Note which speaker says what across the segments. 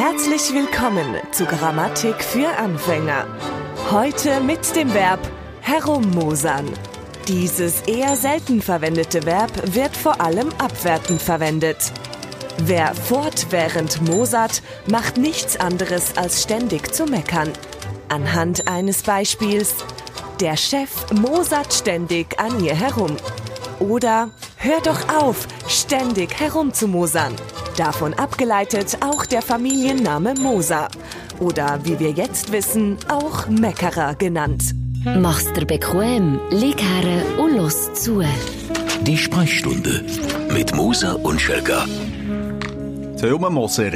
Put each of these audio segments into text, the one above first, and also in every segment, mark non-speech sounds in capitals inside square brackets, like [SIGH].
Speaker 1: Herzlich willkommen zu Grammatik für Anfänger. Heute mit dem Verb herummosern. Dieses eher selten verwendete Verb wird vor allem abwertend verwendet. Wer fortwährend mosert, macht nichts anderes als ständig zu meckern. Anhand eines Beispiels. Der Chef mosert ständig an ihr herum. Oder hör doch auf, ständig herumzumosern. Davon abgeleitet auch der Familienname Moser. Oder wie wir jetzt wissen, auch Meckerer genannt.
Speaker 2: Mach's dir bequem, lieg her und los zu.
Speaker 3: Die Sprechstunde mit Moser und Schelga.
Speaker 4: Soll man mosern?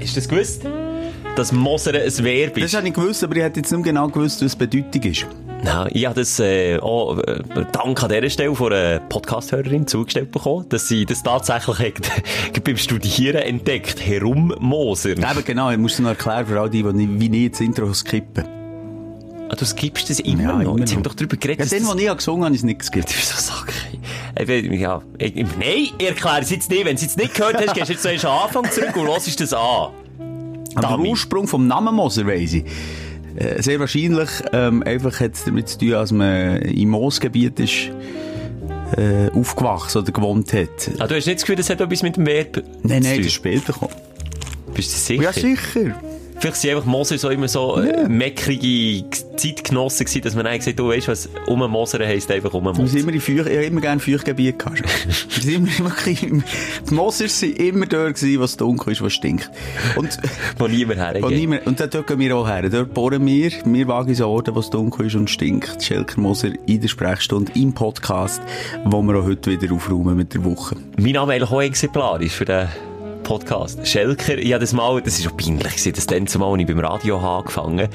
Speaker 5: Ist das gewusst? Dass Moseren ein Verb
Speaker 4: Das
Speaker 5: ist.
Speaker 4: habe ich gewusst, aber ich hätte jetzt nicht genau gewusst, was die Bedeutung ist.
Speaker 5: Nein, ich habe das äh, auch äh, dank an dieser Stelle von einer Podcast-Hörerin zugestellt bekommen, dass sie das tatsächlich hat, [LAUGHS] beim Studieren entdeckt Herummosern.
Speaker 4: Eben genau, ich muss es noch erklären für all die, die nicht, wie nie das Intro skippen.
Speaker 5: Ah, du skippst das immer noch. Jetzt haben wir doch drüber geredet.
Speaker 4: Ja,
Speaker 5: dass
Speaker 4: den,
Speaker 5: das-
Speaker 4: den ich gesungen habe, ist nicht
Speaker 5: [LAUGHS] Du
Speaker 4: geskippt.
Speaker 5: bist so Sache. Ja, ich, nein, ich erkläre es jetzt nicht. Wenn du es jetzt nicht gehört hast, gehst du jetzt so erst am Anfang zurück und hörst das an.
Speaker 4: Aber
Speaker 5: Dummy.
Speaker 4: der Ursprung vom Namen Moser weiss ich. Äh, Sehr wahrscheinlich ähm, einfach hat es damit zu tun, dass man im Moosgebiet ist, äh, aufgewachsen oder gewohnt hat.
Speaker 5: Ah, du hast nicht das Gefühl, das hat etwas mit dem Verb
Speaker 4: Nein,
Speaker 5: zu
Speaker 4: nein,
Speaker 5: tun?
Speaker 4: das ist später gekommen.
Speaker 5: Bist du sicher?
Speaker 4: Ja, sicher.
Speaker 5: Vielleicht sind einfach Moser so immer so äh, meckrige G- Zeitgenossen gewesen, dass man eigentlich sagt, du weißt was, um Moser heisst einfach um
Speaker 4: Wir sind
Speaker 5: Moser.
Speaker 4: immer in Feuch, ich habe immer gerne Feuchtgebiete gehabt. [LAUGHS] Wir sind immer, immer, im- die Moser sind immer dort gewesen, was dunkel ist, was stinkt. Und,
Speaker 5: Wo niemand
Speaker 4: und,
Speaker 5: hergeht.
Speaker 4: niemand, und dort gehen wir auch her. Dort bohren wir, wir wagen so Orte, wo es dunkel ist und stinkt. Schelker Moser in der Sprechstunde, im Podcast, wo wir auch heute wieder aufräumen mit der Woche.
Speaker 5: Mein Name eigentlich auch exemplarisch für den Podcast. Schelker, ich habe das mal, das ist auch peinlich gewesen, das dann zumal, als ich beim Radio habe angefangen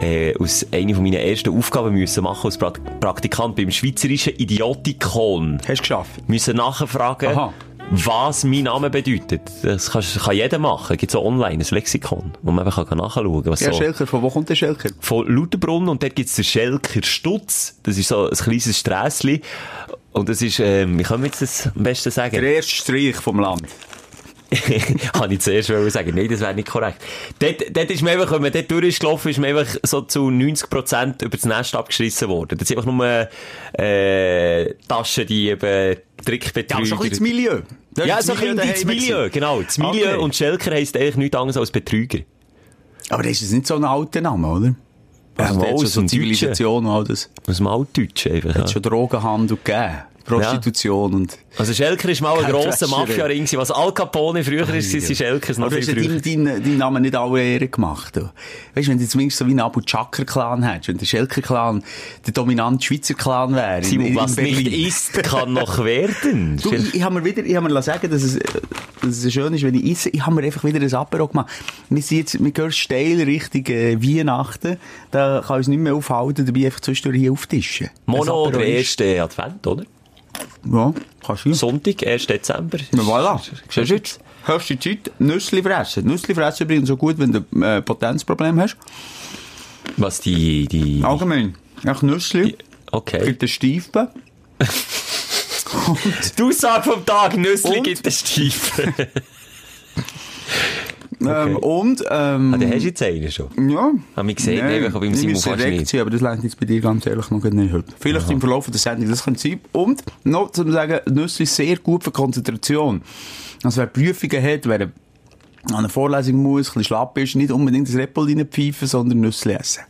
Speaker 5: äh, aus einer von meinen ersten Aufgaben müssen machen als pra Praktikant beim Schweizerischen Idiotikon.
Speaker 4: Hast du geschafft?
Speaker 5: Müssen nachfragen,
Speaker 4: Aha.
Speaker 5: was mein Name bedeutet. Das kann, kann jeder machen. Gibt so online ein Lexikon, wo man einfach kann nachschauen kann.
Speaker 4: Ja,
Speaker 5: so
Speaker 4: Schelker, von wo kommt der Schelker?
Speaker 5: von Lauterbrunnen und dort gibt's den Schelker Stutz. Das ist so ein kleines Strässli. Und das ist, ähm, wie kann man jetzt das am besten
Speaker 4: Der
Speaker 5: [LAUGHS] sagen?
Speaker 4: erste Streich vom Land.
Speaker 5: Habe ich zuerst wollen sagen. Nein, das wäre nicht korrekt. Dort, dort ist mir einfach, wenn man dort durch ist gelaufen, ist mir einfach so zu 90% über das Nest abgeschissen worden. Das sind einfach nur, äh, Taschen, die eben Trickbetrüger.
Speaker 4: Ja, aber schon ein bisschen das Milieu. Dort
Speaker 5: Ja,
Speaker 4: ist
Speaker 5: so ein bisschen das
Speaker 4: daheim
Speaker 5: Milieu,
Speaker 4: gewesen.
Speaker 5: genau. Das Milieu
Speaker 4: Okay.
Speaker 5: und Schelker heisst eigentlich nichts anderes als Betrüger.
Speaker 4: Aber das ist nicht so ein alter Name, oder? Also,
Speaker 5: wohl,
Speaker 4: der hat schon
Speaker 5: es ist
Speaker 4: so
Speaker 5: ein
Speaker 4: Zivilisation und all das.
Speaker 5: Aus dem Altdeutschen einfach. ja.
Speaker 4: hat schon Drogenhandel gegeben. Prostitution und...
Speaker 5: Also Schelker ist mal ein
Speaker 4: Kein
Speaker 5: grosser
Speaker 4: Fletscherer.
Speaker 5: Mafia-Ring, gewesen. was Al Capone früher war, sind Schelkers noch
Speaker 4: Aber du
Speaker 5: viel
Speaker 4: hast ja
Speaker 5: früher.
Speaker 4: deinen dein, dein Namen nicht alle Ehre gemacht. Du. Weißt du, wenn du zumindest so wie ein Abu Chakra Clan hättest, wenn der Schelker Clan der dominante Schweizer Clan wäre. in- in-
Speaker 5: Simon,
Speaker 4: in
Speaker 5: was nicht
Speaker 4: Berlin.
Speaker 5: ist, kann
Speaker 4: [LAUGHS]
Speaker 5: noch werden.
Speaker 4: Du, ich, ich habe mir wieder, ich habe mir lassen sagen, dass es, äh, dass es schön ist, wenn ich esse. Ich habe mir einfach wieder ein Apero gemacht. Wir sind jetzt, wir gehen steil Richtung äh, Weihnachten. Da kann uns nicht mehr aufhalten, dabei einfach zwischendurch hier auftischen.
Speaker 5: Mono
Speaker 4: Ein Apéro
Speaker 5: oder
Speaker 4: ist-
Speaker 5: erste Advent, oder?
Speaker 4: Ja, kannst du.
Speaker 5: Sonntag, 1. Dezember.
Speaker 4: Na voilà. Siehst du jetzt? Hast du die Zeit? Nüssli fressen. Nüssli fressen übrigens so gut, wenn du äh, Potenzproblem hast.
Speaker 5: Was die, die...
Speaker 4: Allgemein. Echt Nüssli.
Speaker 5: Okay.
Speaker 4: Gibt den Stiefen.
Speaker 5: [LAUGHS] Die Aussage vom Tag, Nüssli
Speaker 4: Und?
Speaker 5: gibt es Stiefel.
Speaker 4: Ähm, und, ähm,
Speaker 5: ah, [LAUGHS] den hast du jetzt einen schon.
Speaker 4: ja.
Speaker 5: Haben wir gesehen, einfach beim Simon fast nicht.
Speaker 4: Sein, aber das längt jetzt bei dir ganz ehrlich noch nicht heute. Vielleicht im Verlauf der Sendung, das könnte sein. Und, noch zum sagen, Nüsse ist sehr gut für Konzentration. Also wer Prüfungen hat, wer an eine Vorlesung muss, ein bisschen schlapp ist, nicht unbedingt das Repol reinpfeifen, sondern Nüsse essen.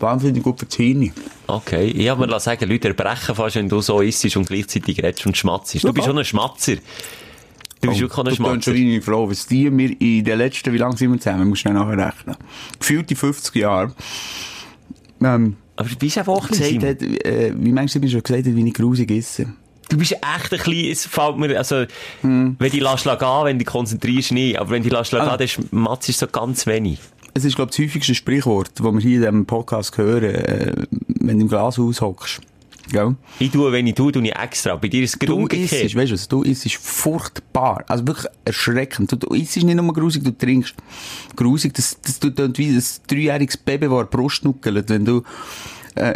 Speaker 4: Wahnsinnig gut für die Hirne.
Speaker 5: Okay. Ich habe mir lassen sagen, Leute erbrechen fast, wenn du so isst und gleichzeitig redest und schmatzt. Du bist schon ein Schmatzer. Du bist wirklich auch
Speaker 4: Oh,
Speaker 5: ein
Speaker 4: Du tönst
Speaker 5: Schmatzer.
Speaker 4: schon wie meine Frau, was die mir in den letzten, wie lange sind wir zusammen, musst du dann nachher rechnen. Gefühlte 50 Jahre. Ähm,
Speaker 5: Aber du bist einfach auch ein bisschen
Speaker 4: gesagt
Speaker 5: Simon.
Speaker 4: hat, äh, wie manchmal mir schon gesagt hat, wie ich grusig esse.
Speaker 5: Du bist echt ein bisschen, es fällt mir, also, wenn du lässt gehen, wenn du dich konzentrierst, nicht. Aber wenn du lässt gehen,
Speaker 4: Ah.
Speaker 5: dann ist- Mats ist so ganz wenig.
Speaker 4: Es ist, glaube ich, das häufigste Sprichwort, das wir hier in diesem Podcast hören, äh, wenn du im Glashaus hockst. Gell?
Speaker 5: Ich tue, wenn ich tue, tue ich extra. Bei dir ist es gerade
Speaker 4: Du
Speaker 5: umgekehrt.
Speaker 4: isst, weißt du was, du isst furchtbar. Also wirklich erschreckend. Du, du isst nicht nur grusig, du trinkst. Grusig, das, das, das tönt wie ein dreijähriges Baby, das an die Brust nuckelt, wenn du, äh,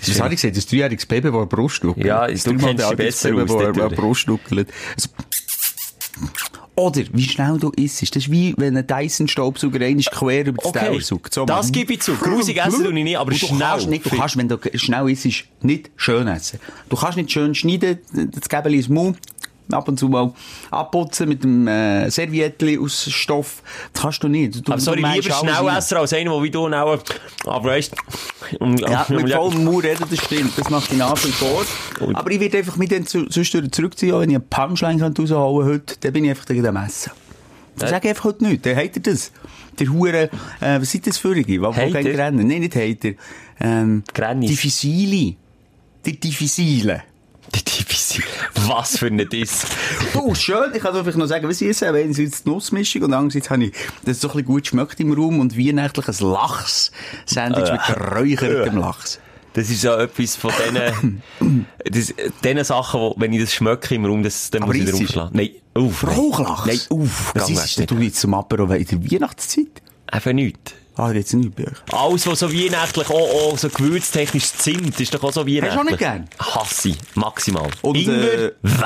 Speaker 4: was habe ich gesagt? Ein dreijähriges Baby, das an die Brust nuckelt.
Speaker 5: Ja,
Speaker 4: Ein
Speaker 5: du
Speaker 4: dreimal
Speaker 5: kennst dich
Speaker 4: altes
Speaker 5: besser
Speaker 4: Baby,
Speaker 5: aus,
Speaker 4: das an die
Speaker 5: dadurch.
Speaker 4: Brust nuckelt. Also, Oder wie schnell du isst. Das ist wie wenn ein Dyson-Staubsauger einmal quer über das Teller saugt. So
Speaker 5: das
Speaker 4: machen.
Speaker 5: gebe ich zu. Grusig essen tue ich nicht, aber
Speaker 4: Und du
Speaker 5: schnell.
Speaker 4: Kannst nicht, du kannst, wenn du schnell isst, nicht schön essen. Du kannst nicht schön schneiden, das Gäbeli ins Mund, ab und zu mal abputzen mit einem äh, Serviettli aus Stoff. Das kannst du nicht. Du,
Speaker 5: Aber sorry,
Speaker 4: du meinst
Speaker 5: lieber
Speaker 4: alles
Speaker 5: schnell
Speaker 4: rein.
Speaker 5: essen als einer, der wie du auch, aber weißt,
Speaker 4: Ja, mit vollem Mauer reden, das stimmt. Das macht ich nach wie vor. Aber ich werde einfach mit den Zuschauern zurückziehen, auch wenn ich eine Punchline könnte raushauen heute, dann bin ich einfach gegen den Messer. Dann
Speaker 5: Ja.
Speaker 4: sage ich einfach heute nichts. Dann habt ihr das. Der Hure, äh, was sind das für eine? Was
Speaker 5: Hater?
Speaker 4: wollt ihr rennen? Nein, nicht Hater. Ähm,
Speaker 5: Grennis.
Speaker 4: Difficile. Die Difficile.
Speaker 5: Die Tipps. Was für ein Diss.
Speaker 4: Du, Oh, schön. Ich kann dir vielleicht noch sagen, was ich esse. Wenn es jetzt die Nussmischung und andererseits habe ich, dass es so ein bisschen gut schmeckt im Raum und weihnachtlich ein Lachs-Sandwich mit geräuchertem Lachs.
Speaker 5: Das ist ja etwas von diesen,
Speaker 4: [CLEARS THROAT]
Speaker 5: das, diesen Sachen, wo, wenn ich das schmecke im Raum, das, dann
Speaker 4: Aber
Speaker 5: muss ich
Speaker 4: isst
Speaker 5: wieder
Speaker 4: du?
Speaker 5: umschlagen. Nein, auf. nein.
Speaker 4: Rauchlachs?
Speaker 5: Nein, auf.
Speaker 4: Was
Speaker 5: gang
Speaker 4: ist
Speaker 5: weg
Speaker 4: denn du jetzt zum Apero in der Weihnachtszeit?
Speaker 5: nicht. Einfach nichts.
Speaker 4: Ah, jetzt nicht bei euch.
Speaker 5: Alles, was so weihnachtlich, oh, oh, so gewürztechnisch Zimt, ist doch auch so weihnachtlich.
Speaker 4: auch nicht gern?
Speaker 5: Hasse ich, maximal.
Speaker 4: Und,
Speaker 5: Ingwer,
Speaker 4: äh,
Speaker 5: wäh.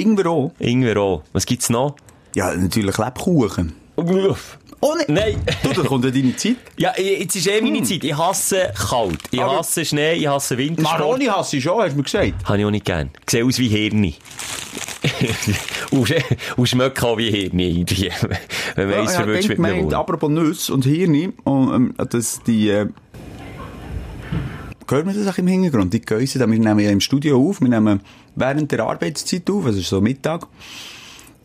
Speaker 4: Ingwer auch?
Speaker 5: Ingwer auch. Was gibt's noch?
Speaker 4: Ja, natürlich Lebkuchen.
Speaker 5: Uff.
Speaker 4: Oh
Speaker 5: Nein.
Speaker 4: Du, da kommt ja deine Zeit.
Speaker 5: Ja, ich- jetzt ist eh meine Zeit. Ich hasse kalt. Ich
Speaker 4: Hm. Aber-
Speaker 5: hasse Schnee, ich hasse Wintersport.
Speaker 4: Maroni hast du schon, hast du mir gesagt.
Speaker 5: Habe ich auch nicht gern. Sieht aus wie Hirni. [LAUGHS] und, sch- und schmeckt auch wie Hirni [LAUGHS] irgendwie. Wenn man
Speaker 4: Ja,
Speaker 5: eins
Speaker 4: ich hab
Speaker 5: verwünscht mit
Speaker 4: gemeint,
Speaker 5: mir
Speaker 4: apropos Nüsse und Hirni, und, ähm, dass die... Äh, Hört man das auch im Hintergrund? Die Gäuse, da, wir nehmen ja im Studio auf, wir nehmen während der Arbeitszeit auf, also so Mittag.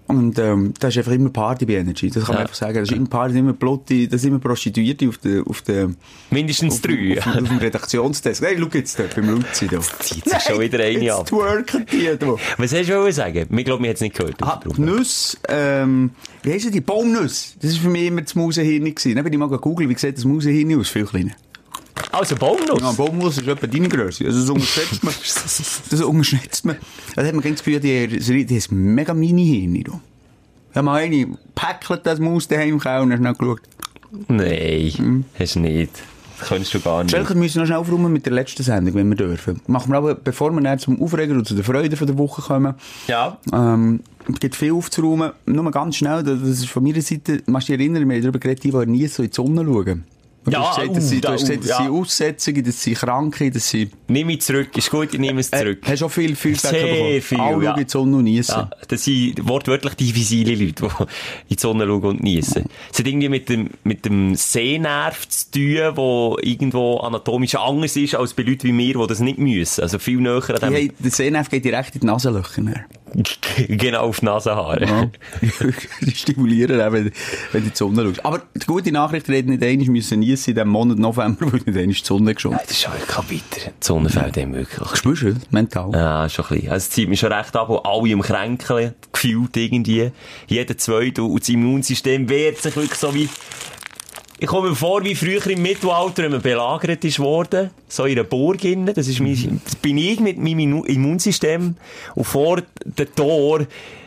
Speaker 4: Und ähm, da ist einfach immer Party bei Energy, das kann man
Speaker 5: Ja.
Speaker 4: einfach sagen. Da ist immer Party, immer Plotti, da sind immer Prostituierte auf der... Auf der
Speaker 5: Mindestens drei.
Speaker 4: Auf,
Speaker 5: [LAUGHS]
Speaker 4: auf dem Redaktionstest. Hey, schau jetzt dort beim Luzi da.
Speaker 5: zieht sich schon wieder eine
Speaker 4: jetzt
Speaker 5: ab.
Speaker 4: twerken die da.
Speaker 5: Was hast du wollen sagen? Ich glaube, wir haben es nicht gehört.
Speaker 4: Ah, die Nüsse, ähm, wie heisst die? Baumnüsse. Das war für mich immer das Mausehirn. gewesen. Dann bin ich mal gegoogelt, wie sieht das Mausehirn aus? Viel kleiner.
Speaker 5: Also Bonus.
Speaker 4: Ja, ein Baumnuss ist etwa deine Größe. Also das unterschätzt [LAUGHS] man. Das unterschätzt man. Da hat man ganz das Gefühl, die, die, die haben ein mega Mini-Hirn da. Ich habe mal eine gepäckelt, das Maus daheim gekauft und dann schnell geschaut.
Speaker 5: Nein,
Speaker 4: Hm.
Speaker 5: hast du nicht. Das kannst du gar nicht.
Speaker 4: Schelker müssen noch schnell aufräumen mit der letzten Sendung, wenn wir dürfen. Machen wir aber, bevor wir dann zum Aufreger und zu der Freude von der Woche kommen,
Speaker 5: Ja.
Speaker 4: Ähm, es gibt viel aufzuräumen. Nur mal ganz schnell, das ist von meiner Seite, machst du dich erinnern, wir haben darüber geredet, die, die nie so in die Sonne schauen. Und
Speaker 5: Ja,
Speaker 4: du hast gesagt, das
Speaker 5: uh,
Speaker 4: sind,
Speaker 5: da,
Speaker 4: du hast gesagt,
Speaker 5: uh,
Speaker 4: das sind
Speaker 5: ja.
Speaker 4: Aussetzungen, das sind Kranke, das sind...
Speaker 5: Nimm mich zurück. Ist gut, ich nehme es
Speaker 4: Äh,
Speaker 5: zurück.
Speaker 4: hast du auch viel Feedback
Speaker 5: Sehr
Speaker 4: bekommen?
Speaker 5: viel,
Speaker 4: Alle
Speaker 5: ja.
Speaker 4: schauen in die Sonne und niessen.
Speaker 5: Ja, das sind wortwörtlich diffizile Leute, die in die Sonne schauen und niesen. Es hat irgendwie mit dem, mit dem Sehnerv zu tun, wo irgendwo anatomisch anders ist als bei Leuten wie mir, die das nicht müssen. Also viel näher an
Speaker 4: Die
Speaker 5: dem,
Speaker 4: haben, der Sehnef geht direkt in die Nasenlöcher. ne? mehr.
Speaker 5: [LAUGHS] genau auf die Nasenhaare.
Speaker 4: Ja. [LAUGHS] Die stimulieren auch, wenn, wenn du in die Sonne schaust. Aber die gute Nachricht, wir hätten nicht einmal müssen niessen in diesem Monat November, [LAUGHS] weil nicht einmal die Sonne geschont.
Speaker 5: [LAUGHS] Das ist schon kein bitter. Die Sonne fällt dem wirklich.
Speaker 4: Spürst du das? mental?
Speaker 5: Ja, schon ein bisschen. Also, es zieht mich schon recht ab und alle im Kränkeln gefühlt irgendwie. Jeder zweite und das Immunsystem wehrt sich wirklich so wie, ich komme mir vor, wie früher im Mittelalter, wenn man belagert ist worden, so in einer Burg innen, das ist mein, das bin ich mit meinem Immu- Immunsystem und vor dem Tor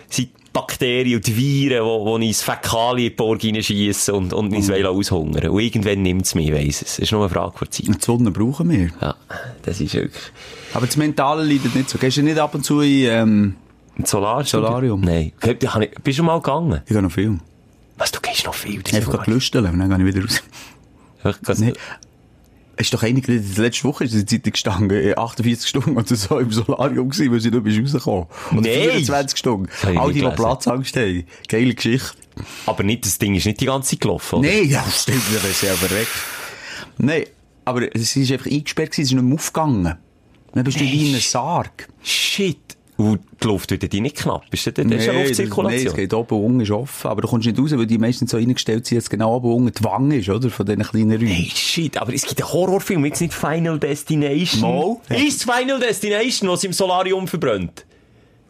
Speaker 5: sind die Bakterien und die Viren, die, die ins Fäkalien in die Burg hineinschiessen und, und ins Weil aushungern. Und irgendwann nimmt es mich, ich weiss es. Es ist nur eine Frage der Zeit.
Speaker 4: Die Sonne brauchen wir.
Speaker 5: Ja, das ist wirklich...
Speaker 4: Aber das Mentale leidet nicht so. Gehst du nicht ab und zu in... Ähm,
Speaker 5: Ein Solar
Speaker 4: Solarium.
Speaker 5: Nein. Glaub, da hab ich- Bist du mal gegangen?
Speaker 4: ich gehe noch viel.
Speaker 5: Was, du gehst noch viel? Das ist
Speaker 4: Einfach
Speaker 5: ja
Speaker 4: gerade lüsteln und dann gehe ich wieder raus.
Speaker 5: wahr. Ich-
Speaker 4: Nee. [LAUGHS] Ist doch einig, das letzte Woche ist die Zeitung gestanden, äh, 48 Stunden oder so im Solarium gewesen, weil sie nicht bist rausgekommen. Oder
Speaker 5: Nein.
Speaker 4: 24 Stunden.
Speaker 5: hab ich
Speaker 4: All
Speaker 5: nicht
Speaker 4: die, die
Speaker 5: gelesen.
Speaker 4: Platzangst haben. Geile Geschichte.
Speaker 5: Aber nicht, das Ding ist nicht die ganze Zeit gelaufen. oder?
Speaker 4: Nein, ja, stimmt, da wäre sie aber recht. Nein, aber es ist einfach eingesperrt gewesen, es ist nicht mehr aufgegangen. Dann bist du wie in einem Sarg.
Speaker 5: Shit. Und die Luft wird dir nicht knapp. Ist das, das ist eine
Speaker 4: Nein, Nein, es
Speaker 5: Luftzirkulation.
Speaker 4: geht oben unten ist offen, aber du kommst nicht raus, weil die meistens so eingestellt sind, dass genau oben unten die Wange ist, oder? Von diesen kleinen Räumen.
Speaker 5: Hey, shit, aber es gibt einen Horrorfilm, jetzt nicht Final Destination.
Speaker 4: Mal.
Speaker 5: Ist Final Destination, was im Solarium verbrennt?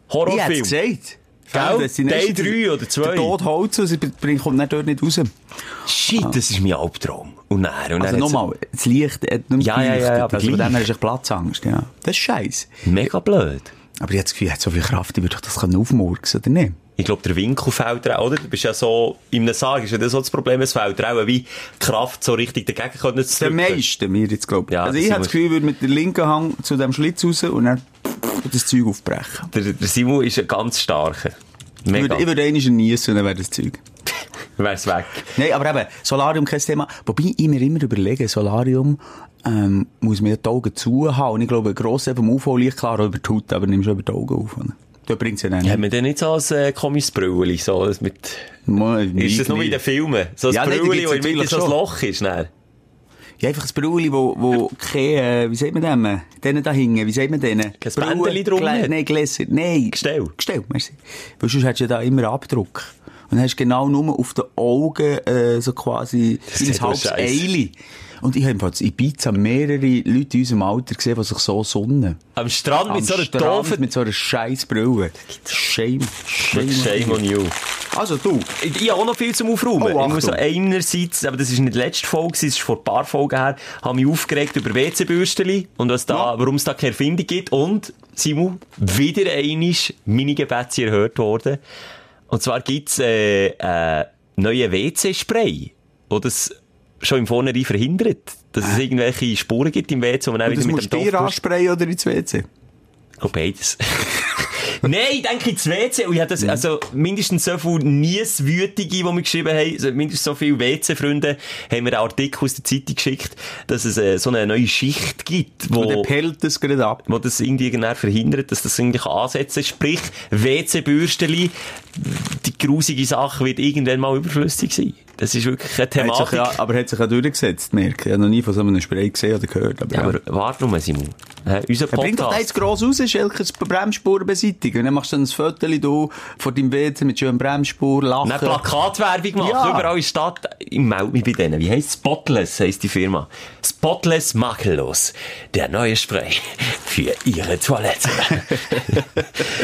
Speaker 4: Ich
Speaker 5: Horrorfilm.
Speaker 4: hätte es gesagt.
Speaker 5: Gell?
Speaker 4: Das sind
Speaker 5: Teil
Speaker 4: erst-
Speaker 5: drei oder zwei. Also
Speaker 4: Der Tod Holz, also, bringt- kommt nicht dort nicht raus.
Speaker 5: Shit, das ist mein Albtraum. Und dann,
Speaker 4: Also
Speaker 5: und dann hat's-
Speaker 4: nochmal, das Licht hat nicht mehr
Speaker 5: Ja, ja, ja,
Speaker 4: geleuchtet.
Speaker 5: aber
Speaker 4: also von
Speaker 5: gleich.
Speaker 4: dem her ist echt Platzangst, ja. Das ist scheiße.
Speaker 5: Mega blöd.
Speaker 4: Aber ich habe das Gefühl, er hat so viel Kraft, ich würde doch das können aufmurksen, oder nicht?
Speaker 5: Ich glaube, der Winkel fällt dir auch, oder? Du bist ja so, in einem Sarg ist ja das so das Problem, es fällt dir auch, wie die Kraft so richtig dagegen können zu
Speaker 4: Der
Speaker 5: drücken.
Speaker 4: meisten, mir jetzt, glaube ich.
Speaker 5: Ja,
Speaker 4: also
Speaker 5: das
Speaker 4: ich
Speaker 5: sind
Speaker 4: habe das
Speaker 5: wir-
Speaker 4: Gefühl, ich würde mit der linken Hang zu dem Schlitz raus und dann das Zeug aufbrechen.
Speaker 5: Der, der Simon ist ein ganz starker.
Speaker 4: Ich
Speaker 5: Mega.
Speaker 4: würde, ich würde einmal geniessen, dann wäre das Zeug.
Speaker 5: Wär's weg.
Speaker 4: Nein, aber eben, Solarium kein Thema. Wobei ich mir immer überlege, Solarium ähm, muss man ja die Augen zu haben. Und ich glaube, gross eben im UV-Licht, klar, auch über die Haut, aber nimmst du über die Augen auf. oder? Da bringt es ja nicht.
Speaker 5: Haben wir denn nicht so ein äh, komisches Brülli, so das mit... Ist das nur in den Filmen? So ein
Speaker 4: Ja,
Speaker 5: ja,
Speaker 4: nein, da
Speaker 5: Brülli,
Speaker 4: gibt's
Speaker 5: wo in der Mitte
Speaker 4: natürlich
Speaker 5: so ein
Speaker 4: schon.
Speaker 5: Loch ist, ne?
Speaker 4: Ja, einfach ein Brülli, wo, wo kein, äh, wie sagt man dem? äh, Denen da hingen, wie sagt man denen?
Speaker 5: Kein
Speaker 4: Brühe-
Speaker 5: Bändeli drum
Speaker 4: Glä
Speaker 5: hat?
Speaker 4: Nein, Gläser, nein.
Speaker 5: Gestell.
Speaker 4: Gestell, merci. Weil sonst hättest du ja da immer Abdruck. Und dann hast du genau nur auf den Augen, äh, so
Speaker 5: [LAUGHS]
Speaker 4: quasi, wie ein
Speaker 5: sieht doch
Speaker 4: halbes
Speaker 5: scheiss.
Speaker 4: Eili. Und ich habe jedenfalls in Ibiza mehrere Leute in unserem Alter gesehen, die sich so sonnen.
Speaker 5: Am Strand
Speaker 4: Am
Speaker 5: mit so einer
Speaker 4: Strand
Speaker 5: doofen...
Speaker 4: Mit so einer scheiß Brille. Shame. Shame.
Speaker 5: Shame on you.
Speaker 4: Also du,
Speaker 5: Ich, ich habe auch noch viel zum Aufräumen.
Speaker 4: Oh,
Speaker 5: ich muss so
Speaker 4: Achtung.
Speaker 5: einerseits, aber das ist nicht die letzte Folge, das ist vor ein paar Folgen her, habe mich aufgeregt über WC-Bürstchen und was da, warum es da keine Erfindung gibt. Und, Simon, wieder einmal meine Gebete sind erhört worden. Und zwar gibt es äh, äh, neue WC-Spray, wo das schon im Vornherein verhindert, dass es irgendwelche Spuren gibt im WC, wo man dann
Speaker 4: das
Speaker 5: wieder mit
Speaker 4: musst du
Speaker 5: dem
Speaker 4: dir
Speaker 5: Topf
Speaker 4: ansprechen oder ins WC?
Speaker 5: ich glaube beides. [LAUGHS] Nein, denke ich, das WC. Und ich habe das, also, mindestens so viele Nieswütige, die mir geschrieben haben, also mindestens so viele WC-Freunde, haben mir einen Artikel aus der Zeitung geschickt, dass es äh, so eine neue Schicht gibt,
Speaker 4: Und dann
Speaker 5: wo,
Speaker 4: pellt es gerade ab.
Speaker 5: wo das irgendwie genau verhindert, dass das irgendwie ansetzen kann. Sprich, WC-Bürsteli, die grusige Sache wird irgendwann mal überflüssig sein. Das ist wirklich eine
Speaker 4: Hat sich
Speaker 5: Thematik.
Speaker 4: ja, aber hat sich ja durchgesetzt, Mirk. Ich habe noch nie von so einem Spray gesehen oder gehört. Aber,
Speaker 5: Ja,
Speaker 4: ja.
Speaker 5: aber warte mal, Simon. Hä, unser
Speaker 4: Ja, bring doch da
Speaker 5: Podcast.
Speaker 4: jetzt gross raus, Schelke, das Bremsspuren beseitigen. Und dann machst du dann ein Foto da vor deinem WC mit schönen Bremsspur, Lachen.
Speaker 5: Eine Plakatwerbung gemacht,
Speaker 4: Ja.
Speaker 5: überall in der Stadt. Ich melde mich bei denen. Wie heisst Spotless, heisst die Firma. Spotless Makellos. Der neue Spray für Ihre Toilette.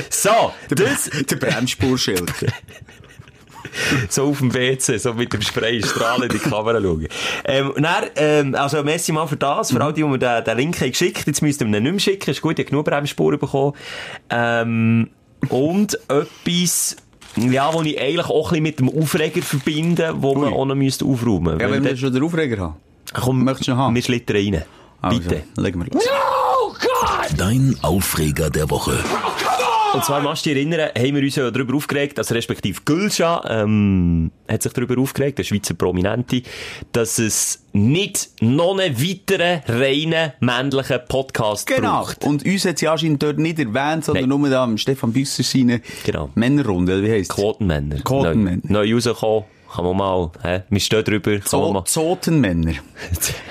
Speaker 5: so, das,
Speaker 4: Der Bremsspur, Schelke.
Speaker 5: so auf dem WC, so mit dem Spray strahlen in die Kamera schauen. Ähm, und dann, ähm, also, merci mal für das, für all die, die mir den, den Link haben geschickt Jetzt müsst ihr mir ihn nicht mehr schicken, ist gut, ich habe genug Bremsspuren bekommen. Ähm, und etwas, ja, wo ich eigentlich auch ein bisschen mit dem Aufreger verbinde, wo man
Speaker 4: Ui.
Speaker 5: auch noch müsste aufräumen
Speaker 4: ja, dus wenn
Speaker 5: Weil
Speaker 4: wir schon den Aufreger haben.
Speaker 5: dort- komm,
Speaker 4: möchtest du ihn haben?
Speaker 5: Wir schlittern rein.
Speaker 4: Ah,
Speaker 5: Bitte.
Speaker 4: Also, legen wir los.
Speaker 3: Dein Aufreger der Woche.
Speaker 5: Und zwar, machst du dich erinnern, haben wir uns ja darüber aufgeregt, also respektive Gülscha, ähm, hat sich darüber aufgeregt, der Schweizer Prominente, dass es nicht noch einen weiteren reinen männlichen Podcast
Speaker 4: Genau.
Speaker 5: braucht.
Speaker 4: Und uns hat sie anscheinend dort nicht erwähnt, sondern
Speaker 5: Nein.
Speaker 4: nur da am Stefan Büsser seine
Speaker 5: Genau.
Speaker 4: Männerrunde, oder wie heisst es?
Speaker 5: Quotenmänner.
Speaker 4: Quotenmänner.
Speaker 5: Neu, neu rausgekommen. Kann man mal, hä? Wir stehen drüber. Kann man mal.
Speaker 4: Zo- Zotenmänner.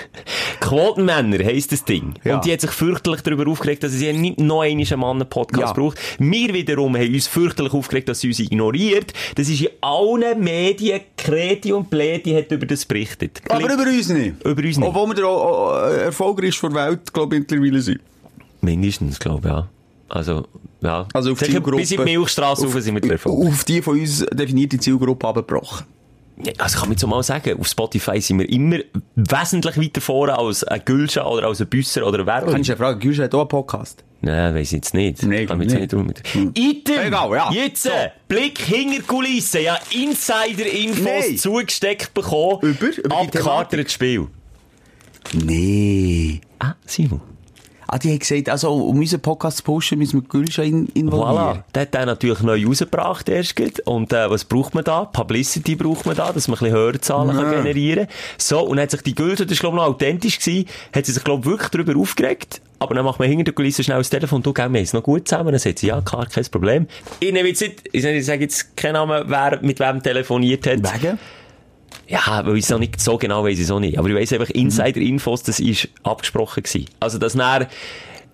Speaker 5: [LAUGHS] Quotenmänner heisst das Ding.
Speaker 4: Ja.
Speaker 5: Und die hat sich fürchterlich darüber aufgeregt, dass es ja nicht noch einmal einen Mann-Podcast
Speaker 4: Ja.
Speaker 5: braucht. Wir wiederum haben uns fürchterlich aufgeregt, dass sie uns ignoriert. Das ist in allen Medien, Kreti und Pleti hat über das berichtet.
Speaker 4: Aber
Speaker 5: Klick-
Speaker 4: über uns nicht.
Speaker 5: Über uns nicht.
Speaker 4: Obwohl wir äh, der o- o- erfolgreichste der Welt, glaube ich, mittlerweile sind.
Speaker 5: Mindestens, glaube ich, ja. Also, ja.
Speaker 4: Also auf
Speaker 5: Sicher
Speaker 4: Zielgruppe.
Speaker 5: Bis in die Milchstraße rauf sind wir der Erfolg.
Speaker 4: Auf die von uns definierte Zielgruppe abgebrochen.
Speaker 5: Ja, Also kann man jetzt auch mal sagen, auf Spotify sind wir immer wesentlich weiter vorne als ein Gülscha oder als ein Büsser oder ein Werber.
Speaker 4: Kannst du ja fragen, Güsche hat auch einen Podcast.
Speaker 5: Nein, weiss ich jetzt nicht.
Speaker 4: Nee,
Speaker 5: Kann
Speaker 4: glaub nicht.
Speaker 5: jetzt
Speaker 4: Hm.
Speaker 5: nicht drum- Item!
Speaker 4: Egal, ja.
Speaker 5: Jetzt! äh, Blick hinter die Kulissen. Ja, Insider-Infos
Speaker 4: Nein.
Speaker 5: zugesteckt bekommen.
Speaker 4: Über- über die
Speaker 5: Abgekartetes Spiel.
Speaker 4: Nee.
Speaker 5: Ah, Simon.
Speaker 4: Ah, die haben gesagt, also, um unseren Podcast zu pushen, müssen wir Güsche in involvieren.
Speaker 5: Voilà. Der hat den natürlich neu rausgebracht erst grad. Und äh, was braucht man da? Publicity braucht man da, dass man ein bisschen Hörzahlen kann generieren kann. So, und dann hat sich die Gülse, das ist glaube ich noch authentisch gewesen, hat sie sich glaube ich wirklich darüber aufgeregt. Aber dann macht man hinter der Kulisse schnell das Telefon, du, gell, wir haben es noch gut zusammen. Dann sagt sie, ja, klar, kein Problem. Ich nehme jetzt nicht, ich sage jetzt keinen Namen, wer mit wem telefoniert hat.
Speaker 4: Wegen?
Speaker 5: Ja, weil ich es noch nicht so genau weiss, ich es auch nicht. Aber ich weiss einfach,
Speaker 4: Mhm.
Speaker 5: Insider-Infos, das ist abgesprochen gewesen. Also, dass dann,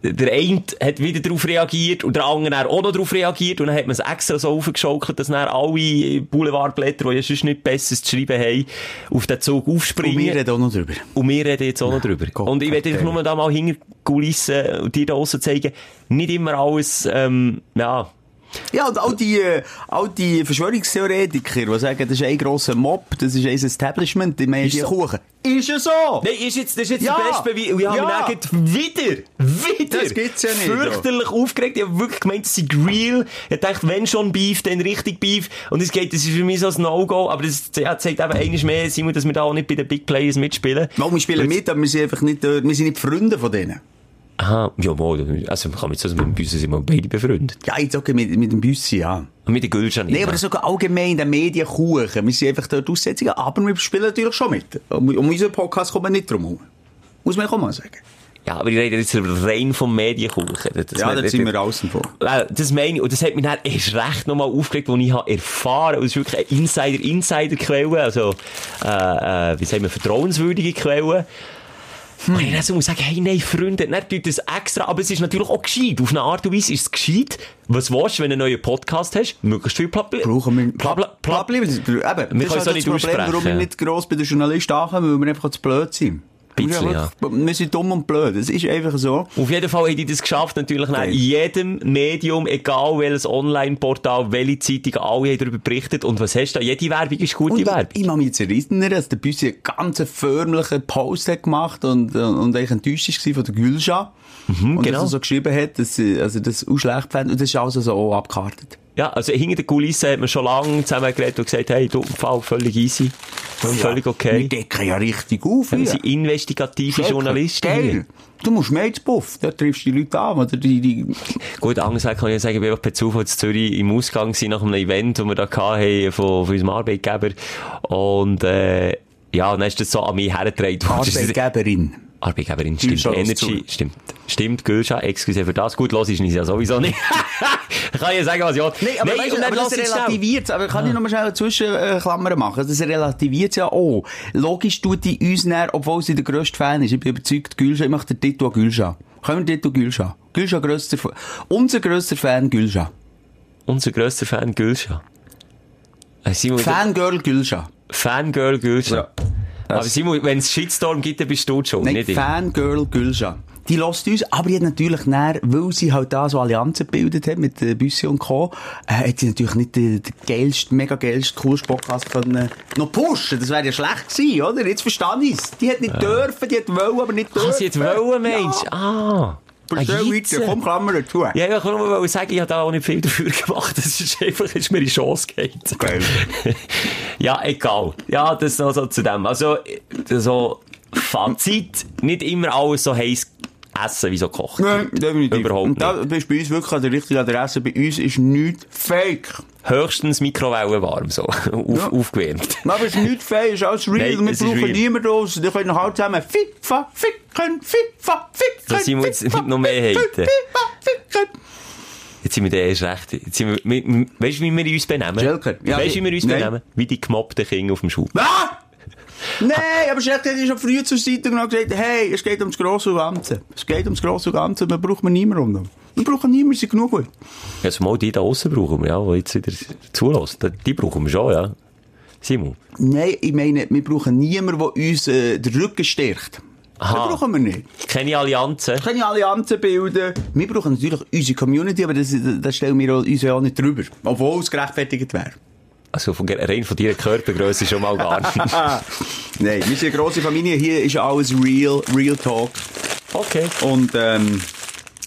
Speaker 5: der eine hat wieder darauf reagiert und der andere dann auch noch darauf reagiert und dann hat man es extra so aufgeschaukelt, dass dann alle Boulevardblätter, die ja sonst nicht besseres zu schreiben haben, auf den
Speaker 4: Und
Speaker 5: Zug
Speaker 4: wir
Speaker 5: aufspringen.
Speaker 4: reden auch noch drüber.
Speaker 5: Und wir reden jetzt auch noch drüber.
Speaker 4: Gott,
Speaker 5: und ich werde
Speaker 4: Gott,
Speaker 5: einfach nur da mal hinter die Kulissen und dir da draussen zeigen, nicht immer alles, ähm, ja,
Speaker 4: Ja, und all die, äh, all die Verschwörungstheoretiker, die sagen, das ist ein grosser Mob, das ist ein Establishment, die meinen
Speaker 5: Ist
Speaker 4: die
Speaker 5: so.
Speaker 4: Kuchen. Ist ja so!
Speaker 5: Nein, ist jetzt, das ist jetzt
Speaker 4: Ja.
Speaker 5: der beste Beweis. Und ich habe
Speaker 4: Ja.
Speaker 5: mich dann wieder, wieder
Speaker 4: Das gibt's ja nicht,
Speaker 5: fürchterlich aufgeregt. Ich habe wirklich gemeint, das sei real. Ich dachte, wenn schon Beef, dann richtig Beef. Und es geht, das ist für mich so ein No-Go. Aber das ja, zeigt eben eines mehr, Simon, dass wir da auch nicht bei den Big Players mitspielen.
Speaker 4: eh, Mal, wir spielen mit, aber wir sind einfach nicht, äh, wir sind nicht Freunde von denen.
Speaker 5: Aha, jawohl. Also, man kann mit so mit dem Büssen sind wir beide befreundet.
Speaker 4: Ja, jetzt okay, mit, mit dem Büssi, ja.
Speaker 5: Und mit der Gülschan.
Speaker 4: Nee, aber sogar allgemein, der Medienkuchen. Wir sind einfach dort Aussetzungen, aber wir spielen natürlich schon mit. Um, um unseren Podcast kommt man nicht drum herum. Muss man auch mal sagen.
Speaker 5: Ja, aber ich rede jetzt rein vom Medienkuchen. Das-
Speaker 4: ja, da
Speaker 5: das-
Speaker 4: sind wir außen vor.
Speaker 5: Wel, Äh, das meine ich, und das hat mich dann erst recht nochmal aufgeregt, als ich habe erfahren habe, es ist wirklich eine Insider-Insider-Quelle, also, äh, äh, wie sagen wir, vertrauenswürdige Quelle.
Speaker 4: Hm.
Speaker 5: Und ich dann so muss sagen, hey, nein, Freunde, nicht tut das extra, aber es ist natürlich auch gescheit. Auf eine Art und Weise ist es gescheit. Was willst du, wenn du einen neuen Podcast hast? Möglichst viel Plapli.
Speaker 4: Brauchen wir...
Speaker 5: Plapli. Plapli.
Speaker 4: Plapli- Eben,
Speaker 5: können
Speaker 4: das
Speaker 5: es
Speaker 4: ist
Speaker 5: auch
Speaker 4: halt das
Speaker 5: nicht
Speaker 4: Problem,
Speaker 5: aussprechen,
Speaker 4: warum wir
Speaker 5: ja.
Speaker 4: nicht gross bei den Journalisten ankommen, weil wir einfach zu blöd sind.
Speaker 5: Bisschen,
Speaker 4: wir, sind wirklich- wir sind dumm und blöd. Es ist einfach so.
Speaker 5: Auf jeden Fall haben die das geschafft, natürlich nach
Speaker 4: Geil.
Speaker 5: jedem Medium, egal welches Online-Portal, welche Zeitung, alle haben darüber berichtet. Und was hast du da? Jede Werbung ist gute
Speaker 4: Und
Speaker 5: Werbung.
Speaker 4: ich kann mich jetzt erinnern, dass der Büssi einen ganz förmlichen Post hat gemacht und, äh, und eigentlich enttäuscht war von der Gülscha. und
Speaker 5: genau.
Speaker 4: dass er so geschrieben hat, dass sie also das auch schlecht fand. Und das ist also so auch abgekartet.
Speaker 5: Ja, also hinter der Kulisse hat man schon lange zusammen geredet und gesagt, hey, du, im Fall völlig easy,
Speaker 4: Oh
Speaker 5: völlig
Speaker 4: Wir
Speaker 5: okay.
Speaker 4: decken ja richtig auf.
Speaker 5: Wir
Speaker 4: hier.
Speaker 5: sind investigative
Speaker 4: Checken.
Speaker 5: Journalisten. hier.
Speaker 4: Geil. Du musst mehr ins Puff. Da triffst du die Leute an. Oder die, die
Speaker 5: Gut, andererseits kann ich ja sagen, ich bin einfach per Zufall in Zürich im Ausgang gewesen nach einem Event, das wir da hatten von, von unserem Arbeitgeber. Und, äh, ja, und dann ist das so an mich hergetragen worden.
Speaker 4: Arbeitgeberin.
Speaker 5: Arbeitgeberin, stimmt.
Speaker 4: Gülscha lässt
Speaker 5: Energy,
Speaker 4: zu.
Speaker 5: stimmt. Stimmt, Gülscha, excuse für das. Gut, los ist es ja sowieso nicht. [LAUGHS] kann ich ja sagen, was ich will.
Speaker 4: Nein, aber, weißt,
Speaker 5: und
Speaker 4: du,
Speaker 5: dann
Speaker 4: aber das
Speaker 5: lass ich's schnell.
Speaker 4: relativiert Aber kann ich noch mal schnell eine Zwischenklammern machen? Also, Das relativiert ja auch. Logisch tut die uns näher, obwohl sie der grösste Fan ist. Ich bin überzeugt, Gülscha, ich mache den Titel an Gülscha. Können wir den Titel Gülscha? Gülscha grösster, Fa- unser grösster Fan Gülscha.
Speaker 5: Unser grösster Fan, Gülscha. Äh, Simon,
Speaker 4: Fangirl Gülscha.
Speaker 5: Fangirl Gülscha.
Speaker 4: Ja.
Speaker 5: Aber Simon, wenn es Shitstorm gibt, dann bist du schon,
Speaker 4: Nein,
Speaker 5: nicht ich.
Speaker 4: Fangirl Gülscha. Die lässt uns, aber die hat natürlich näher, weil sie halt da so Allianzen gebildet hat mit äh, Büssi und Co., äh, hat sie natürlich nicht den, den geilsten, mega geilsten, coolsten Podcast können äh, noch pushen. Das wäre ja schlecht gewesen, oder? Jetzt verstehe ich es. Die hat nicht dürfen, die hat wollen, aber nicht dürfen.
Speaker 5: Äh. Ah, sie jetzt wollen, Mensch. Ah.
Speaker 4: Verstell
Speaker 5: Ah,
Speaker 4: weiter,
Speaker 5: Jitze.
Speaker 4: komm, Klammer dazu.
Speaker 5: Ja, ja, ich wollte nur mal sagen, ich habe da auch nicht viel dafür [LAUGHS] gemacht. Das ist einfach, ist mir die Chance gegeben.
Speaker 4: Geil.
Speaker 5: [LAUGHS] ja, egal. Ja, das noch so zu dem. Also, so, Fazit, nicht immer alles so heiß essen, wie so kocht.
Speaker 4: Nein, definitiv.
Speaker 5: Überhaupt
Speaker 4: Und da bist du bei uns wirklich an der richtigen Adresse. Bei uns ist nichts fake.
Speaker 5: Höchstens Mikrowellen warm, so. [LAUGHS] Auf,
Speaker 4: Ja.
Speaker 5: Aufgewärmt.
Speaker 4: Aber es ist nichts fake, es ist alles real.
Speaker 5: Nein,
Speaker 4: Wir
Speaker 5: es ist
Speaker 4: brauchen
Speaker 5: real.
Speaker 4: niemanden aus. Die können noch halt zusammen FIFA, ficken, FIFA, ficken,
Speaker 5: Da sind wir jetzt
Speaker 4: FIFA,
Speaker 5: nicht noch mehr
Speaker 4: ficken,
Speaker 5: haten.
Speaker 4: FIFA, ficken.
Speaker 5: Jetzt sind wir da erst recht. Jetzt sind wir, wir, wir- weißt du, wie wir uns benehmen?
Speaker 4: Schelker. Ja,
Speaker 5: weißt du, wie wir uns
Speaker 4: nein.
Speaker 5: benehmen? Wie die gemobbten Kinder auf dem Schub.
Speaker 4: Ah! Nein, aber Schäfer hat ja schon früh zur Seite genommen und gesagt, hey, es geht ums Grosse und Ganze. Es geht ums Grosse und Ganze, man braucht man niemanden. Wir brauchen niemanden, sie sind genug gut.
Speaker 5: Ja, zumal Also die da aussen brauchen wir, ja, die jetzt wieder zulassen. Die- Die brauchen wir schon, ja. Simon.
Speaker 4: Nein, ich meine, wir brauchen niemanden, der uns äh, den Rücken stärkt.
Speaker 5: Aha.
Speaker 4: Das brauchen wir nicht.
Speaker 5: Keine Allianzen.
Speaker 4: Wir können ja Allianzen bilden. Wir brauchen natürlich unsere Community, aber das, das stellen wir uns ja auch nicht drüber. oh, Obwohl es gerechtfertigt wäre.
Speaker 5: Also von, rein von deiner Körpergröße schon mal gar
Speaker 4: [LAUGHS]
Speaker 5: nicht.
Speaker 4: Nein, wir sind eine grosse Familie. Hier ist alles real, real talk.
Speaker 5: Okay.
Speaker 4: Und, ähm,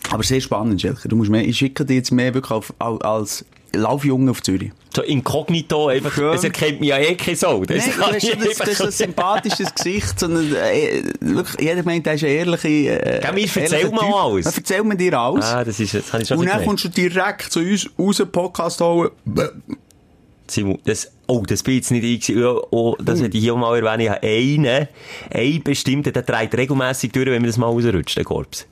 Speaker 4: aber sehr spannend, Schelker. Du musst mehr, ich schicke dir jetzt mehr wirklich auf, au- als Laufjunge auf Zürich.
Speaker 5: So inkognito, einfach,
Speaker 4: Schön.
Speaker 5: es erkennt mich ja eh keine Sau. Das
Speaker 4: Nein,
Speaker 5: kann
Speaker 4: du hast
Speaker 5: ich
Speaker 4: schon das,
Speaker 5: einfach-
Speaker 4: das ist ein sympathisches Gesicht, sondern äh, wirklich, jeder meint, er ist ein ehrlicher äh,
Speaker 5: Gell, mir erzähl
Speaker 4: ehrlicher
Speaker 5: mal
Speaker 4: Typ.
Speaker 5: alles.
Speaker 4: Ja, Erzähl mir dir alles.
Speaker 5: Ah, das ist, das habe ich schon
Speaker 4: Und dann
Speaker 5: gemerkt.
Speaker 4: kommst du direkt zu uns aus dem Podcast holen.
Speaker 5: Simon, das, oh, das bin ich jetzt nicht ich gewesen. Ja, oh,
Speaker 4: Hm.
Speaker 5: das hätte ich hier mal erwähnen. Ich habe einen, einen bestimmten, der dreht regelmässig durch, wenn man das mal rausrutscht, den Korps.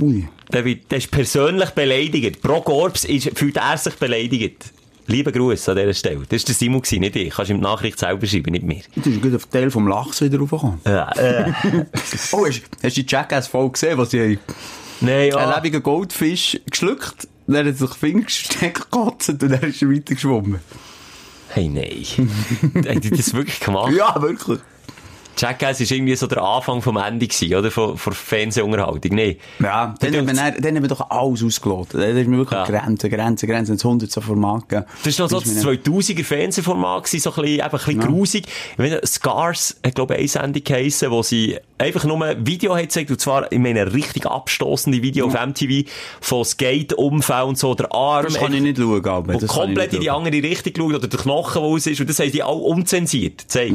Speaker 4: Ui.
Speaker 5: Der, wird, der ist persönlich beleidigt. Pro Korps ist, fühlt er sich beleidigt. Lieber Gruß an dieser Stelle. Das war der Simon, gewesen, nicht ich. Kannst du ihm die Nachricht selber schreiben, nicht mir.
Speaker 4: Du bist gut auf den Teil vom Lachs wieder
Speaker 5: [LAUGHS]
Speaker 4: raufgekommen.
Speaker 5: Äh, äh,
Speaker 4: Oh, hast, hast du die Jackass-Folge gesehen, was sie
Speaker 5: nein,
Speaker 4: haben?
Speaker 5: [LAUGHS]
Speaker 4: Einen
Speaker 5: ja.
Speaker 4: lebenden Goldfisch geschluckt, dann hat er sich die Finger gesteckt, gekotzt und dann ist er weitergeschwommen.
Speaker 5: Hey, nein.
Speaker 4: [LAUGHS]
Speaker 5: Hat die das wirklich gemacht?
Speaker 4: Ja, wirklich.
Speaker 5: Jackass war irgendwie so der Anfang vom Ende, gewesen, oder? Von, von Fernsehunterhaltung. Nein.
Speaker 4: Ja, dann haben, wir,
Speaker 5: denkt's-
Speaker 4: dann, dann haben wir doch alles ausgelotet. Da ist mir wirklich
Speaker 5: Ja.
Speaker 4: Grenzen, Grenzen, Grenzen. Das 100 so Format gegeben.
Speaker 5: Das war noch so
Speaker 4: Ist mir
Speaker 5: das
Speaker 4: nicht-
Speaker 5: 2000er Fernsehformat, gewesen, so ein bisschen, eben ein bisschen grusig. Ich meine, Scars hat, glaube ich, eine Sendung geheissen, wo sie einfach nur ein Video hat gezeigt, und zwar, ich meine, richtig abstoßende Video auf MTV von Skate-Unfall und so, der Arm.
Speaker 4: Das kann ich nicht schauen, aber.
Speaker 5: Und
Speaker 4: das kann ich
Speaker 5: komplett
Speaker 4: nicht
Speaker 5: in die
Speaker 4: schauen.
Speaker 5: andere Richtung geschaut, oder der Knochen, der raus ist, und das haben die auch umzensiert, gezeigt.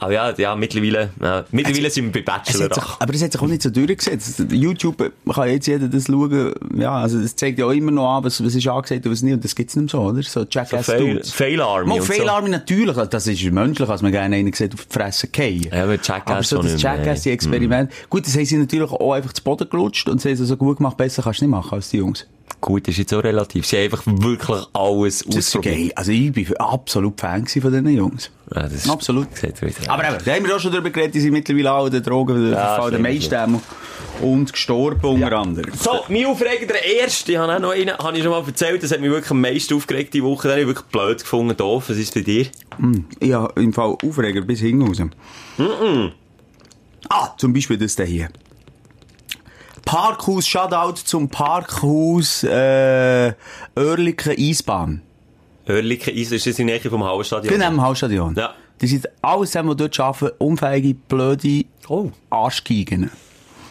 Speaker 5: Aber ja, ja mittlerweile, ja, mittlerweile sind wir bei
Speaker 4: Mhm. Es
Speaker 5: Bachelor.
Speaker 4: hat sich, aber es hat sich auch nicht so durchgesetzt. YouTube kann jetzt jeder das schauen. Ja, also es zeigt ja auch immer noch an, was, was ist angesagt und was nicht. Und das gibt's nicht mehr so, oder? So Jackass
Speaker 5: So Fail-
Speaker 4: Dudes.
Speaker 5: Failarmy
Speaker 4: Mal
Speaker 5: und so.
Speaker 4: Failarmy natürlich. Also Das ist menschlich, als man gerne einen sieht, auf die Fresse fallen.
Speaker 5: Ja, aber Jackass
Speaker 4: aber so
Speaker 5: schon
Speaker 4: das
Speaker 5: nicht mehr, Mhm.
Speaker 4: Jackass, die
Speaker 5: nein.
Speaker 4: Experimente. Gut, das haben sie natürlich auch einfach zu Boden gelutscht und sie haben es so gut gemacht. Besser kannst du nicht machen als die Jungs.
Speaker 5: Gut, ist jetzt auch relativ. Sie haben einfach wirklich alles
Speaker 4: Das ist
Speaker 5: ausprobiert.
Speaker 4: geil. Also ich bin absolut Fan gewesen von diesen Jungs.
Speaker 5: Ja, das ist-
Speaker 4: absolut.
Speaker 5: sieht wieder-
Speaker 4: Aber eben, da haben wir auch schon darüber geredet, die sind mittlerweile auch der Drogen,
Speaker 5: Ja,
Speaker 4: ja, der
Speaker 5: stimmt.
Speaker 4: meisten und gestorben unter anderem.
Speaker 5: So, mein Aufreger, der erste, ich habe auch noch einen, habe ich schon mal erzählt, das hat mich wirklich am meisten aufgeregt die Woche, den habe ich wirklich blöd gefunden, doof, was ist bei dir?
Speaker 4: Ja, im Fall Aufreger bis hinten raus. Ah, zum Beispiel das da hier. Parkhaus, Shoutout zum Parkhaus äh, Oerlikon Eisbahn.
Speaker 5: Hörliche Eis, ist das in der Nähe vom Hauenstadion?
Speaker 4: Genau im Hausstadion.
Speaker 5: Ja.
Speaker 4: Die sind alles zusammen, die dort arbeiten, unfähige, blöde
Speaker 5: Oh.
Speaker 4: Arschgeigen.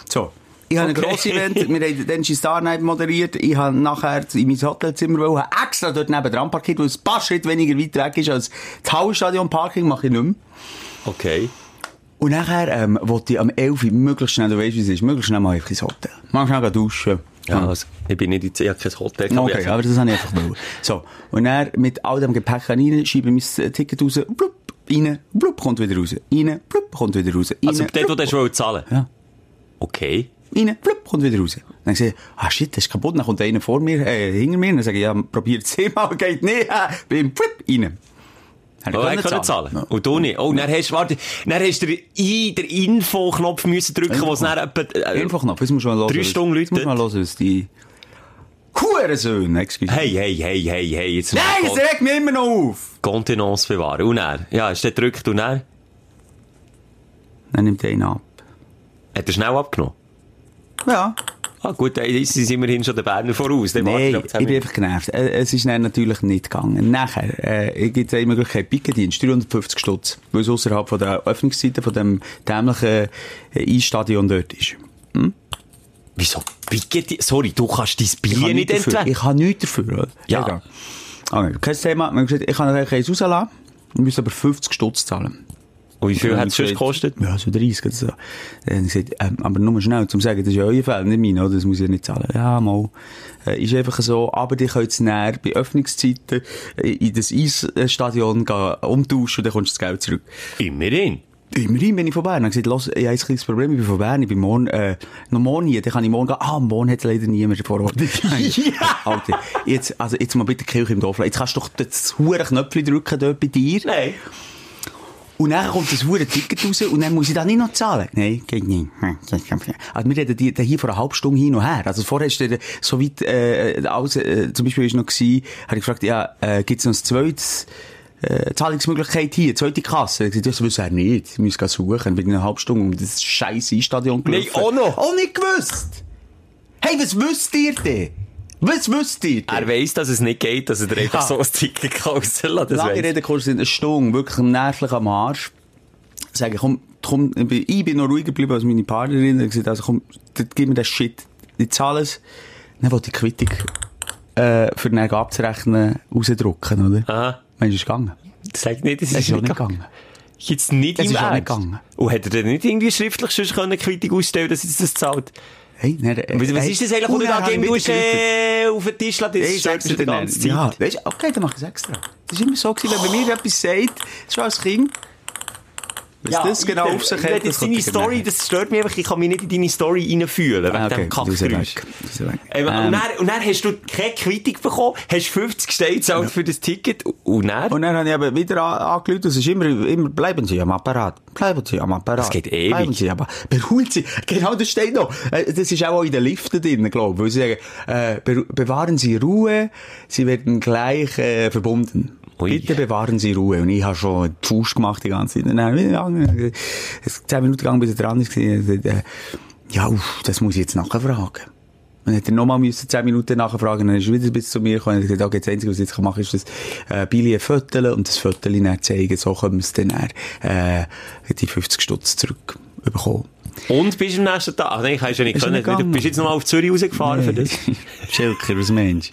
Speaker 4: So. Ich habe
Speaker 5: Okay.
Speaker 4: ein grosses Event, wir haben den Star Night moderiert, ich habe nachher in mein Hotelzimmer wollen, habe extra dort nebenan parkiert, weil es ein paar Schritte weniger weit weg ist als das Hausstadion Parking, mache ich nicht mehr.
Speaker 5: Okay.
Speaker 4: Und nachher ähm, wollte ich am 11 Uhr möglichst schnell, du weißt, wie es ist, möglichst schnell mal einfach ins Hotel. Mal schnell gehen duschen.
Speaker 5: Ja, also, ich bin nicht, in- ich habe kein Hotel. gehabt,
Speaker 4: Okay,
Speaker 5: ich
Speaker 4: aber
Speaker 5: habe-
Speaker 4: das habe ich einfach mal. So, und dann mit all dem Gepäck rein, schiebe mein äh, Ticket raus, blub, rein, blub, kommt wieder raus, rein, blub, kommt wieder raus, rein,
Speaker 5: Also, dort, wo
Speaker 4: blub,
Speaker 5: du wolltest zahlen?
Speaker 4: Ja.
Speaker 5: Okay.
Speaker 4: rein, blub, kommt wieder raus. Dann sehe ich, ah shit, das ist kaputt, dann kommt einer vor mir, äh, hinter mir, dann sage ich, ja, probier es eh mal, [LAUGHS] geht nicht, äh, bin, blub, rein. Hat
Speaker 5: Aber ich konnte zahlen. Und du nicht. Oh, dann hast, warte, dann hast du den I- den Info-Knopf müssen drücken, wo es dann etwa... äh,
Speaker 4: Einfach noch, das muss man mal hören.
Speaker 5: Drei Stunden
Speaker 4: Das muss
Speaker 5: läutet.
Speaker 4: man mal hören, was die Hurensöhne, excuse
Speaker 5: Hey, hey, hey, hey, hey, jetzt...
Speaker 4: Nein, es regt mich immer noch auf!
Speaker 5: Kontenance bewahren. Und er? Ja, ist der drückt und er?
Speaker 4: Dann nimmt einer ab.
Speaker 5: Hat er schnell abgenommen?
Speaker 4: Ja.
Speaker 5: Ah, gut, dann ist es immerhin schon der Berner voraus. Dann warte
Speaker 4: Nein,
Speaker 5: noch
Speaker 4: ich
Speaker 5: zehn
Speaker 4: bin
Speaker 5: Minuten.
Speaker 4: einfach genervt. Äh, Es ist dann natürlich nicht gegangen. Nachher äh, gibt es eine Möglichkeit, Pickendienst, 350 Stutz, weil es außerhalb von der Öffnungszeiten von dem dämlichen äh, Eisstadion dort ist.
Speaker 5: Wieso? Piketty? Sorry, du kannst dein
Speaker 4: Ich
Speaker 5: Bier
Speaker 4: kann
Speaker 5: nicht
Speaker 4: nichts dafür.
Speaker 5: entwenden.
Speaker 4: Ich habe nichts dafür. oder?
Speaker 5: Ja.
Speaker 4: Egal. Okay, kein Thema. Wir haben gesagt, ich kann natürlich eins rauslassen. Wir müssen aber 50 Stutz zahlen.
Speaker 5: Und wie viel
Speaker 4: Dann
Speaker 5: hat es
Speaker 4: haben
Speaker 5: sonst
Speaker 4: wir
Speaker 5: gekostet?
Speaker 4: gesagt, Ja, so 30 oder so. Dann haben sie gesagt, ähm, aber nur schnell, um zu sagen, das ist ja euer Fall, nicht mein, oder? Das muss ich nicht zahlen. Ja, mal. Äh, ist einfach so. Aber die können jetzt näher bei Öffnungszeiten äh, in das Eisstadion gehen, umtauschen und dann kommst du das Geld zurück.
Speaker 5: Immerhin.
Speaker 4: Immerhin bin ich von Bern. Ich habe gesagt, los, ich habe ein kleines Problem, ich bin von Bern, ich bin morgen, äh, noch morgen hier, dann kann ich morgen gehen. Ah, morgen hat es leider niemand vor Ort. ja. Alter, jetzt, also jetzt mal bitte die Kirche im Dorf. lassen. Jetzt kannst du doch das hure Knöpfchen drücken dort bei dir.
Speaker 5: Nein.
Speaker 4: Und dann kommt das hure Ticket raus und dann muss ich das nicht noch zahlen. Nein, geht nicht. Hm, geht nicht. Also wir reden die- da hier vor einer halben Stunde hin und her. Also vorher ist der, so weit, äh, alles, äh, zum Beispiel ist noch gewesen, habe ich gefragt, ja, äh, gibt's noch ein zweites, äh, Zahlungsmöglichkeit hier, zweite Kasse. Er hat gesagt, das wüsste er nicht. Ich muss gehen suchen. Dann bin ich eine halbe Stunde um das scheiß Einstadion gelaufen.
Speaker 5: auch noch.
Speaker 4: Auch nicht gewusst! Hey, was wüsst ihr denn? Was wüsst ihr denn?
Speaker 5: Er weiss, dass es nicht geht, dass er dir einfach
Speaker 4: Ja.
Speaker 5: so ein Ticket kaufen lässt. Das
Speaker 4: Lange
Speaker 5: weiss.
Speaker 4: Redekurs sind eine Stunde, wirklich nervlich am Arsch. Sage ich, komm, komm, ich bin- ich bin noch ruhig geblieben als meine Partnerin. Ich gesagt, also komm, dann gib mir den Shit. Ich zahle es. Dann wollte ich die Quittung, äh, für den abzurechnen, rausdrucken, oder?
Speaker 5: Aha.
Speaker 4: Meinst du, ist gegangen?
Speaker 5: Sag nicht, es
Speaker 4: Es
Speaker 5: ist
Speaker 4: ist auch
Speaker 5: nicht
Speaker 4: nicht
Speaker 5: gegangen.
Speaker 4: gegangen.
Speaker 5: Jetzt nicht
Speaker 4: Es
Speaker 5: im
Speaker 4: ist auch nicht
Speaker 5: Ernst.
Speaker 4: gegangen.
Speaker 5: Und hat er denn nicht irgendwie schriftlich sonst können eine Quittung ausstellen, dass jetzt das zahlt?
Speaker 4: Hey, dann, äh,
Speaker 5: Was, was
Speaker 4: hey,
Speaker 5: ist das eigentlich, wo
Speaker 4: und
Speaker 5: du
Speaker 4: dann
Speaker 5: da
Speaker 4: habe ich
Speaker 5: gegen
Speaker 4: wieder
Speaker 5: musst,
Speaker 4: geläutet.
Speaker 5: äh, auf den Tisch lassen? Das
Speaker 4: Ich sag's
Speaker 5: stört
Speaker 4: dir
Speaker 5: die
Speaker 4: dann.
Speaker 5: ganze Zeit.
Speaker 4: Ja, weißt, okay, dann mach ich es extra. Das war immer so, gewesen, wenn man mir etwas sagt, schon als Kind, was das genau
Speaker 5: Peter,
Speaker 4: auf sich
Speaker 5: wenn
Speaker 4: hat,
Speaker 5: jetzt
Speaker 4: kommt
Speaker 5: deine
Speaker 4: dir
Speaker 5: Story,
Speaker 4: nachher.
Speaker 5: das stört mich einfach, ich kann mich nicht in deine Story reinfühlen, wegen
Speaker 4: Ah,
Speaker 5: dem
Speaker 4: du bist ja
Speaker 5: Kackgeräusch.
Speaker 4: weg. Du bist ja weg.
Speaker 5: Ähm, und,
Speaker 4: Ähm,
Speaker 5: dann, und dann hast du keine Quittung bekommen, hast 50 Steine gezahlt für das Ticket und dann...
Speaker 4: Und dann habe ich eben wieder an- angerufen, es ist immer, immer, bleiben Sie am Apparat, bleiben Sie am Apparat.
Speaker 5: Das geht ewig.
Speaker 4: Bleiben Sie aber, beruhigen Sie, genau das steht noch. Äh, Das ist auch in den Liften drin, glaube ich, weil sie sagen, äh, beru- bewahren Sie Ruhe, Sie werden gleich äh, verbunden.
Speaker 5: Ui.
Speaker 4: Bitte bewahren Sie Ruhe. Und ich habe schon Pfusch gemacht die ganze Zeit. Und Dann, äh, es ist zehn Minuten gegangen, bis er dran ist. äh, Ja, uff, das muss ich jetzt nachfragen. Und dann hat er nochmal müssen zehn Minuten nachfragen, dann ist er wieder bis zu mir gekommen und hat gesagt, okay, das Einzige, was ich jetzt machen kann, ist das äh, Billy föteln und das Föteln dann zeigen, so können wir es dann, äh, die 50 äh, Stutz zurück bekommen.
Speaker 5: Und bist am nächsten Tag? Nein, kannst du ja nicht
Speaker 4: Ist
Speaker 5: können.
Speaker 4: nicht gegangen.
Speaker 5: Du bist jetzt nochmal auf Zürich
Speaker 4: [LAUGHS]
Speaker 5: rausgefahren für das.
Speaker 4: Schilker, was meinst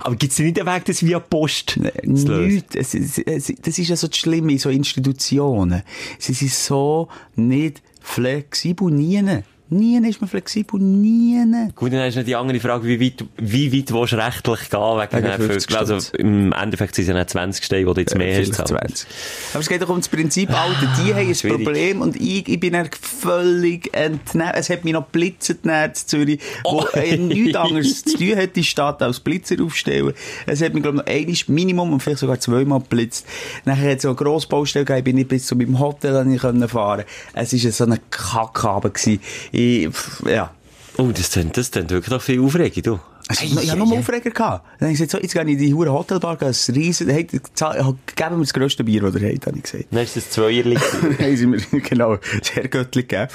Speaker 5: Aber gibt's denn nicht den Weg, das via Post zu lösen?
Speaker 4: Nichts. Es, es, es, das ist ja so das Schlimme in so Institutionen. Sie sind so nicht flexibel. Nie. Nie ist man flexibel. Nie.
Speaker 5: Gut, dann ist noch die andere Frage, wie weit, wie weit willst du rechtlich gehen wegen
Speaker 4: Wegen
Speaker 5: den 50
Speaker 4: 50
Speaker 5: Also
Speaker 4: Stutz.
Speaker 5: im Endeffekt sind es ja nicht 20 Steine, die du jetzt mehr hast.
Speaker 4: Vielleicht
Speaker 5: gezahlt.
Speaker 4: 20. Aber es geht doch um das Prinzip, Alter, die haben ein
Speaker 5: schwierig.
Speaker 4: Problem und ich, ich bin dann völlig entnervt. Es hat mich noch geblitzt dann in Zürich, wo äh, nichts anderes zu tun hat, die Stadt als Blitzer aufstellen. Es hat mich, glaube ich, noch einmal Minimum und vielleicht sogar zweimal geblitzt. Nachher hat es auch eine grosse Baustelle gegeben, ich bin nicht bis zu meinem Hotel dann nicht können fahren Es war so ein Kackabend. gewesen. Ich, pff, ja.
Speaker 5: Oh, das tönt, das tönt wirklich noch viel Aufregung, du.
Speaker 4: Also, ich ich hab nur Aufreger gehabt. Dann hab ich gesagt, so, jetzt gehe ich in die hure Hotelbar, gehe ein riesen, hey, zahl- geben wir das grösste Bier, das ihr habt, habe ich gesagt.
Speaker 5: Dann ist das
Speaker 4: [LAUGHS]
Speaker 5: Zweierli.
Speaker 4: haben sie mir genau sehr göttlich gegeben.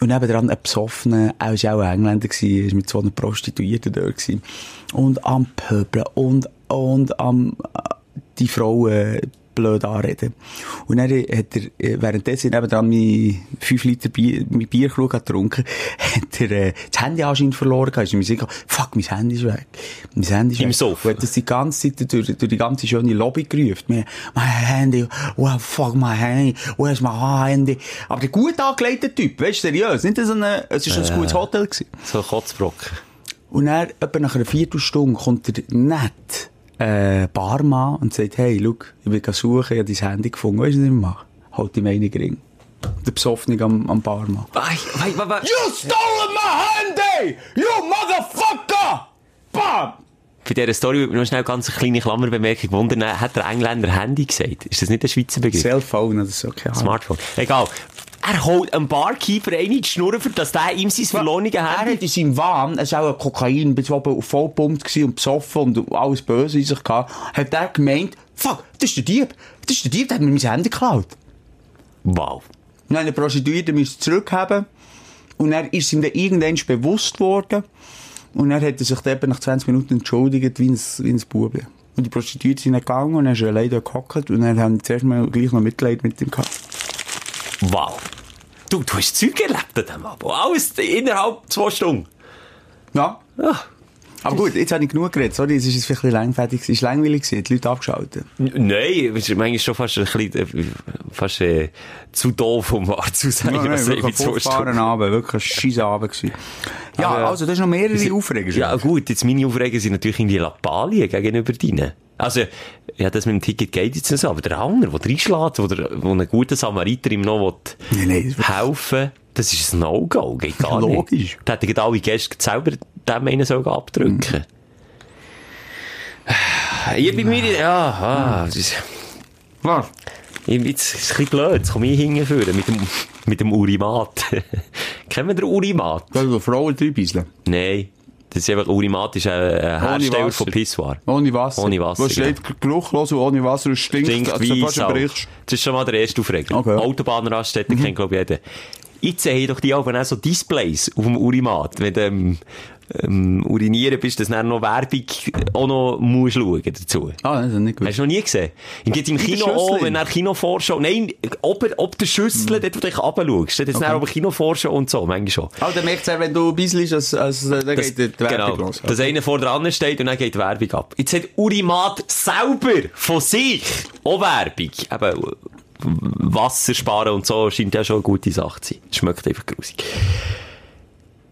Speaker 4: Und nebenan ein besoffener, er war auch ein Engländer, gewesen, ist mit zwei Prostituierten dort. Gewesen. Und am Pöbeln und, und am äh, die Frauen äh, blöd anreden. Und dann äh, hat er, äh, währenddessen nebenan mein 5 Liter Bier, mein Bierkrug hat getrunken, hat er äh, das Handy anscheinend verloren gehabt. Ist mir sicher, fuck, mein Handy ist weg. Mein Handy ist
Speaker 5: Im
Speaker 4: weg.
Speaker 5: Sofa.
Speaker 4: Und hat das die ganze Zeit durch, durch die ganze schöne Lobby gerufen. Mir, My Handy, where fuck my Handy, where's my Handy? Aber der gut angelegte Typ, weißt du, seriös. Nicht so ein, es ist ein gutes Hotel gewesen.
Speaker 5: so ein Kotzbrock.
Speaker 4: Und dann, etwa nach einer Viertelstunde, kommt der nette äh, Barmann und sagt, hey, schau, ich will suchen, ich habe dein Handy gefunden. Weißt du, was ich mache? Halt die Meinung ring. Der Besoffnung am, am Barmann.
Speaker 5: Ei, wei, wei, wei.
Speaker 4: You stole my Handy! You motherfucker! Bam!
Speaker 5: Bei dieser Story würde mich noch schnell ganz eine kleine Klammerbemerkung wundern. Hat der Engländer Handy gesagt? Ist das nicht ein Schweizer Begriff?
Speaker 4: Cellphone, das ist okay.
Speaker 5: Smartphone. Egal. Er holt einem Barkeeper eine in die Schnur, für dass der ihm sein verlohnigen
Speaker 4: Er
Speaker 5: Handy...
Speaker 4: hat in seinem Wahn, er war auch Kokain, bis oben vollpumpt gewesen und besoffen und alles böse in sich gehabt, hat er gemeint, fuck, das ist der Dieb, das ist der Dieb, der hat mir mein Handy geklaut.
Speaker 5: Wow.
Speaker 4: Nein, der Prostituierte müsste zurückhaben. Und er ist ihm dann irgendwann bewusst worden. Und er hat er sich dann etwa nach 20 Minuten entschuldigt, wie ein, wie ein Bube. Und die Prostituierten sind dann gegangen und er ist allein da gehockt. Und dann haben die zuerst mal gleich noch Mitleid mit ihm gehabt.
Speaker 5: Wow. Du, du hast Zeug erlebt an diesem Abo. Alles innerhalb zwei Stunden.
Speaker 4: Ja.
Speaker 5: Ah.
Speaker 4: Aber gut, jetzt habe ich genug geredet. Sorry, es ist jetzt vielleicht ein bisschen langfertig. gewesen. Es war langweilig, gewesen, die Leute abgeschaltet.
Speaker 5: N- Nein, es ist manchmal schon fast ein bisschen, äh, fast äh, zu doof, um wahr zu sein.
Speaker 4: Ja, nein,
Speaker 5: was
Speaker 4: wirklich
Speaker 5: ich
Speaker 4: ein
Speaker 5: mit zwei Stunden-
Speaker 4: furchtbaren Abend, wirklich ein scheisse Abend gewesen. Ja,
Speaker 5: Aber- äh,
Speaker 4: also, das ist noch mehrere Aufreger.
Speaker 5: Ja gut, jetzt meine Aufreger sind natürlich irgendwie Lappalien gegenüber deinen. Also, ja, das mit dem Ticket geht jetzt nicht so, aber der andere, der reinschlägt, wo, der, wo ein guter Samariter ihm noch will,
Speaker 4: Nein, nein, das ist-
Speaker 5: helfen das ist ein No-Go, geht gar nicht.
Speaker 4: Logisch.
Speaker 5: Da hätten gerade alle Gäste selber dem einen sogar abdrücken.
Speaker 4: Mhm.
Speaker 5: Ich bin mir, ja, ah, das ist...
Speaker 4: Was?
Speaker 5: Ich bin jetzt ist ein bisschen blöd, jetzt komme ich hingeführen mit dem, mit dem Urimat. [LAUGHS] Kennen wir den Urimat?
Speaker 4: Das ist so Frauen drübeiseln.
Speaker 5: Nein. Das ist einfach, Urimat ist ein, ein Hersteller
Speaker 4: Wasser.
Speaker 5: von eh, Pissoir.
Speaker 4: Ohne Wasser.
Speaker 5: Ohne Wasser,
Speaker 4: Was steht geruchlos und ohne Wasser und stinkt,
Speaker 5: Stinkt
Speaker 4: als du
Speaker 5: wie
Speaker 4: fast
Speaker 5: Sau. Das
Speaker 4: brichst.
Speaker 5: ist schon mal der erste Aufreger.
Speaker 4: Okay.
Speaker 5: Autobahnraststätten kennt, glaube ich, jeder. Jetzt sehe ich doch die aber auch so Displays auf dem Urimat. Wenn du ähm, ähm, urinieren bist, dass dann noch Werbung auch noch musst schauen dazu.
Speaker 4: Ah, das ist nicht gut.
Speaker 5: Hast du noch nie gesehen? Ihm geht's im
Speaker 4: der
Speaker 5: Kino auch,
Speaker 4: Schüssel?
Speaker 5: wenn er Kinovorschau, nein, ob, er- ob der Schüssel, dort, wo du dich runterschaust, dort ist okay. auch Kinovorschau und so, manchmal schon.
Speaker 4: Aber dann merkt wenn du beiselst, als, als, dann
Speaker 5: Das,
Speaker 4: geht die
Speaker 5: genau,
Speaker 4: Werbung los.
Speaker 5: dass einer vor der anderen steht und dann geht die Werbung ab. Jetzt hat Urimat selber von sich auch Werbung. Eben, äh, Wasser sparen und so scheint ja schon eine gute Sache zu sein. Schmeckt einfach grusig.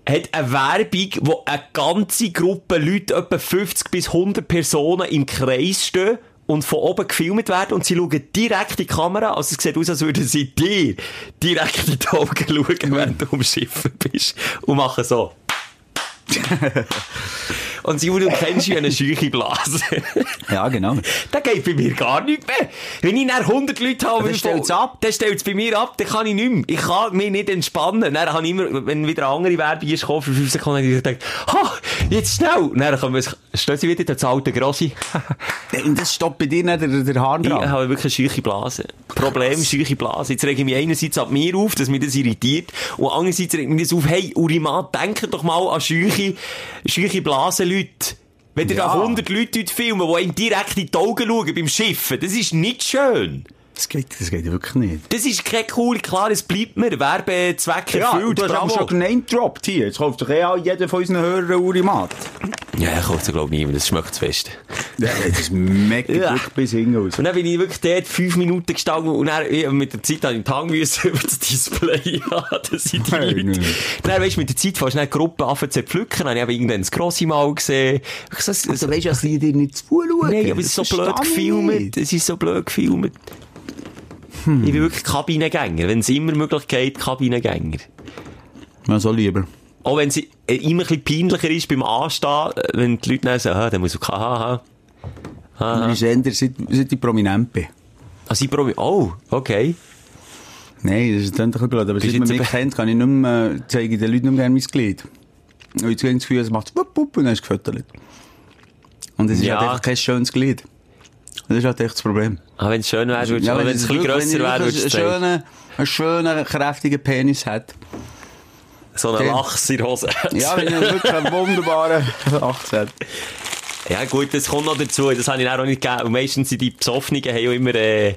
Speaker 5: Hat eine Werbung, wo eine ganze Gruppe Leute, etwa 50 bis 100 Personen im Kreis stehen und von oben gefilmt werden und sie schauen direkt in die Kamera, also es sieht aus, als würden sie dir direkt in die Augen schauen,
Speaker 4: Mhm.
Speaker 5: wenn du am Schiffen bist und machen so. Und Simon, du kennst ja eine scheuche Blase. [LAUGHS]
Speaker 4: Ja, genau.
Speaker 5: da geht bei mir gar nichts mehr. Wenn ich dann 100 Leute habe,
Speaker 4: Dann
Speaker 5: die-
Speaker 4: stellt's ab.
Speaker 5: Dann stellt es bei mir ab, dann kann ich nicht mehr. Ich kann mich nicht entspannen. Dann habe ich immer, wenn wieder eine andere Werbung ist, gekommen, für 5 Sekunden, habe ich gedacht, ha, jetzt schnell. Dann kommen wir, stehen sie wieder, das alte Grossi.
Speaker 4: Und das stoppt bei dir nicht der, der Hahn
Speaker 5: Ich
Speaker 4: dran.
Speaker 5: habe wirklich eine scheuche Blase. Problem, scheuche Blase. Jetzt rege ich mich einerseits ab mir auf, dass mich das irritiert. Und andererseits regt mich das auf, hey, Urimat, denkt doch mal an scheuche, scheuche Blasenleute. Wenn ihr
Speaker 4: Ja.
Speaker 5: da 100 Leute dort filmen, die einem direkt in die Augen schauen beim Schiffen, das ist nicht schön.
Speaker 4: Das geht, das geht ja wirklich nicht.
Speaker 5: Das ist kein cool, klar, es bleibt mir. Werbezweck erfüllt,
Speaker 4: du hast aber
Speaker 5: bravo.
Speaker 4: schon genamedroppt hier. Jetzt kauft doch eh auch jeder von unseren Hörern Uri Mat.
Speaker 5: Ja, ich kaufe glaube ich niemand, das schmeckt zu fest.
Speaker 4: Ja, das ist mega
Speaker 5: Ja.
Speaker 4: wirklich bis hinten aus.
Speaker 5: Und dann bin ich wirklich dort fünf Minuten gestanden und dann, ich, mit der Zeit habe ich die Hand müssen [LAUGHS] über das Display [LAUGHS] ja, das sind die
Speaker 4: Nein,
Speaker 5: Leute.
Speaker 4: nein.
Speaker 5: Dann, weißt du, mit der Zeit fährst du dann Gruppen anfangen zu pflücken, dann habe ich eben irgendwann das grosse Mal gesehen. Ich so, so,
Speaker 4: Also weißt du, dass die dir nicht zuschauen?
Speaker 5: Nein, aber es ist so
Speaker 4: Das
Speaker 5: blöd
Speaker 4: verstehe ich
Speaker 5: gefilmt.
Speaker 4: nicht. Hm.
Speaker 5: Es ist so blöd gefilmt. Ich bin wirklich Kabinengänger. Wenn es immer Möglichkeit, Kabinengänger.
Speaker 4: Ja, so lieber.
Speaker 5: Auch wenn es i- äh, immer ein bisschen peinlicher ist beim Anstehen, äh, wenn die Leute dann sagen, ah, der muss auch, haha.
Speaker 4: Aha. Ich bin seit, seit ich prominent bin.
Speaker 5: Also ich probiere, oh, okay.
Speaker 4: Nein, das ist dann doch blöd. Aber
Speaker 5: Bist
Speaker 4: seit man
Speaker 5: jetzt
Speaker 4: mich
Speaker 5: aber-
Speaker 4: kennt, kann ich nicht mehr, äh, zeige ich den Leuten nicht mehr gerne mein Glied. Und jetzt habe ich das Gefühl, es macht wupp, wupp und dann ist es gefüttert. Und es ist
Speaker 5: Ja.
Speaker 4: halt einfach kein schönes Glied. Das ist halt echt das Problem.
Speaker 5: Aber wenn es Ah, schön wäre, würdest du, wenn es ein bisschen
Speaker 4: wirklich-
Speaker 5: grösser
Speaker 4: Also, wenn ich
Speaker 5: wäre,
Speaker 4: wirklich
Speaker 5: würdest du
Speaker 4: einen
Speaker 5: sagen,
Speaker 4: schönen, einen schönen, kräftigen Penis hat.
Speaker 5: so eine
Speaker 4: schön-
Speaker 5: Lachs in der Hose. [LAUGHS]
Speaker 4: Ja, wenn ich wirklich einen wunderbaren [LAUGHS] 18 hat.
Speaker 5: Ja, gut, das kommt noch dazu. Das habe ich dann auch nicht gegeben. Und meistens sind die Besoffenen haben ja immer, äh,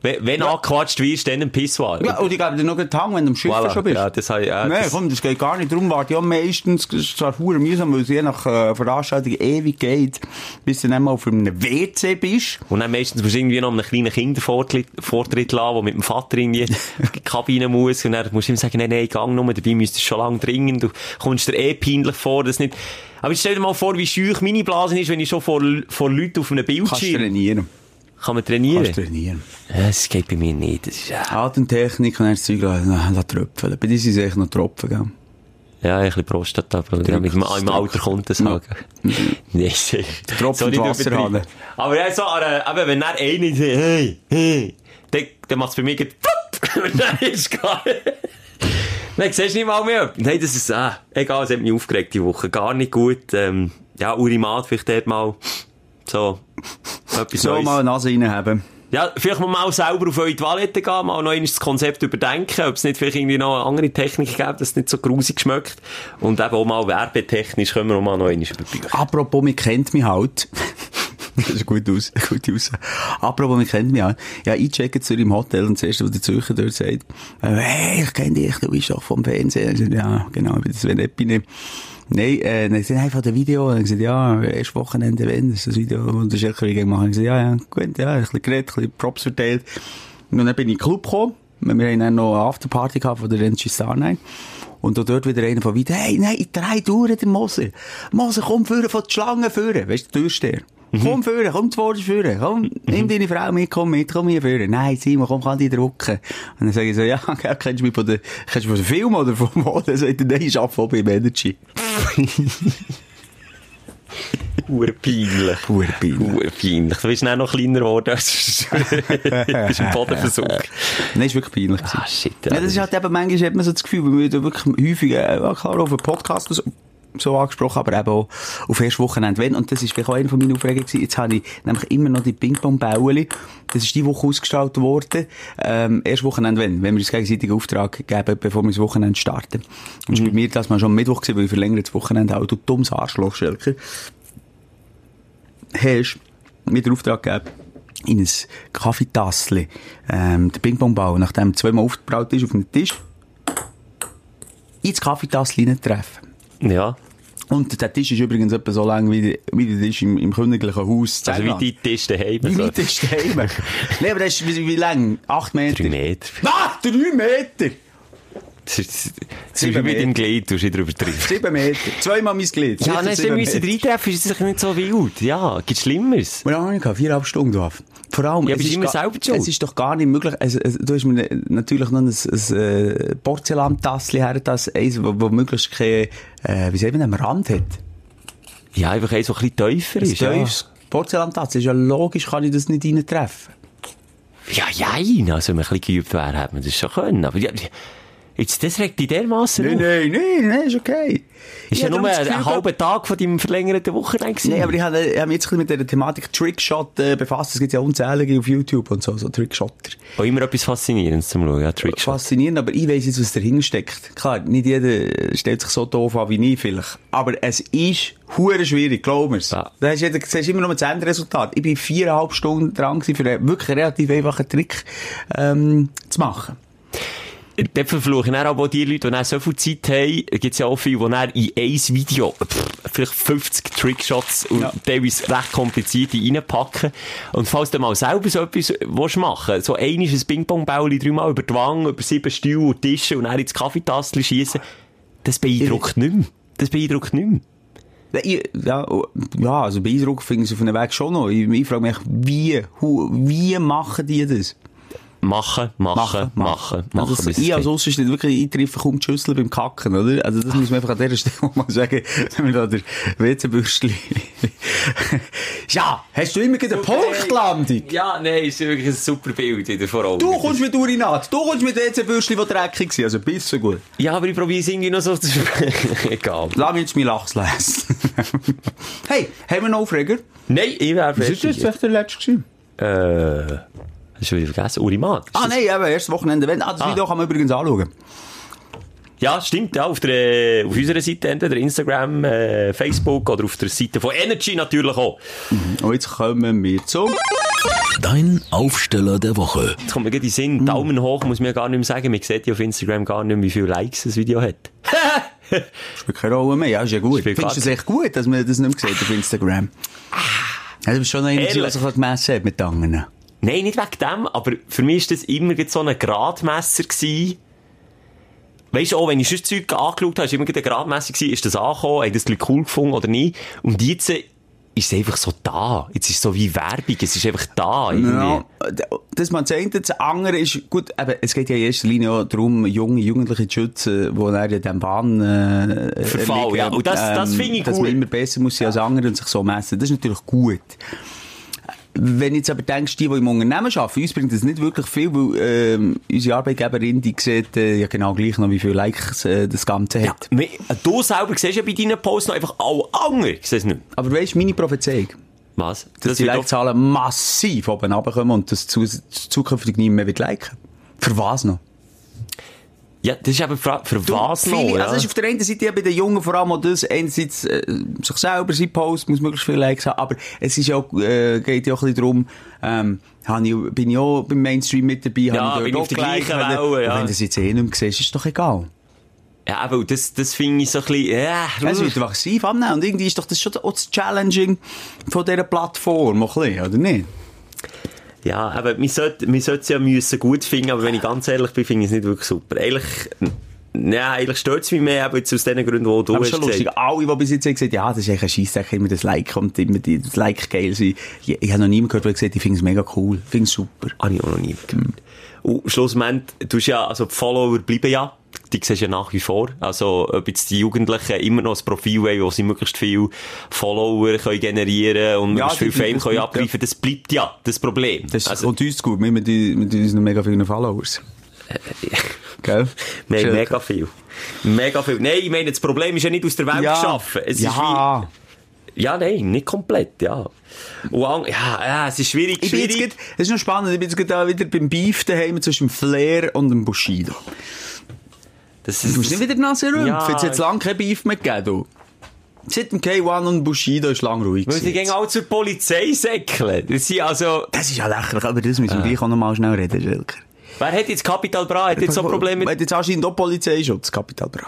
Speaker 5: wenn, wenn angequatscht wirst, dann ein Pissoir.
Speaker 4: Ja, und ich gebe dir noch einen Hang, wenn du am Schiff
Speaker 5: Voilà.
Speaker 4: schon bist.
Speaker 5: Ja, das habe ich- ja,
Speaker 4: Nein,
Speaker 5: das-
Speaker 4: komm, das geht gar nicht. Darum warte ich auch meistens, es ist zwar verdammt mühsam, weil es je nach äh, Veranstaltung ewig geht, bis du dann mal auf einem WC bist.
Speaker 5: Und dann meistens musst du irgendwie noch einem kleinen Kind den Vortritt, Vortritt lassen, der mit dem Vater
Speaker 4: [LAUGHS]
Speaker 5: irgendwie in die Kabine muss. Und dann musst du ihm sagen, nein, nein, gang nur, dabei müsstest du schon lange dringend. Du kommst dir eh peinlich vor, das nicht... Aber jetzt stell dir mal vor, wie schüch meine Blase ist, wenn ich schon vor, vor Leuten auf einem
Speaker 4: Kannst
Speaker 5: Bildschirm...
Speaker 4: trainieren.
Speaker 5: Kann man
Speaker 4: Kannst
Speaker 5: trainieren?
Speaker 4: trainieren.
Speaker 5: Ja, das geht bei mir nicht. Das ist, ja,
Speaker 4: Atemtechnik und dann das Zeug lassen, na, lassen tröpfeln. Bei dir sind es echt noch Tropfen, gell?
Speaker 5: ja ein bisschen Prostata-Problem. Mit dem- Im Alter kommt das halt. Nein, sicher.
Speaker 4: Tropfen
Speaker 5: Sorry, du
Speaker 4: Wasser
Speaker 5: übertreibst.
Speaker 4: haben.
Speaker 5: Aber ja, so, aber, aber wenn er einen sagt, hey, hey, dann, dann macht es bei mir gleich [LAUGHS] «Pup!» und dann ist gar Nein, siehst du nicht mal mehr. Nein, das ist, ah, egal, es hat mich aufgeregt die Woche. Gar nicht gut. Ähm, ja, Urimat vielleicht dort mal so etwas
Speaker 4: So
Speaker 5: Neues.
Speaker 4: mal eine Nase reinhaben.
Speaker 5: Ja, vielleicht mal, mal selber auf eure Toilette gehen, mal noch einmal das Konzept überdenken, ob es nicht vielleicht irgendwie noch eine andere Technik gibt, dass es nicht so grusig schmeckt. Und eben auch mal werbetechnisch können wir auch mal noch einmal überprüfen.
Speaker 4: Apropos, man kennt mich halt. [LAUGHS] das ist gut aus, gut aus. Apropos, man kennt mich halt. Ja, ich checke zu im Hotel und das erste, was der Zürcher dort sagt, äh, hey, ich kenne dich, du bist doch vom Fernsehen. Ich sag, ja, genau, ich bin das wenn Eppine. Nein, äh, dann sind einfach der Video. Und ich gesagt, ja, erst Wochenende, wenn, ist das Video, und der Schircher gemacht. Ich gesagt, ja, ja, gut, ja, ein bisschen geredet, ein bisschen Props verteilt. Und dann bin ich in den Club gekommen. Wir haben dann noch eine Afterparty gehabt von der Renzi Star Night. Und auch dort wieder einer von weit, hey, nein, ich drehe durch den Moser. Moser, komm führen, von der Schlange führen. Weißt du, der Türsteher. Komm führen, komm zu Wort führen. Komm, nimm deine Frau mit, komm mit, komm hier führen. Nein, Simon, komm, kann dich drucken. Und dann sage ich so, ja, [LAUGHS] gell, kennst du mich von der, kennst du mich von dem Film oder vom Moder? Dann sagt er, nein, ich arbeite auch beim Energy.
Speaker 5: Urpeinlich.
Speaker 4: Urpeinlich.
Speaker 5: Urpeinlich. Du bist dann noch kleiner geworden, [LAUGHS] als du bist im Boden versunken.
Speaker 4: Nein, ist wirklich peinlich. gewesen.
Speaker 5: Ah, shit.
Speaker 4: Ja, das ist halt eben, manchmal hat man so das Gefühl, weil wir da wirklich häufig, äh, ja, klar, auf einen Podcast so, so angesprochen, aber eben auch auf erst Wochenende. Wenn, und das ist vielleicht auch eine von meinen Aufregungen gewesen, jetzt habe ich nämlich immer noch die ping pong -Bäueli. das ist die Woche ausgestaltet worden, ähm, erst Wochenende, wenn, wenn wir uns gegenseitig einen Auftrag geben, bevor wir das Wochenende starten. Und es war bei mir das mal schon am Mittwoch gewesen, weil ich verlängert das Wochenende auch, du dummes Arschloch, Schelker, hast mir den Auftrag gegeben, in ein Kaffeetassli, ähm, den Ping-Pong-Ball, nachdem er zweimal aufgebraut ist, auf den Tisch, ins Kaffeetassli treffen.
Speaker 5: Ja.
Speaker 4: Und der Tisch ist übrigens etwa so lang wie, der- wie der Tisch im, im königlichen Haus.
Speaker 5: Also wie
Speaker 4: Zellland.
Speaker 5: die Tisch daheim. Also
Speaker 4: Wie
Speaker 5: so.
Speaker 4: weit ist der
Speaker 5: [LAUGHS]
Speaker 4: Heimer? Nein, aber das ist wie, wie lang? Acht Meter?
Speaker 5: Drei Meter.
Speaker 4: Ah, drei Meter!
Speaker 5: Das ist, das ist wie
Speaker 4: Sieben
Speaker 5: mit dem
Speaker 4: Meter.
Speaker 5: Glied, du hast nicht drüber drin.
Speaker 4: Sieben Meter. Zweimal mein Glied.
Speaker 5: Ja, nein,
Speaker 4: Sicher sieben
Speaker 5: wenn wir uns
Speaker 4: Meter.
Speaker 5: reintreffen, ist es nicht so wild. Ja, gibt Schlimmeres.
Speaker 4: Und dann habe ich viereinhalb Stunden drauf. Vor allem,
Speaker 5: Ja,
Speaker 4: es
Speaker 5: bist
Speaker 4: ist
Speaker 5: immer
Speaker 4: gar-
Speaker 5: selber schuld.
Speaker 4: Es ist doch gar nicht möglich. Es, es, du hast mir ne- natürlich noch ein, ein, äh, Porzellantassli her, das eins, wo, wo möglichst kein, äh, wie sagt man, am Rand hat.
Speaker 5: Ja, einfach eins, so ein bisschen tiefer
Speaker 4: Ein
Speaker 5: ist. ja.
Speaker 4: tiefes Porzellantassli. Ist ja logisch, kann ich das nicht reintreffen.
Speaker 5: nou, Ja, jein. Also, wenn man ein bisschen geübt wäre, hätte man das schon können. Aber ja, Jetzt, das regt dich dermassen
Speaker 4: Nein,
Speaker 5: auf.
Speaker 4: nein, nein, nein, ist okay.
Speaker 5: Ist ja,
Speaker 4: hab
Speaker 5: nur
Speaker 4: darum das
Speaker 5: ein,
Speaker 4: Gefühl
Speaker 5: ein
Speaker 4: gehabt-
Speaker 5: halber Tag von deinem verlängerten Wochenende gewesen.
Speaker 4: Nein, aber ich habe, ich habe mich jetzt ein bisschen mit der Thematik Trickshot äh, befasst. Es gibt ja unzählige auf YouTube und so, so Trickshotter.
Speaker 5: Auch immer etwas Faszinierendes zum Schauen, ja, Trickshot.
Speaker 4: Faszinierend, aber ich weiss jetzt, was dahinter steckt. Klar, nicht jeder äh, stellt sich so doof an wie ich vielleicht. Aber es ist hure schwierig, glaub mir's.
Speaker 5: Ja.
Speaker 4: Da hast du jeder- siehst immer nur das Endresultat. Ich bin viereinhalb Stunden dran gewesen, für einen wirklich relativ einfachen Trick, ähm, zu machen.
Speaker 5: Dort verfluche ich dann aber auch die Leute, die dann so viel Zeit haben, gibt's ja auch viele, die dann in ein Video pff, vielleicht 50 Trickshots und
Speaker 4: Ja.
Speaker 5: teilweise recht komplizierte reinpacken. Und falls du mal selber so etwas willst machen so einiges ein Ping-Pong-Bäuli dreimal über die Wange, über sieben Stühle und Tische und dann ins Kaffeetastchen schießen, das beeindruckt nicht mehr. Das beeindruckt nicht mehr.
Speaker 4: Ja, ich- Ja, oh, ja, also beeindruckend finde ich es auf einem Weg schon noch. Ich, ich frage mich, wie, hu- wie machen die das?
Speaker 5: Machen, machen, machen, machen.
Speaker 4: Also,
Speaker 5: bis es
Speaker 4: ich als
Speaker 5: geht.
Speaker 4: Aussenstehender wirklich, ich treffe kaum die Schüssel beim Kacken, oder? Also, das muss man einfach an dieser Stelle [LAUGHS] mal sagen, wenn wir da der WC-Bürstli. [LAUGHS] ja, hast du immer gegen eine Punktlandung?
Speaker 5: ja, nein, ist wirklich ein super Bild wieder vor Augen.
Speaker 4: Du kommst mit Urinat, du kommst mit WC-Bürstli, die dreckig waren, also bist so gut.
Speaker 5: Ja, aber ich probiere es irgendwie noch so zu [LAUGHS] sprechen. Egal.
Speaker 4: Lass mich jetzt mein Lachs lesen. [LAUGHS] hey, haben wir noch Aufreger?
Speaker 5: Nein, ich wäre
Speaker 4: Was ist das vielleicht der letzte gewesen?
Speaker 5: Äh, hast du wieder vergessen? Urimat.
Speaker 4: Ah, nein, eben, erstes Wochenende. Wenn, ah, das
Speaker 5: Ah.
Speaker 4: Video kann man übrigens anschauen.
Speaker 5: Ja, stimmt, ja, auf, der, äh, auf unserer Seite, entweder Instagram, äh, Facebook oder auf der Seite von Energy natürlich auch.
Speaker 4: Und jetzt kommen wir zum...
Speaker 3: Dein Aufsteller der Woche.
Speaker 5: Jetzt kommt mir gerade in den Sinn, Daumen hoch muss man ja gar nicht mehr sagen, man sieht ja auf Instagram gar nicht mehr, wie viele Likes das Video hat.
Speaker 4: Spielt keine Rolle mehr. Ja, ist ja gut.
Speaker 5: Spielt
Speaker 4: Findest du es
Speaker 5: gar-
Speaker 4: echt gut, dass man das nicht mehr sieht auf Instagram?
Speaker 5: Ah.
Speaker 4: Ja, du bist schon noch einer, der
Speaker 5: Ehrlich?
Speaker 4: sich gemessen hat mit den anderen.
Speaker 5: Nein, nicht wegen dem, aber für mich war das immer gerade so ein Gradmesser gewesen. Weisst du, auch wenn ich sonst Zeug angeschaut habe, war immer gerade ein Gradmesser gewesen, ist das angekommen, haben das Leute cool gefunden oder nicht. Und jetzt äh, ist es einfach so da. Jetzt ist es so wie Werbung, es ist einfach da. Irgendwie.
Speaker 4: Ja, das man zeigt, das andere ist, gut, eben, es geht ja in erster Linie auch darum, junge Jugendliche eh, zu schützen, die dann in diesem Bahn, äh,
Speaker 5: Verfall,
Speaker 4: erliegen.
Speaker 5: ja. Und das- das finde ich
Speaker 4: dass
Speaker 5: gut.
Speaker 4: man immer besser muss sein als andere und sich so messen. Das ist natürlich gut. Wenn du jetzt aber denkst, die, die im Unternehmen arbeiten, uns bringt das nicht wirklich viel, weil, ähm, unsere Arbeitgeberin, die sieht, äh, ja genau gleich noch, wie viele Likes, äh, das Ganze hat.
Speaker 5: Ja, me- du selber siehst ja bei deinen Posts noch einfach alle anderen. Ich sehe es nicht.
Speaker 4: Aber weißt du, meine Prophezeiung,
Speaker 5: Was?
Speaker 4: dass die
Speaker 5: wird doch-
Speaker 4: Like-Zahlen massiv oben runterkommen und das zu, zukünftig niemand mehr wird liken. Für was noch?
Speaker 5: Ja, das ist eben die Frage, für was noch?
Speaker 4: viele,
Speaker 5: Ja?
Speaker 4: Also es ist auf der einen Seite ja bei den Jungen vor allem auch das, einerseits äh, sich selber, sein Post, muss möglichst viele Likes haben, aber es ist ja auch, äh, geht ja auch ein bisschen darum, ähm, habe ich, bin ich auch beim Mainstream mit dabei,
Speaker 5: Ja,
Speaker 4: habe
Speaker 5: bin
Speaker 4: ich
Speaker 5: ich
Speaker 4: dort
Speaker 5: auf der
Speaker 4: auch geliked,
Speaker 5: gleichen
Speaker 4: wenn du-
Speaker 5: Welle, ja.
Speaker 4: und Wenn du das jetzt eh nicht mehr siehst, ist doch egal.
Speaker 5: ja, aber das, das finde ich so ein bisschen... Ja,
Speaker 4: Es wird massiv abnehmen und irgendwie ist doch das schon auch das Challenging von dieser Plattform, auch ein bisschen, oder nicht?
Speaker 5: ja aber man sollte, man sollte es ja müssen gut finden, aber wenn ich ganz ehrlich bin, finde ich es nicht wirklich super. Eigentlich... Nein, eigentlich stört es mich mehr, aber jetzt aus den Gründen, die du
Speaker 4: Aber
Speaker 5: hast
Speaker 4: schon lustig.
Speaker 5: gesagt.
Speaker 4: Alle, die bis jetzt gesagt haben, ja, das ist eigentlich ein Scheissdreck, immer das Like und immer die, das Like geil sein. Ich, ich habe noch niemanden gehört, der gesagt hat, ich finde es mega cool, ich finde es super.
Speaker 5: Habe ich auch noch nie gehört. Und schlussendlich, du hast ja, also die Follower bleiben ja, die siehst du ja nach wie vor. Also, ob jetzt die Jugendlichen immer noch ein Profil haben, wo sie möglichst viel Follower können generieren und
Speaker 4: Ja,
Speaker 5: möglichst viel
Speaker 4: das bleibt-
Speaker 5: Fame
Speaker 4: das
Speaker 5: können
Speaker 4: bleibt,
Speaker 5: abgreifen, das bleibt ja das Problem.
Speaker 4: Das
Speaker 5: also,
Speaker 4: kommt uns gut, wir mit, mit unseren mega vielen Followers. Gell?
Speaker 5: wir haben
Speaker 4: Schön.
Speaker 5: mega viel. Mega viel. Nein, ich meine, das Problem ist ja nicht aus der Welt
Speaker 4: Ja.
Speaker 5: geschaffen. Es
Speaker 4: ja.
Speaker 5: Ist wie, ja, nein, nicht komplett, ja. Und, an- ja, ja, es ist schwierig,
Speaker 4: Ich bin jetzt
Speaker 5: schwierig.
Speaker 4: grad, das ist noch spannend, ich bin jetzt gerade wieder beim Beef daheim zwischen dem Flair und dem Bushido.
Speaker 5: Das
Speaker 4: Du musst
Speaker 5: ist,
Speaker 4: nicht wieder die Nase rümpfen,
Speaker 5: Ja.
Speaker 4: jetzt hat es lange kein Beef mehr gegeben. du. Seit dem K1 und Bushido ist lang ruhig
Speaker 5: weil sie
Speaker 4: gewesen
Speaker 5: gehen alle zur Polizei säckeln. Das sind also,
Speaker 4: Das ist ja lächerlich, aber das müssen wir gleich auch noch mal schnell reden, Schelker.
Speaker 5: Wer hat jetzt Capital Bra? Hat jetzt so Probleme mit...
Speaker 4: Hat jetzt anscheinend auch Polizeischutz, Kapital Bra.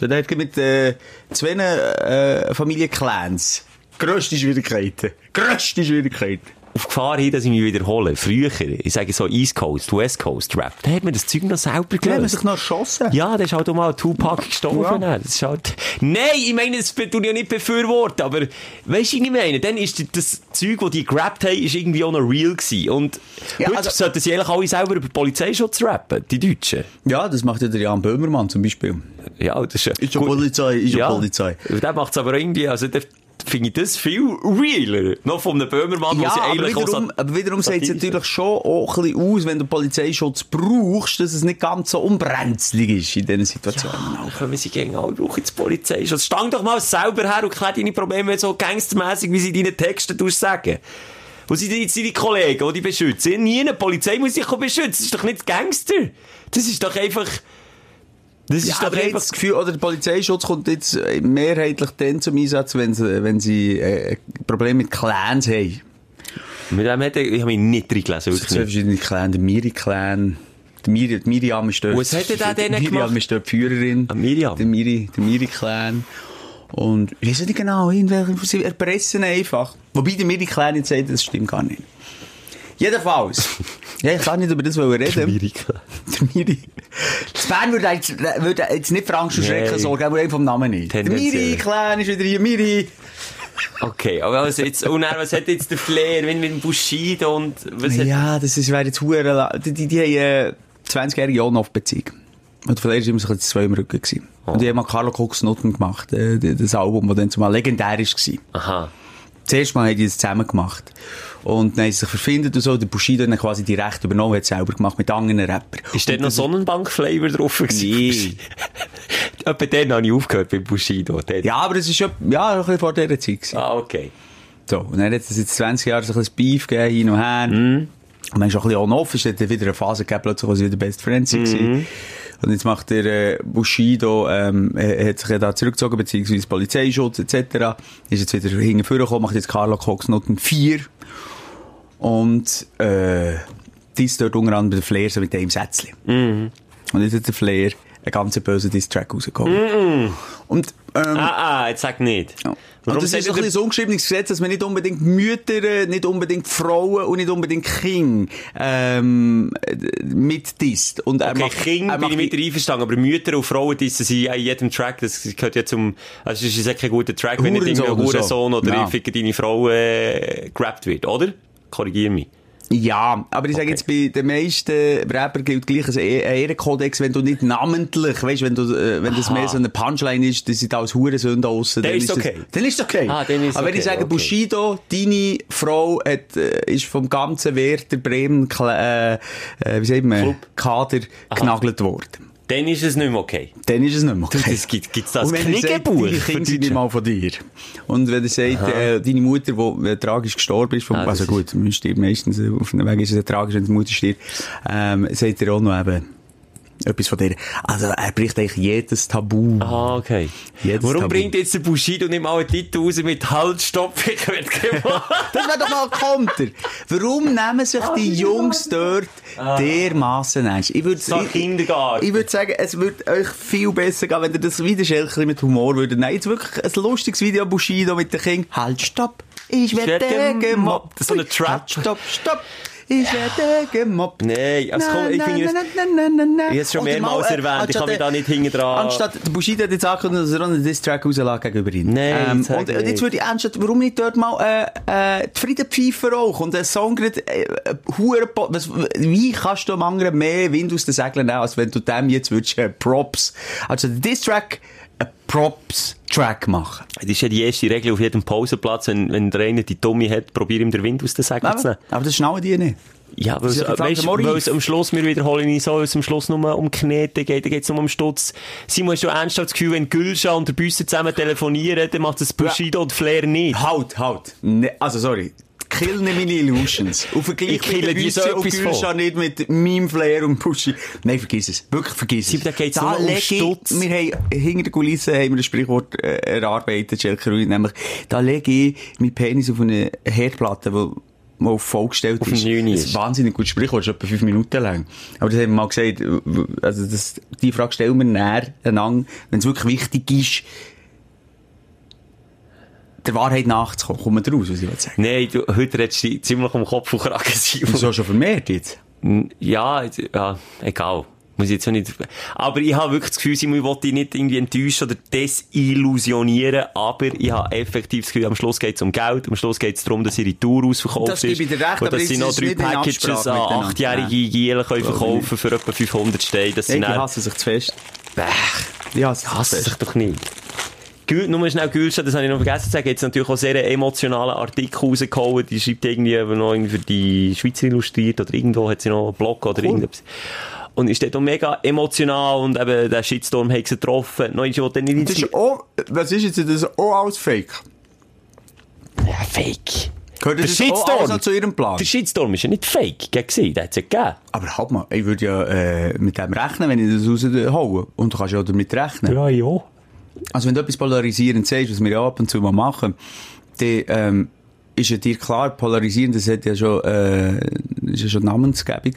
Speaker 4: Der hat mit äh, zwei äh, Familienclans grösste Schwierigkeiten. Grösste Schwierigkeiten.
Speaker 5: Auf Gefahr hin, dass ich mich wiederhole. Früher, ich sage so East Coast, West Coast Rap, da hat man das Zeug noch selber
Speaker 4: Die haben sich
Speaker 5: gelöst.
Speaker 4: noch erschossen.
Speaker 5: Ja, da ist halt auch mal Tupac gestorben.
Speaker 4: Ja.
Speaker 5: Das ist halt... Nein, ich meine, das tue ich ja nicht befürworten, aber weißt du, was ich meine? Dann ist das Zeug, das die gerappt haben, ist irgendwie auch noch real gewesen. Und
Speaker 4: Ja,
Speaker 5: heute
Speaker 4: also-
Speaker 5: sollten sie eigentlich alle selber über Polizeischutz rappen, die Deutschen.
Speaker 4: Ja, das macht ja der Jan Böhmermann zum Beispiel.
Speaker 5: Ja, das ist...
Speaker 4: Ist ja Polizei, ist ja Polizei.
Speaker 5: Und der macht es aber irgendwie, also der finde ich das viel realer. Noch von einem Böhmermann, wo sie
Speaker 4: aber
Speaker 5: eigentlich auch
Speaker 4: wiederum,
Speaker 5: Sat-
Speaker 4: aber wiederum sieht es
Speaker 5: Satire-
Speaker 4: natürlich schon auch ein bisschen aus, wenn du Polizeischutz brauchst, dass es nicht ganz so unbrenzlig ist in diesen Situationen.
Speaker 5: Dann kommen sie gegen alle Brüche zur Polizei. Schon stang doch mal selber her und klär deine Probleme so gangstermässig, wie sie in deinen Texten tust sagen. Und sie sind deine Kollegen, die dich beschützen. Nie eine Polizei muss dich beschützen. Das ist doch nicht Gangster. Das ist doch einfach... Das
Speaker 4: Ja,
Speaker 5: ist
Speaker 4: aber
Speaker 5: doch
Speaker 4: ich habe
Speaker 5: einfach...
Speaker 4: das Gefühl, oder der Polizeischutz kommt jetzt äh, mehrheitlich dann zum Einsatz, wenn sie, wenn sie äh, Probleme mit Clans haben.
Speaker 5: Mit dem hat er, ich habe mich nicht reingelesen,
Speaker 4: Es gibt zwei
Speaker 5: wirklich nicht.
Speaker 4: verschiedene Clans, der Miri-Clan. Die Miri, die Miriam ist dort.
Speaker 5: Was hat denn der
Speaker 4: die
Speaker 5: denen
Speaker 4: Miriam
Speaker 5: gemacht?
Speaker 4: ist dort die Führerin.
Speaker 5: Ah, Miriam.
Speaker 4: Der Miri, der Miri-Clan. Und ich weiß nicht genau, irgendwelche, sie erpressen einfach. Wobei der Miri-Clan jetzt sagt, das stimmt gar nicht.
Speaker 5: [LAUGHS]
Speaker 4: Jedenfalls. ja, ich kann nicht über das reden. Der
Speaker 5: Miri-Clan.
Speaker 4: Der Miri. Das Bern würde jetzt, würde jetzt nicht für Angst und Schrecken
Speaker 5: Nein.
Speaker 4: sorgen, aber eben vom Namen nicht. Der
Speaker 5: Tendenziell.
Speaker 4: Miri-Clan ist wieder hier. Miri.
Speaker 5: Okay, aber was jetzt... Und dann, was hat jetzt der Flair mit, mit dem Bushido und... Was hat,
Speaker 4: Ja, dus das ist, wäre jetzt hure eh, la- Die, die, die haben äh, 20-jährige On-Off-Beziehung. Und vielleicht war es ein bisschen zwei im Rücken. Gewesen. Und die haben mal Carlo Cox Nutten gemacht, äh, die- das Album, das dann zumal legendär war.
Speaker 5: Aha.
Speaker 4: Zuerst mal haben die das zusammen gemacht. Und dann haben sie sich verfindet und so. Der Bushido hat dann quasi die Rechte übernommen, hat es selber gemacht mit anderen Rappern.
Speaker 5: Ist dort noch Sonnenbank-Flavor drauf gewesen? Nee. [LAUGHS] Etwa dann habe ich aufgehört bei Bushido. Dort.
Speaker 4: Ja, aber es ist schon, ja, ein bisschen vor dieser Zeit. gewesen.
Speaker 5: Ah, okay.
Speaker 4: So, und dann hat es jetzt 20 Jahre so ein bisschen Beef gegeben, hin und her. Mhm. Und dann ist auch ein bisschen on-off, es hat dann wieder eine Phase gegeben, plötzlich, als sie wieder Best Friends waren. Und jetzt macht der äh, Bushido, ähm, äh, hat sich ja da zurückgezogen, beziehungsweise Polizeischutz etc. Ist jetzt wieder hingeführt gekommen, macht jetzt Carlo Cox Noten 4. Und äh, dies dort unter anderem bei der Flair, so mit dem Sätzchen. Und jetzt hat der Flair einen ganz bösen Diss-Track rausgekommen. Und ähm,
Speaker 5: Ah, ah, jetzt sag nicht.
Speaker 4: ja. Und
Speaker 5: Warum
Speaker 4: das ist
Speaker 5: sagt
Speaker 4: ein
Speaker 5: ihr-
Speaker 4: bisschen ein ungeschriebenes Gesetz, dass man nicht unbedingt Mütter, äh, nicht unbedingt Frauen und nicht unbedingt Kinder ähm, äh, mitdisst. Und er
Speaker 5: Okay,
Speaker 4: macht,
Speaker 5: Kinder
Speaker 4: er
Speaker 5: bin
Speaker 4: macht
Speaker 5: ich mit einverstanden, aber Mütter und Frauen dissen sie ja in jedem Track, das gehört ja zum, also es ist ja kein guter Track, wenn nicht
Speaker 4: Hurensohn
Speaker 5: irgendwie ein
Speaker 4: oder so.
Speaker 5: Hurensohn oder
Speaker 4: Ja.
Speaker 5: ich ficke deine Frau äh, gerappt wird, oder? Korrigier mich.
Speaker 4: Ja, aber ich sage
Speaker 5: Okay.
Speaker 4: jetzt, bei den meisten Rapper gilt gleich ein Eh- ein Ehrenkodex, wenn du nicht namentlich, weißt, wenn, du, äh, wenn das mehr so eine Punchline ist, dass sie da als Hurensünde aussen,
Speaker 5: Dann ist
Speaker 4: das-
Speaker 5: okay.
Speaker 4: Dann ist okay.
Speaker 5: Ah, dann ist
Speaker 4: aber wenn
Speaker 5: okay,
Speaker 4: ich sage,
Speaker 5: okay.
Speaker 4: Bushido, deine Frau hat, äh, ist vom ganzen Werder Bremen, Kle- äh, äh, wie sagt man,
Speaker 5: Club.
Speaker 4: Kader genagelt worden.
Speaker 5: Dann ist es nicht mehr okay.
Speaker 4: Dann ist es nicht mehr okay.
Speaker 5: das gibt- gibt's da ein
Speaker 4: Und wenn er sagt,
Speaker 5: Kniggebuch
Speaker 4: Deine
Speaker 5: für
Speaker 4: Kinder sind
Speaker 5: Deutsche?
Speaker 4: nicht mal von dir. Und wenn er sagt, äh, deine Mutter, die äh, tragisch gestorben ist, vom,
Speaker 5: Ah, das
Speaker 4: also
Speaker 5: ist-
Speaker 4: gut, man stirbt meistens äh, auf einem Weg, ist es ja tragisch, wenn die Mutter stirbt, ähm, sagt er auch noch eben etwas von dir. Also er bricht eigentlich jedes Tabu.
Speaker 5: Ah, okay.
Speaker 4: Jetzt
Speaker 5: Warum
Speaker 4: Tabu.
Speaker 5: bringt jetzt der Bushido nicht mal einen Titel raus mit Halt, Stopp, [LAUGHS] ich
Speaker 4: [LAUGHS]
Speaker 5: werd gemacht?
Speaker 4: Das wäre doch mal ein Konter. Warum nehmen sich
Speaker 5: Ah,
Speaker 4: die Jungs dort dermassen ernst? Ich würde
Speaker 5: So Kindergarten.
Speaker 4: ich würd sagen, es würde euch viel besser gehen, wenn ihr das wieder Schelker mit Humor würdet. Nein, jetzt wirklich ein lustiges Video Bushido mit dem King. Halt, stopp. Ich werde
Speaker 5: werde
Speaker 4: gemobbt.
Speaker 5: gemobbt. So eine Trap.
Speaker 4: Halt, stopp, stopp. Ich werde gemobbt.
Speaker 5: Nein, also komm, ich finde es- Ich hab's schon
Speaker 4: Oder
Speaker 5: mehrmals
Speaker 4: mal, äh,
Speaker 5: erwähnt, ich
Speaker 4: anstatt
Speaker 5: kann mich
Speaker 4: der-
Speaker 5: da nicht hinten dran-
Speaker 4: Anstatt, der Bushido hat jetzt angekündigt, dass er auch einen Diss-Track rauslassen gegenüber ihm.
Speaker 5: Nein,
Speaker 4: Ähm,
Speaker 5: sag
Speaker 4: und, und jetzt
Speaker 5: nicht.
Speaker 4: würde ich anstatt, warum nicht dort mal äh, äh, die Friedenpfeifer auch und einen Song gerade äh, äh, hure po- was, Wie kannst du dem anderen mehr Wind aus den Segeln nehmen, nou, als wenn du dem jetzt würdest, äh, Props, also den Diss-Track, äh, Props-Track machen?
Speaker 5: Das ist ja die erste Regel auf jedem Pausenplatz, wenn, wenn der eine die Tommy hat, probier ihm den Wind aus den Segel zu nehmen.
Speaker 4: Aber, aber das schnallen die nicht.
Speaker 5: Ja, weil
Speaker 4: ist
Speaker 5: es,
Speaker 4: ja die Frage
Speaker 5: weißt,
Speaker 4: vom Orif.
Speaker 5: weil es am Schluss, wir wiederholen nicht so, weil es am Schluss nur um Knete geht, da geht es nur um Stutz. Simon, hast du ernsthaft das Gefühl, wenn Gülscha und der Büsser zusammen telefonieren, dann macht das Bushido und Flair nicht.
Speaker 4: Halt, halt. Ne, also, sorry. Kill nicht meine [LAUGHS] Illusions. Und vergleich
Speaker 5: Ich kille
Speaker 4: mit
Speaker 5: die
Speaker 4: Büsse
Speaker 5: so
Speaker 4: und
Speaker 5: etwas
Speaker 4: Gülscha
Speaker 5: von.
Speaker 4: nicht mit meinem Flair und Pushy. Nein, vergiss es. Wirklich, vergiss es.
Speaker 5: Sieb, da geht's nur um
Speaker 4: leg ich-
Speaker 5: Stutz.
Speaker 4: Wir haben, hinter der Kulisse haben wir ein Sprichwort äh, erarbeitet, Schelker Ruin, nämlich, da lege ich meinen Penis auf eine Herdplatte, wo mal auf voll gestellt
Speaker 5: Auf
Speaker 4: ist.
Speaker 5: eine Neune
Speaker 4: Das
Speaker 5: ist.
Speaker 4: ist wahnsinnig gut Sprichwort, das ist etwa fünf Minuten lang. Aber das haben wir mal gesagt, also das, die Frage stellen wir näher einander, wenn es wirklich wichtig ist, der Wahrheit nachzukommen. Kommen wir raus, was ich [LAUGHS] sagen
Speaker 5: Nein, du, heute redest du dich ziemlich um Kopf und Kragen, Simon.
Speaker 4: Wieso schon vermehrt jetzt?
Speaker 5: Ja, jetzt- ja, egal. Muss ich jetzt auch nicht, aber ich habe wirklich das Gefühl, Simon, ich wollte dich nicht irgendwie enttäuschen oder desillusionieren, aber ich habe effektiv das Gefühl, am Schluss geht es um Geld, am Schluss geht es darum, dass ihre Tour ausverkauft
Speaker 4: Das
Speaker 5: ist.
Speaker 4: gebe ich dir recht,
Speaker 5: und
Speaker 4: aber
Speaker 5: dass sie
Speaker 4: jetzt
Speaker 5: noch
Speaker 4: ist
Speaker 5: drei
Speaker 4: nicht in
Speaker 5: Packages
Speaker 4: Absprache
Speaker 5: an
Speaker 4: miteinander.
Speaker 5: achtjährige Gielen können
Speaker 4: Glaube ich
Speaker 5: verkaufen für etwa 500 Steine, dass sie
Speaker 4: Ey, die
Speaker 5: dann,
Speaker 4: hassen sich zu fest.
Speaker 5: bäh,
Speaker 4: Die hassen sich zu
Speaker 5: hassen
Speaker 4: fest.
Speaker 5: sich doch nicht. Gül, nur schnell Gülstadt, das habe ich noch vergessen zu sagen, jetzt natürlich auch sehr einen emotionalen Artikel rausgehauen, die schreibt irgendwie eben noch irgendwie für die Schweizer Illustriert oder irgendwo hat sie noch einen Blog oder irgendwas. Und ist dort auch mega emotional und eben der Shitstorm hat sie getroffen. Noch ist ja dann nicht
Speaker 4: Das
Speaker 5: ins-
Speaker 4: ist auch, was ist jetzt, das ist auch alles Fake.
Speaker 5: Ja, fake.
Speaker 4: Gehört
Speaker 5: Der
Speaker 4: das jetzt auch
Speaker 5: Shitstorm.
Speaker 4: alles noch zu ihrem Plan?
Speaker 5: Der Shitstorm ist ja nicht fake, gell, gewesen, den hat es ja gegeben.
Speaker 4: Aber halt mal, ich würde ja äh, mit dem rechnen, wenn ich das raushole. Und du kannst ja auch damit rechnen.
Speaker 5: Ja, ja.
Speaker 4: Also wenn du etwas polarisierend sagst, was wir ja ab und zu mal machen, dann ähm, ist ja dir klar, polarisierend, das hat ja schon, äh, ist ja schon Namensgebung,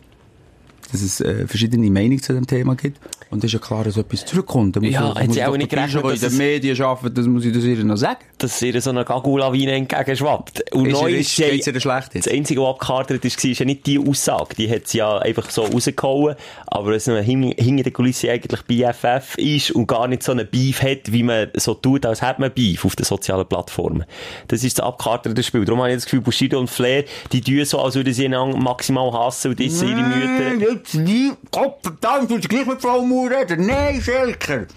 Speaker 4: dass es äh, verschiedene Meinungen zu dem Thema gibt. Und es ist ja klar, dass etwas zurückkommt. Da muss
Speaker 5: Ja,
Speaker 4: doch-
Speaker 5: hat sie
Speaker 4: muss
Speaker 5: auch
Speaker 4: doch
Speaker 5: nicht
Speaker 4: der Branche,
Speaker 5: gerechnet,
Speaker 4: die in den
Speaker 5: dass
Speaker 4: Medien arbeiten, das muss ich das ihr noch sagen.
Speaker 5: Dass ihr so eine Gagulawine entgegenschwappt. Und
Speaker 4: Ist ja
Speaker 5: neu
Speaker 4: richtig,
Speaker 5: ja-
Speaker 4: geht's ihr schlecht jetzt?
Speaker 5: Das Einzige, was abgekartet ist, war, ist ja nicht die Aussage. Die hat sie ja einfach so rausgehauen. Aber dass man hin- hinter der Kulisse eigentlich BFF ist und gar nicht so einen Beef hat, wie man so tut, als hätte man Beef auf den sozialen Plattformen. Das ist das abgekartete Spiel. Darum habe ich das Gefühl, Bushido und Flair, die tun so, als würden sie einander maximal hassen und das sind ihre Mütter.
Speaker 4: Jetzt nie, Gott verdammt, du gleich mit Frau Mauer reden. Nein, Schelker.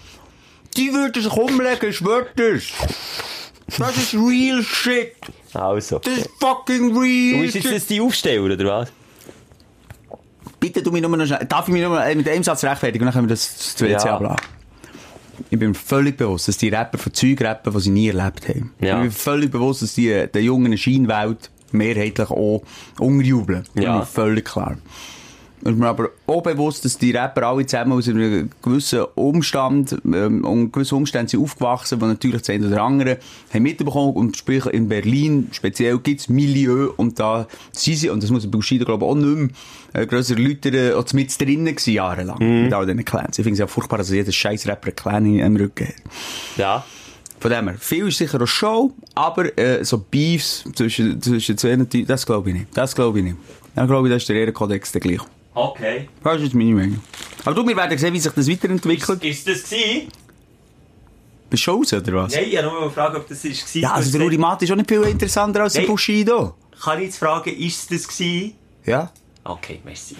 Speaker 4: Die dus würden sich umlegen, ich schwör das. Das ist dus. real shit.
Speaker 5: Also.
Speaker 4: Das ist fucking
Speaker 5: Du
Speaker 4: real
Speaker 5: bist jetzt
Speaker 4: shit.
Speaker 5: das die Aufsteller, oder was?
Speaker 4: Bitte tu mich nur noch schnell, darf ich mich nur noch äh, mit einem Satz rechtfertigen und dann können wir das zu WC
Speaker 5: Ja.
Speaker 4: abladen. Ich bin mir völlig bewusst, dass Dus die Rapper von Zeug rappen, die sie nie erlebt haben.
Speaker 5: Ja.
Speaker 4: Ich bin mir völlig bewusst, dass die äh, der jungen Scheinwelt mehrheitlich auch umjubeln.
Speaker 5: Ja.
Speaker 4: Bin mir völlig klar. Ich bin mir aber auch bewusst, dass die Rapper alle zusammen aus einem gewissen Umstand, ähm, und gewissen Umständen sind aufgewachsen, wo natürlich das eine oder andere haben mitbekommen und sprich in Berlin speziell gibt's Milieu und da sind sie, und das muss ich Bushido glaube ich auch nicht mehr, äh, grösser Leute, auch mit drinnen gewesen jahrelang, mit all diesen Clans. Ich finde es ja furchtbar, dass jeder scheiß Rapper einen Clan im Rücken hat.
Speaker 5: Ja.
Speaker 4: Von dem her, viel ist sicher auch Show, aber äh, so Beefs zwischen, zwischen zwei, Typen, das glaube ich nicht. Das glaube ich nicht. Dann glaube ich, das ist der Ehrenkodex der gleiche.
Speaker 5: Okay.
Speaker 4: Das ist jetzt meine Meinung. Aber du, wir werden sehen, wie sich das weiterentwickelt.
Speaker 5: Ist das gewesen?
Speaker 4: Bist du schon raus, oder was?
Speaker 5: Nein, ich habe nur mal gefragt, ob das ist.
Speaker 4: Ja, also der Uri Matti ist auch nicht viel interessanter als der
Speaker 5: Nein.
Speaker 4: Bushido.
Speaker 5: Kann ich jetzt fragen, ist das gewesen?
Speaker 4: Ja?
Speaker 5: Okay, merci.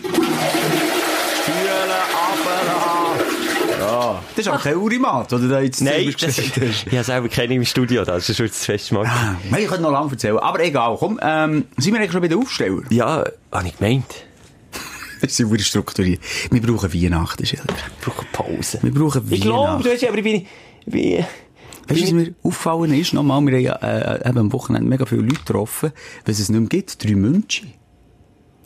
Speaker 4: Das ist aber kein Uri Matti, oder da jetzt
Speaker 5: Nein,
Speaker 4: selber
Speaker 5: das, ich
Speaker 4: gesagt hast.
Speaker 5: habe selber keine im Studio, das ist schon das feste Mal.
Speaker 4: Ah, Ich könnte noch lange erzählen, aber egal. Komm, ähm, sind wir eigentlich schon bei den Aufstellern?
Speaker 5: Ja, habe ich gemeint.
Speaker 4: Wir sind wirklich strukturiert. Wir brauchen Weihnachten, Schilder.
Speaker 5: Ich brauche Pause.
Speaker 4: Wir brauchen Weihnachten.
Speaker 5: Ich glaube, du hast ja, aber ich bin... Wie...
Speaker 4: Weißt du, was mir aufgefallen ist? Nochmal, wir haben ja, äh, eben am Wochenende mega viele Leute getroffen, was es nicht mehr gibt. Drei München.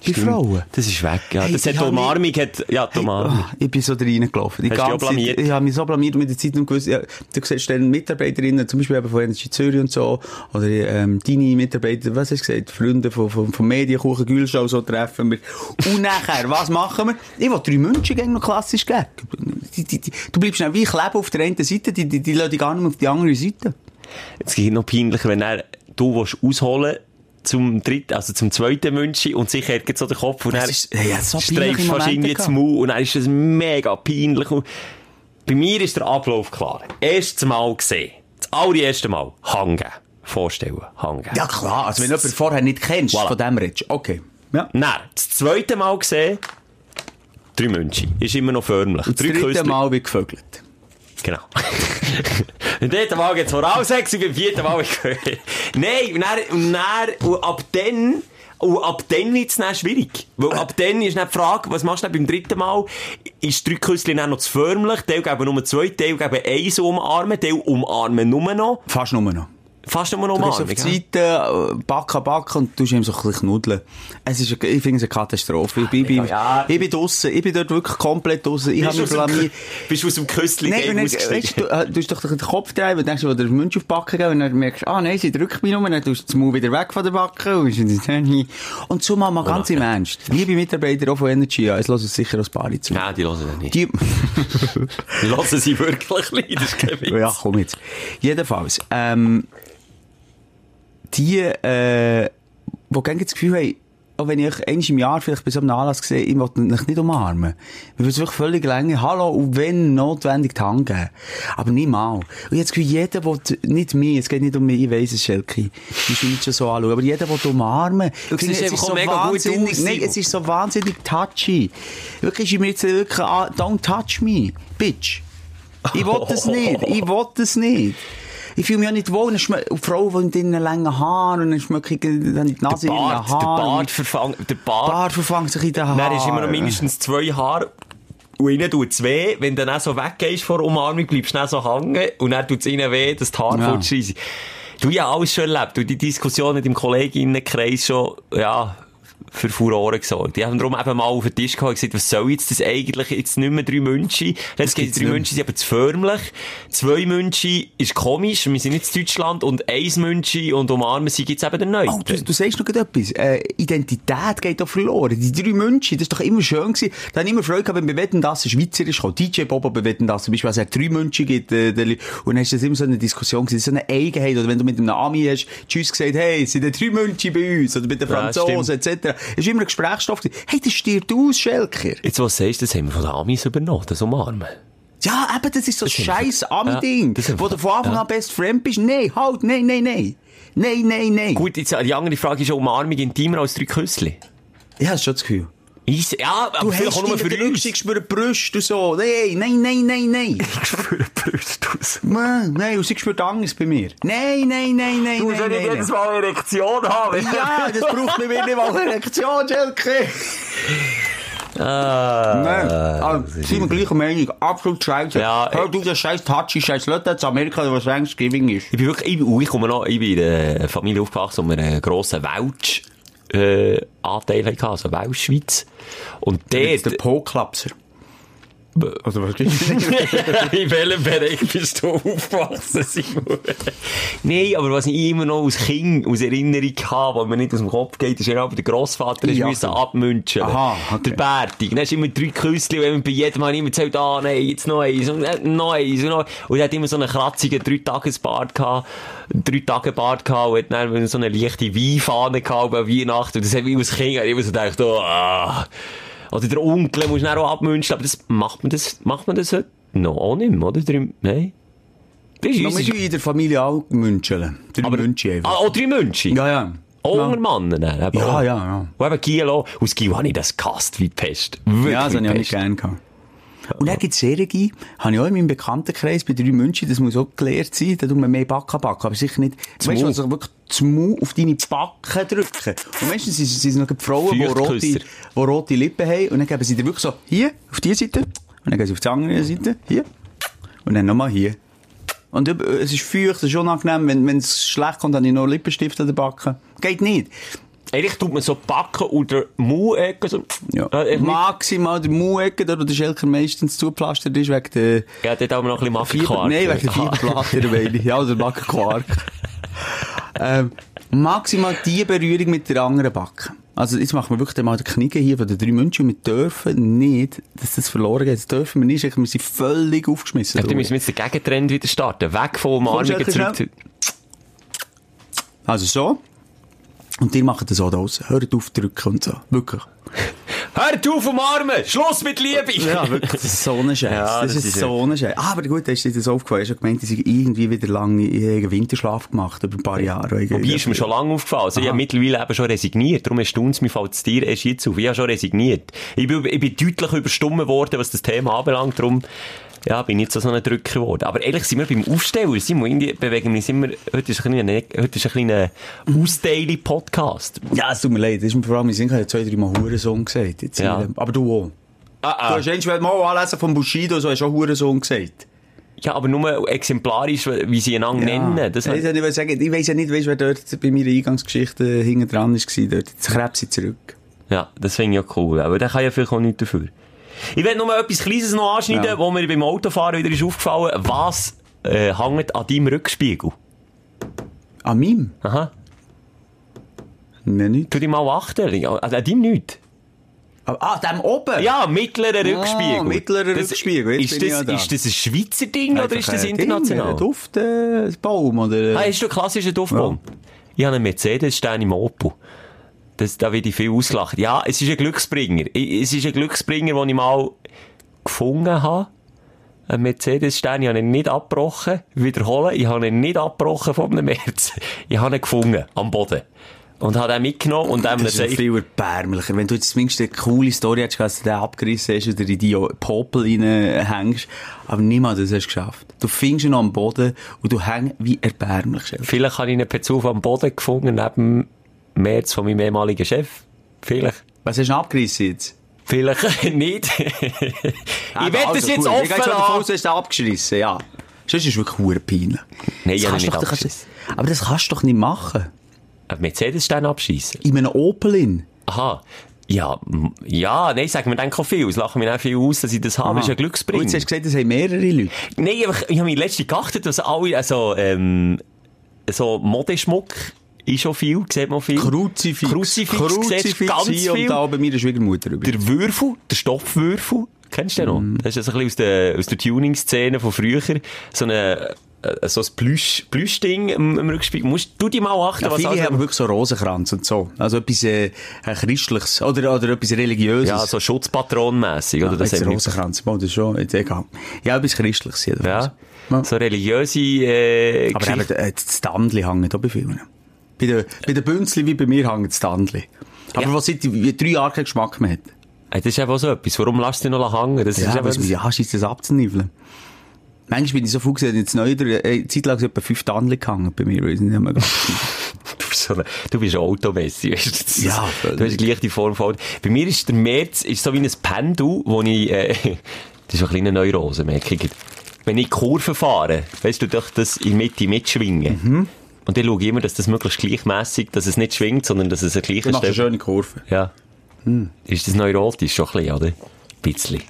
Speaker 4: Bei Frauen.
Speaker 5: Das ist weg, ja.
Speaker 4: Oh. Hey,
Speaker 5: das
Speaker 4: ich
Speaker 5: hat die
Speaker 4: hab mich-
Speaker 5: Umarmung, hat... Ja, die
Speaker 4: Hey,
Speaker 5: Umarmung.
Speaker 4: ah, ich bin so da reingelaufen. Die
Speaker 5: Hast du dich
Speaker 4: ganze
Speaker 5: auch blamiert?
Speaker 4: Zeit, ich habe mich so blamiert und mit der Zeit nicht gewusst, ja, du siehst dann Mitarbeiterinnen, zum Beispiel eben von Energy Zürich und so, oder ähm, deine Mitarbeiter, was hast du gesagt, Freunde von, von, von Medienkuchen, Gülschau, so treffen wir. Und nachher, was machen wir? Ich will drei München gegen noch klassisch geben. Die, die, die, du bleibst dann wie kleben auf der einen Seite, die, die, die lassen dich gar nicht mehr auf die andere Seite. oh.
Speaker 5: Es geht noch peinlicher, wenn er... Du willst ausholen zum dritten, also zum zweiten Münchi und sich ärgert so den Kopf und
Speaker 4: Das
Speaker 5: er
Speaker 4: ist- hey, er hat so peinliche
Speaker 5: streifst fast
Speaker 4: Momente
Speaker 5: irgendwie
Speaker 4: gehabt.
Speaker 5: zum Mund und dann ist das mega peinlich. Und bei mir ist der Ablauf klar. Erstes Mal gesehen. Das allererste Mal. Hangen. Vorstellen. Hangen.
Speaker 4: Ja klar, also wenn du jemanden vorher nicht kennst,
Speaker 5: Voilà.
Speaker 4: von dem redest. Okay. Ja.
Speaker 5: Nein, das zweite Mal gesehen, drei München. Ist immer noch förmlich.
Speaker 4: Und das
Speaker 5: Drei
Speaker 4: dritte
Speaker 5: Küsschen.
Speaker 4: Mal wie gevögelt.
Speaker 5: Genau. [LAUGHS] Im dritten Mal geht's Voraussex und beim vierten Mal Nein, und dann, und dann, und ab dann, und ab dann wird's dann schwierig. Weil ab dann ist dann die Frage, was machst du dann beim dritten Mal? Ist drei Küsschen dann noch zu förmlich? Teil geben nur zwei, Teil geben eins um umarmen, Teil umarmen nur noch.
Speaker 4: Fast nur noch.
Speaker 5: Fast nur noch um
Speaker 4: Du bist
Speaker 5: umarmen.
Speaker 4: auf die
Speaker 5: gell?
Speaker 4: Seite, äh, backen, backen und tust ihm so ein bisschen knuddeln. Es ist, ich finde es eine Katastrophe. Ich bin, ich bin,
Speaker 5: ja.
Speaker 4: ich bin draussen, ich bin dort wirklich komplett draussen. Ich habe mich
Speaker 5: Bist du aus dem-
Speaker 4: blamiert.
Speaker 5: Bist du aus dem
Speaker 4: Nein, und
Speaker 5: Küsschen
Speaker 4: dann, weißt, du,
Speaker 5: ausgestiegen?
Speaker 4: äh, du hast doch den Kopf drehen, und denkst, du willst den Mund auf die Backe geben, und dann merkst du, ah nein, sie drückt mich nur, dann tust du den Mund wieder weg von der Backe, und dann- und zumal mal ganz im Ernst. Liebe Mitarbeiter auch von Energy, ja, es hören sicher ein paar zu.
Speaker 5: Nein, die hören das nicht.
Speaker 4: Die,
Speaker 5: Die hören sie wirklich nicht, das ist kein Witz.
Speaker 4: Ja, komm jetzt. Jedenfalls, ähm, die, äh, die gerne das Gefühl haben, auch wenn ich euch einmal im Jahr vielleicht bei so einem Anlass sehe, ich will euch nicht umarmen. Wir würden wirklich völlig länger, hallo, und wenn notwendig, die Hand geben. Aber nicht mal. Und ich habe das Gefühl, jeder will, nicht mich, es geht nicht um mich, ich weiss es, Schelke, ich will nicht schon so anschauen, aber jeder will umarmen. Ich
Speaker 5: siehst
Speaker 4: finde,
Speaker 5: einfach auch mega gut
Speaker 4: wahnsinnig,
Speaker 5: aus,
Speaker 4: nein,
Speaker 5: Simon.
Speaker 4: es ist so wahnsinnig touchy. Wirklich, ich mir jetzt wirklich, ah, dus an- don't touch me, bitch. Ich will das nicht. Ich will das nicht. ich fühle mich auch nicht wohl. Dann schme- Und die Frau mit ihren langen Haaren und dann schmecke ich dann die Nase
Speaker 5: Der
Speaker 4: in ihren
Speaker 5: Bart, der
Speaker 4: Haaren.
Speaker 5: Bart verfangen, der
Speaker 4: Der
Speaker 5: Bart.
Speaker 4: Bart verfangt sich in den Haaren.
Speaker 5: Dann ist immer noch mindestens zwei Haare. Und innen tut es weh, wenn du dann auch so weggehst vor der Umarmung, bleibst du dann so hängen und dann tut es innen weh, dass die Haare
Speaker 4: Ja.
Speaker 5: ja. sind. Du ja alles schon erlebt. Du die Diskussion mit dem Kolleginnenkreis schon, ja, für Furore gesorgt. Die haben darum eben mal auf den Tisch gehauen und gesagt, was soll jetzt das eigentlich? Jetzt nicht mehr drei München.
Speaker 4: gibt's
Speaker 5: Jetzt gibt es drei
Speaker 4: nicht mehr.
Speaker 5: München, sind aber zu förmlich. Zwei München ist komisch, wir sind nicht in Deutschland und eins München und umarmen sie gibt es eben den neuen.
Speaker 4: Oh, du, du sagst noch gerade etwas. Äh, Identität geht doch verloren. Die drei München, das war doch immer schön. Gewesen. Da habe ich immer Freude gehabt, wenn bei Wetten, dass ein Schweizer ist, gekommen. DJ Bobo bei Wetten, dass zum Beispiel, wenn es drei München gibt, äh, der Li- und dann ist das immer so eine Diskussion gewesen, so eine Eigenheit, oder wenn du mit einem Ami hast, tschüss gesagt, hey, es sind ja drei München bei uns, oder bei den
Speaker 5: Ja,
Speaker 4: Franzosen, etc. Es war immer ein Gesprächsstoff. Gewesen. Hey, das stirbt aus, Schelker.
Speaker 5: Jetzt, was du sagst, das haben wir von den Amis übernommen, das Umarmen.
Speaker 4: Ja, eben, das ist so ein
Speaker 5: ist
Speaker 4: scheiß
Speaker 5: einfach- ja,
Speaker 4: Ami-Ding,
Speaker 5: das ist
Speaker 4: wo
Speaker 5: einfach-
Speaker 4: du von Anfang
Speaker 5: ja.
Speaker 4: an best friend bist. Nein, halt, nein, nein, nein. Nein, nein, nein.
Speaker 5: Gut, jetzt, die andere Frage ist, Umarmung intimer als drei Küssli?
Speaker 4: Ich habe schon das Gefühl.
Speaker 5: Ich, ja, aber
Speaker 4: Du
Speaker 5: vielleicht
Speaker 4: hast
Speaker 5: auch nur für
Speaker 4: dich
Speaker 5: uns.
Speaker 4: rücksicht für die Brüste und so. Nein, nein, nein, nein,
Speaker 5: [LAUGHS]
Speaker 4: nein.
Speaker 5: für den Brust aus.
Speaker 4: Mann, nein, und sie spürt Angst bei mir. Nein, nein, nein, nein,
Speaker 5: Du musst ja
Speaker 4: nein,
Speaker 5: nicht
Speaker 4: nein,
Speaker 5: jedes Mal eine Erektion haben.
Speaker 4: nein. Ja, das braucht bei mir nicht mal eine Reaktion, Jelke.
Speaker 5: Ah,
Speaker 4: Nein, also, sind wir gleicher Meinung. Absolut scheiße.
Speaker 5: Ja, eh,
Speaker 4: Hör
Speaker 5: ich-
Speaker 4: du, das scheiß Tatschi, scheiß Leute aus Amerika, was Thanksgiving ist.
Speaker 5: Ich bin wirklich, ich, bin- und ich komme noch, ich bin in einer Familie aufgewachsen, die einen grossen Welsch, äh, Anteil hatte, also Welschschweiz. Und
Speaker 4: Jetzt
Speaker 5: dort,
Speaker 4: Po-Klapser. Also,
Speaker 5: [LAUGHS]
Speaker 4: was gibt's?
Speaker 5: in welchem Bereich bist du aufgewachsen, Simon? Nein, aber was ich immer noch als Kind, aus Erinnerung habe, was mir nicht aus dem Kopf geht, ist, aber der Grossvater ist
Speaker 4: Ja,
Speaker 5: müssen
Speaker 4: okay.
Speaker 5: abmünchen.
Speaker 4: Aha, okay.
Speaker 5: Der Bärtig. Dann hast du immer drei Küsschen, wenn man bei jedem Mal immer zählt, ah, nein, jetzt noch eins, und äh, noch eins, und noch eins. Und er hat immer so einen kratzigen Drei-Tages-Bart gehabt, Drei-Tage-Bart gehabt, und hat dann so eine leichte Weinfahne gehabt, bei Weihnachten. Und das hat ich als Kind immer so gedacht, oh, ah. Oder der Onkel muss dann auch abmünchen, aber das macht man das, macht man das heute noch auch nicht mehr, oder? Drei, nein. Das ist
Speaker 4: Wir
Speaker 5: unser-
Speaker 4: müssen in der Familie auch müncheln. Drei München
Speaker 5: Ah, Oh.
Speaker 4: einfach.
Speaker 5: auch drei München?
Speaker 4: Ja, ja.
Speaker 5: Ohne Mann, dann eben
Speaker 4: Ja,
Speaker 5: auch.
Speaker 4: ja, ja.
Speaker 5: Und eben Kiel auch. Aus Kiel habe ich das gehasst wie die Pest. Wirklich
Speaker 4: Ja, das
Speaker 5: wie
Speaker 4: habe
Speaker 5: die
Speaker 4: ich auch
Speaker 5: Pest.
Speaker 4: nicht gerne gehabt. Und dann gibt's Serien, habe ich auch in meinem Bekanntenkreis bei drei München, das muss auch gelehrt sein, da tut man mehr Backen backen, aber sicher nicht,
Speaker 5: Zum
Speaker 4: weißt du,
Speaker 5: Mund.
Speaker 4: also wirklich zum Mund auf deine Backen drücken. Und meistens sind sind es noch die Frauen, die rote,
Speaker 5: Feuchtküsser.
Speaker 4: die rote Lippen haben, und dann geben sie dir wirklich so, hier, auf diese Seite, und dann gehen sie auf die andere Seite, hier, und dann nochmal hier. Und üb- es ist feucht, es ist unangenehm, wenn, wenn es schlecht kommt, habe ich noch Lippenstift an der Backe. Geht nicht.
Speaker 5: Eigentlich tut man so Backen oder Mu-Ecken. So.
Speaker 4: Ja.
Speaker 5: Äh, ich mag.
Speaker 4: Maximal der Muecke, dort wo der Schelker meistens zugepflastert ist, wegen der
Speaker 5: Ja, dort haben wir noch ein bisschen
Speaker 4: Fieber,
Speaker 5: Mafia-Quark.
Speaker 4: nein,
Speaker 5: [LAUGHS]
Speaker 4: wegen der Fieberplatte, meine ich. Ja, oder Backenquark. ähm, maximal die Berührung mit der anderen Backe. Also, jetzt machen wir wirklich mal die Kniege hier von den drei München. Wir dürfen nicht, dass das verloren geht. Das dürfen wir nicht. Wir sind völlig aufgeschmissen.
Speaker 5: Da müssen wir jetzt den Gegentrend wieder starten. Weg von Umarmungen
Speaker 4: Kommst du
Speaker 5: zurück.
Speaker 4: etwas
Speaker 5: zu-
Speaker 4: Also, so. Und die machen das auch draus. Hört auf, drücken und so. Wirklich.
Speaker 5: Hört auf, umarmen! Schluss mit Liebe!
Speaker 4: Ja, wirklich, das ist so ein Scheiß.
Speaker 5: Ja,
Speaker 4: das,
Speaker 5: das
Speaker 4: ist
Speaker 5: ist
Speaker 4: so ein Scheiß. Ah, aber gut, hast du dir das aufgefallen? Hast du gemeint, dass ich irgendwie wieder lange ihren Winterschlaf gemacht über ein paar Jahre.
Speaker 5: Wobei ist mir schon lange aufgefallen. Also, ich
Speaker 4: Aha.
Speaker 5: habe mittlerweile eben schon resigniert. Darum erstaunt es mich, fällt es dir erst jetzt auf. Ich habe schon resigniert. Ich bin, ich bin deutlich überstummen worden, was das Thema anbelangt. Darum, ja, bin ich jetzt so ein Drücker geworden. Aber ehrlich, sind wir beim Aufsteller. Simon, irgendwie bewegen wir uns immer, heute ist ein kleiner, heute ist ein kleiner Ausdaily-Podcast.
Speaker 4: Ja, es tut mir leid. Das ist mir vor allem, ich habe ja zwei, drei Mal Hurensohn gesagt. Jetzt
Speaker 5: Ja. Ah,
Speaker 4: in dem- Aber du auch. Du hast einmal mal anlesen von Bushido, so hast du auch Hurensohn gesagt.
Speaker 5: Ja, aber nur exemplarisch, wie sie einander nennen. Das
Speaker 4: ich,
Speaker 5: hat-
Speaker 4: weiss ja nicht, was ich sagen. ich weiss ja nicht, weißt, wer dort bei meiner Eingangsgeschichte hinten dran war. Dort. Jetzt krebs ich zurück.
Speaker 5: Ja, das finde ich ja cool. Aber der kann ja vielleicht auch nichts dafür. Ich will nur etwas Kleines noch anschneiden,
Speaker 4: Ja.
Speaker 5: wo mir beim Autofahren wieder ist aufgefallen. Was äh, hängt an deinem Rückspiegel?
Speaker 4: An meinem?
Speaker 5: Aha.
Speaker 4: Nein, nicht.
Speaker 5: Tu dich mal achten. Also an deinem nicht.
Speaker 4: Aber- Ah, dem oben?
Speaker 5: Ja, mittlerer Rückspiegel.
Speaker 4: mittlerer
Speaker 5: Das-
Speaker 4: Rückspiegel. Jetzt
Speaker 5: Ist
Speaker 4: bin ich
Speaker 5: das,
Speaker 4: ja da.
Speaker 5: ist das ein Schweizer Ding oder ist das
Speaker 4: Einfach ein
Speaker 5: international?
Speaker 4: Ding, ein Duft, äh, ein Baum oder...
Speaker 5: Ah, hast du einen klassischen Duftbaum? Ich habe einen Mercedes, stehe im Opel. Das, da wird ich viel ausgelacht. Ja, es ist ein Glücksbringer. Ich, es ist ein Glücksbringer, den ich mal gefunden habe. Ein Mercedes Stern, ich habe ihn nicht abgebrochen. Wiederholen, ich habe ihn nicht abgebrochen von einem Merz. Ich habe ihn gefunden, am Boden. Und habe den mitgenommen und dem
Speaker 4: Das ist
Speaker 5: gesagt,
Speaker 4: viel erbärmlicher. Wenn du jetzt zumindest eine coole Story hättest, dass du den abgerissen hast oder in die Popel reinhängst. Aber niemand hat das hast geschafft. Du findest ihn noch am Boden und du hängst wie erbärmlich. Chef.
Speaker 5: vielleicht habe ich ihn per Zufall am Boden gefunden, neben dem März von meinem ehemaligen Chef. Vielleicht.
Speaker 4: Was hast du denn abgerissen jetzt?
Speaker 5: Vielleicht [LAUGHS] nicht.
Speaker 4: Ah,
Speaker 5: ich werde das
Speaker 4: also,
Speaker 5: jetzt
Speaker 4: gut. Ich
Speaker 5: offen
Speaker 4: gehe jetzt davon aus,
Speaker 5: lassen.
Speaker 4: du hast ihn abgerissen, ja. Sonst ist es wirklich verdammt peinlich.
Speaker 5: Nein,
Speaker 4: Das kannst
Speaker 5: ich habe ihn
Speaker 4: doch-
Speaker 5: nicht
Speaker 4: das kannst-
Speaker 5: abgeschissen.
Speaker 4: Aber das kannst du doch nicht machen.
Speaker 5: Einen Mercedes-Stern abschießen.
Speaker 4: In einem Opelin.
Speaker 5: Aha. Ja, m- ja, nein, sagen wir denken auch viel. Es lachen mir auch viel aus, dass ich das habe. Das ist ein
Speaker 4: Und
Speaker 5: Glücksbringer.
Speaker 4: jetzt hast du gesagt, das haben mehrere Leute.
Speaker 5: Nein, aber ich, ich habe mich letztens geachtet, dass alle, also, ähm, so Modeschmuck ist schon viel, sieht man viel.
Speaker 4: Kruzifix.
Speaker 5: Kruzifix, siehst du ganz
Speaker 4: hier
Speaker 5: viel.
Speaker 4: und da bei meiner Schwiegermutter. übrigens.
Speaker 5: Der Würfel, der Stoffwürfel, kennst du den noch?
Speaker 4: Mhm.
Speaker 5: Das ist so ein bisschen aus der, aus der Tuning-Szene von früher. So eine, äh, so ein Plüsch, Plüschding im, im Rückspiegel. Musst du dir mal achten,
Speaker 4: Ja,
Speaker 5: was
Speaker 4: viele
Speaker 5: alles-
Speaker 4: haben wirklich so Rosenkranz und so. Also etwas äh, ein christliches oder, oder etwas religiöses.
Speaker 5: Ja, so Schutzpatronmässig, oder? Das
Speaker 4: das
Speaker 5: haben wir-
Speaker 4: Rosenkranz. Oh, das ist schon, jetzt egal. Ja, etwas christliches jedenfalls.
Speaker 5: ja. So religiöse, äh,
Speaker 4: Aber
Speaker 5: Geschichten.
Speaker 4: eben, äh, das Tandli hängt auch bei vielen. Bei den, bei den Bünzli wie bei mir hängt das Tandli. Aber
Speaker 5: Ja.
Speaker 4: was seit wie drei Jahren keinen Geschmack mehr hat.
Speaker 5: Hey, Das ist eben auch so etwas. Warum lässt du dich noch hängen? Das ist
Speaker 4: Ja,
Speaker 5: eben
Speaker 4: was mir ja, scheisst, das abzuniveln. Manchmal bin ich so viel gesehen, jetzt neu, äh, zeitlang sind etwa fünf Tandli gehangen bei mir, weil ich es nicht mehr
Speaker 5: Du bist, so eine, du bist ein Automessi, weißt du?
Speaker 4: Ja,
Speaker 5: Du hast gleich die Form von Auto. Bei mir ist der März ist so wie ein Pendel, wo ich, äh, [LAUGHS] das ist eine kleine Neurose, merke ich. Wenn ich Kurven fahre, weißt du, durch das in die Mitte mitschwingen.
Speaker 4: Mhm.
Speaker 5: Und dann schaue ich immer, dass das möglichst gleichmässig, dass es nicht schwingt, sondern dass es eine gleiche
Speaker 4: Du Hm. machst eine schöne Kurve.
Speaker 5: Ja. Ist das neurotisch schon ein bisschen, oder? Ein bisschen.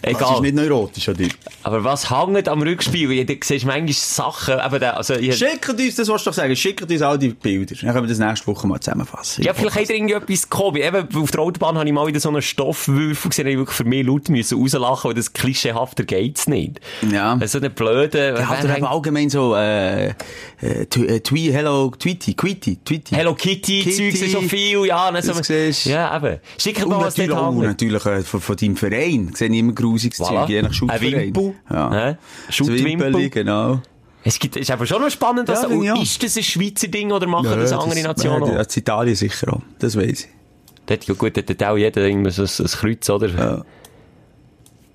Speaker 4: Das ist
Speaker 5: Egal.
Speaker 4: nicht neurotisch an dir.
Speaker 5: Aber was hängt am Rückspiegel? Du siehst manchmal Sachen, eben der, also, ich,
Speaker 4: Schickt uns, das willst du doch sagen, schickt uns all die Bilder. Dann können wir das nächste Woche mal zusammenfassen.
Speaker 5: Ja, vielleicht hat er irgendetwas gekommen. Eben, auf der Autobahn habe ich mal wieder so einen Stoffwürfel gesehen, da habe ich wirklich für mich laut müssen rauslachen, weil das klischeehafter geht's nicht.
Speaker 4: Ja. Also,
Speaker 5: So eine blöde,
Speaker 4: Ja, oder eben allgemein so, äh, äh, tw äh, twi hello, tweety, quitty, tweety.
Speaker 5: Hello Kitty,
Speaker 4: Kitty.
Speaker 5: Zeugs, so viel, ja, dann so,
Speaker 4: Das siehst du.
Speaker 5: ja, eben. Schick mir
Speaker 4: Und
Speaker 5: mal was
Speaker 4: natürlich,
Speaker 5: dort
Speaker 4: auch,
Speaker 5: hängt.
Speaker 4: natürlich äh, von, von deinem Verein. Sehe ich immer grusiges
Speaker 5: Voilà.
Speaker 4: Zeug, je nach
Speaker 5: Ein
Speaker 4: Schuttverein.
Speaker 5: Wimpel. Hä?
Speaker 4: Ja.
Speaker 5: Schuttwimpel.
Speaker 4: Zwimpeli, genau.
Speaker 5: Es gibt, ist einfach schon noch spannend, was
Speaker 4: Ja,
Speaker 5: da,
Speaker 4: finde ich auch.
Speaker 5: ist das ein Schweizer Ding oder machen
Speaker 4: Ja,
Speaker 5: das andere Nationen
Speaker 4: Ja,
Speaker 5: auch?
Speaker 4: das Italien sicher auch. Das weiss ich.
Speaker 5: Dort, ja gut, dort hat auch jeder irgendwie so ein, ein Kreuz, oder?
Speaker 4: Ja.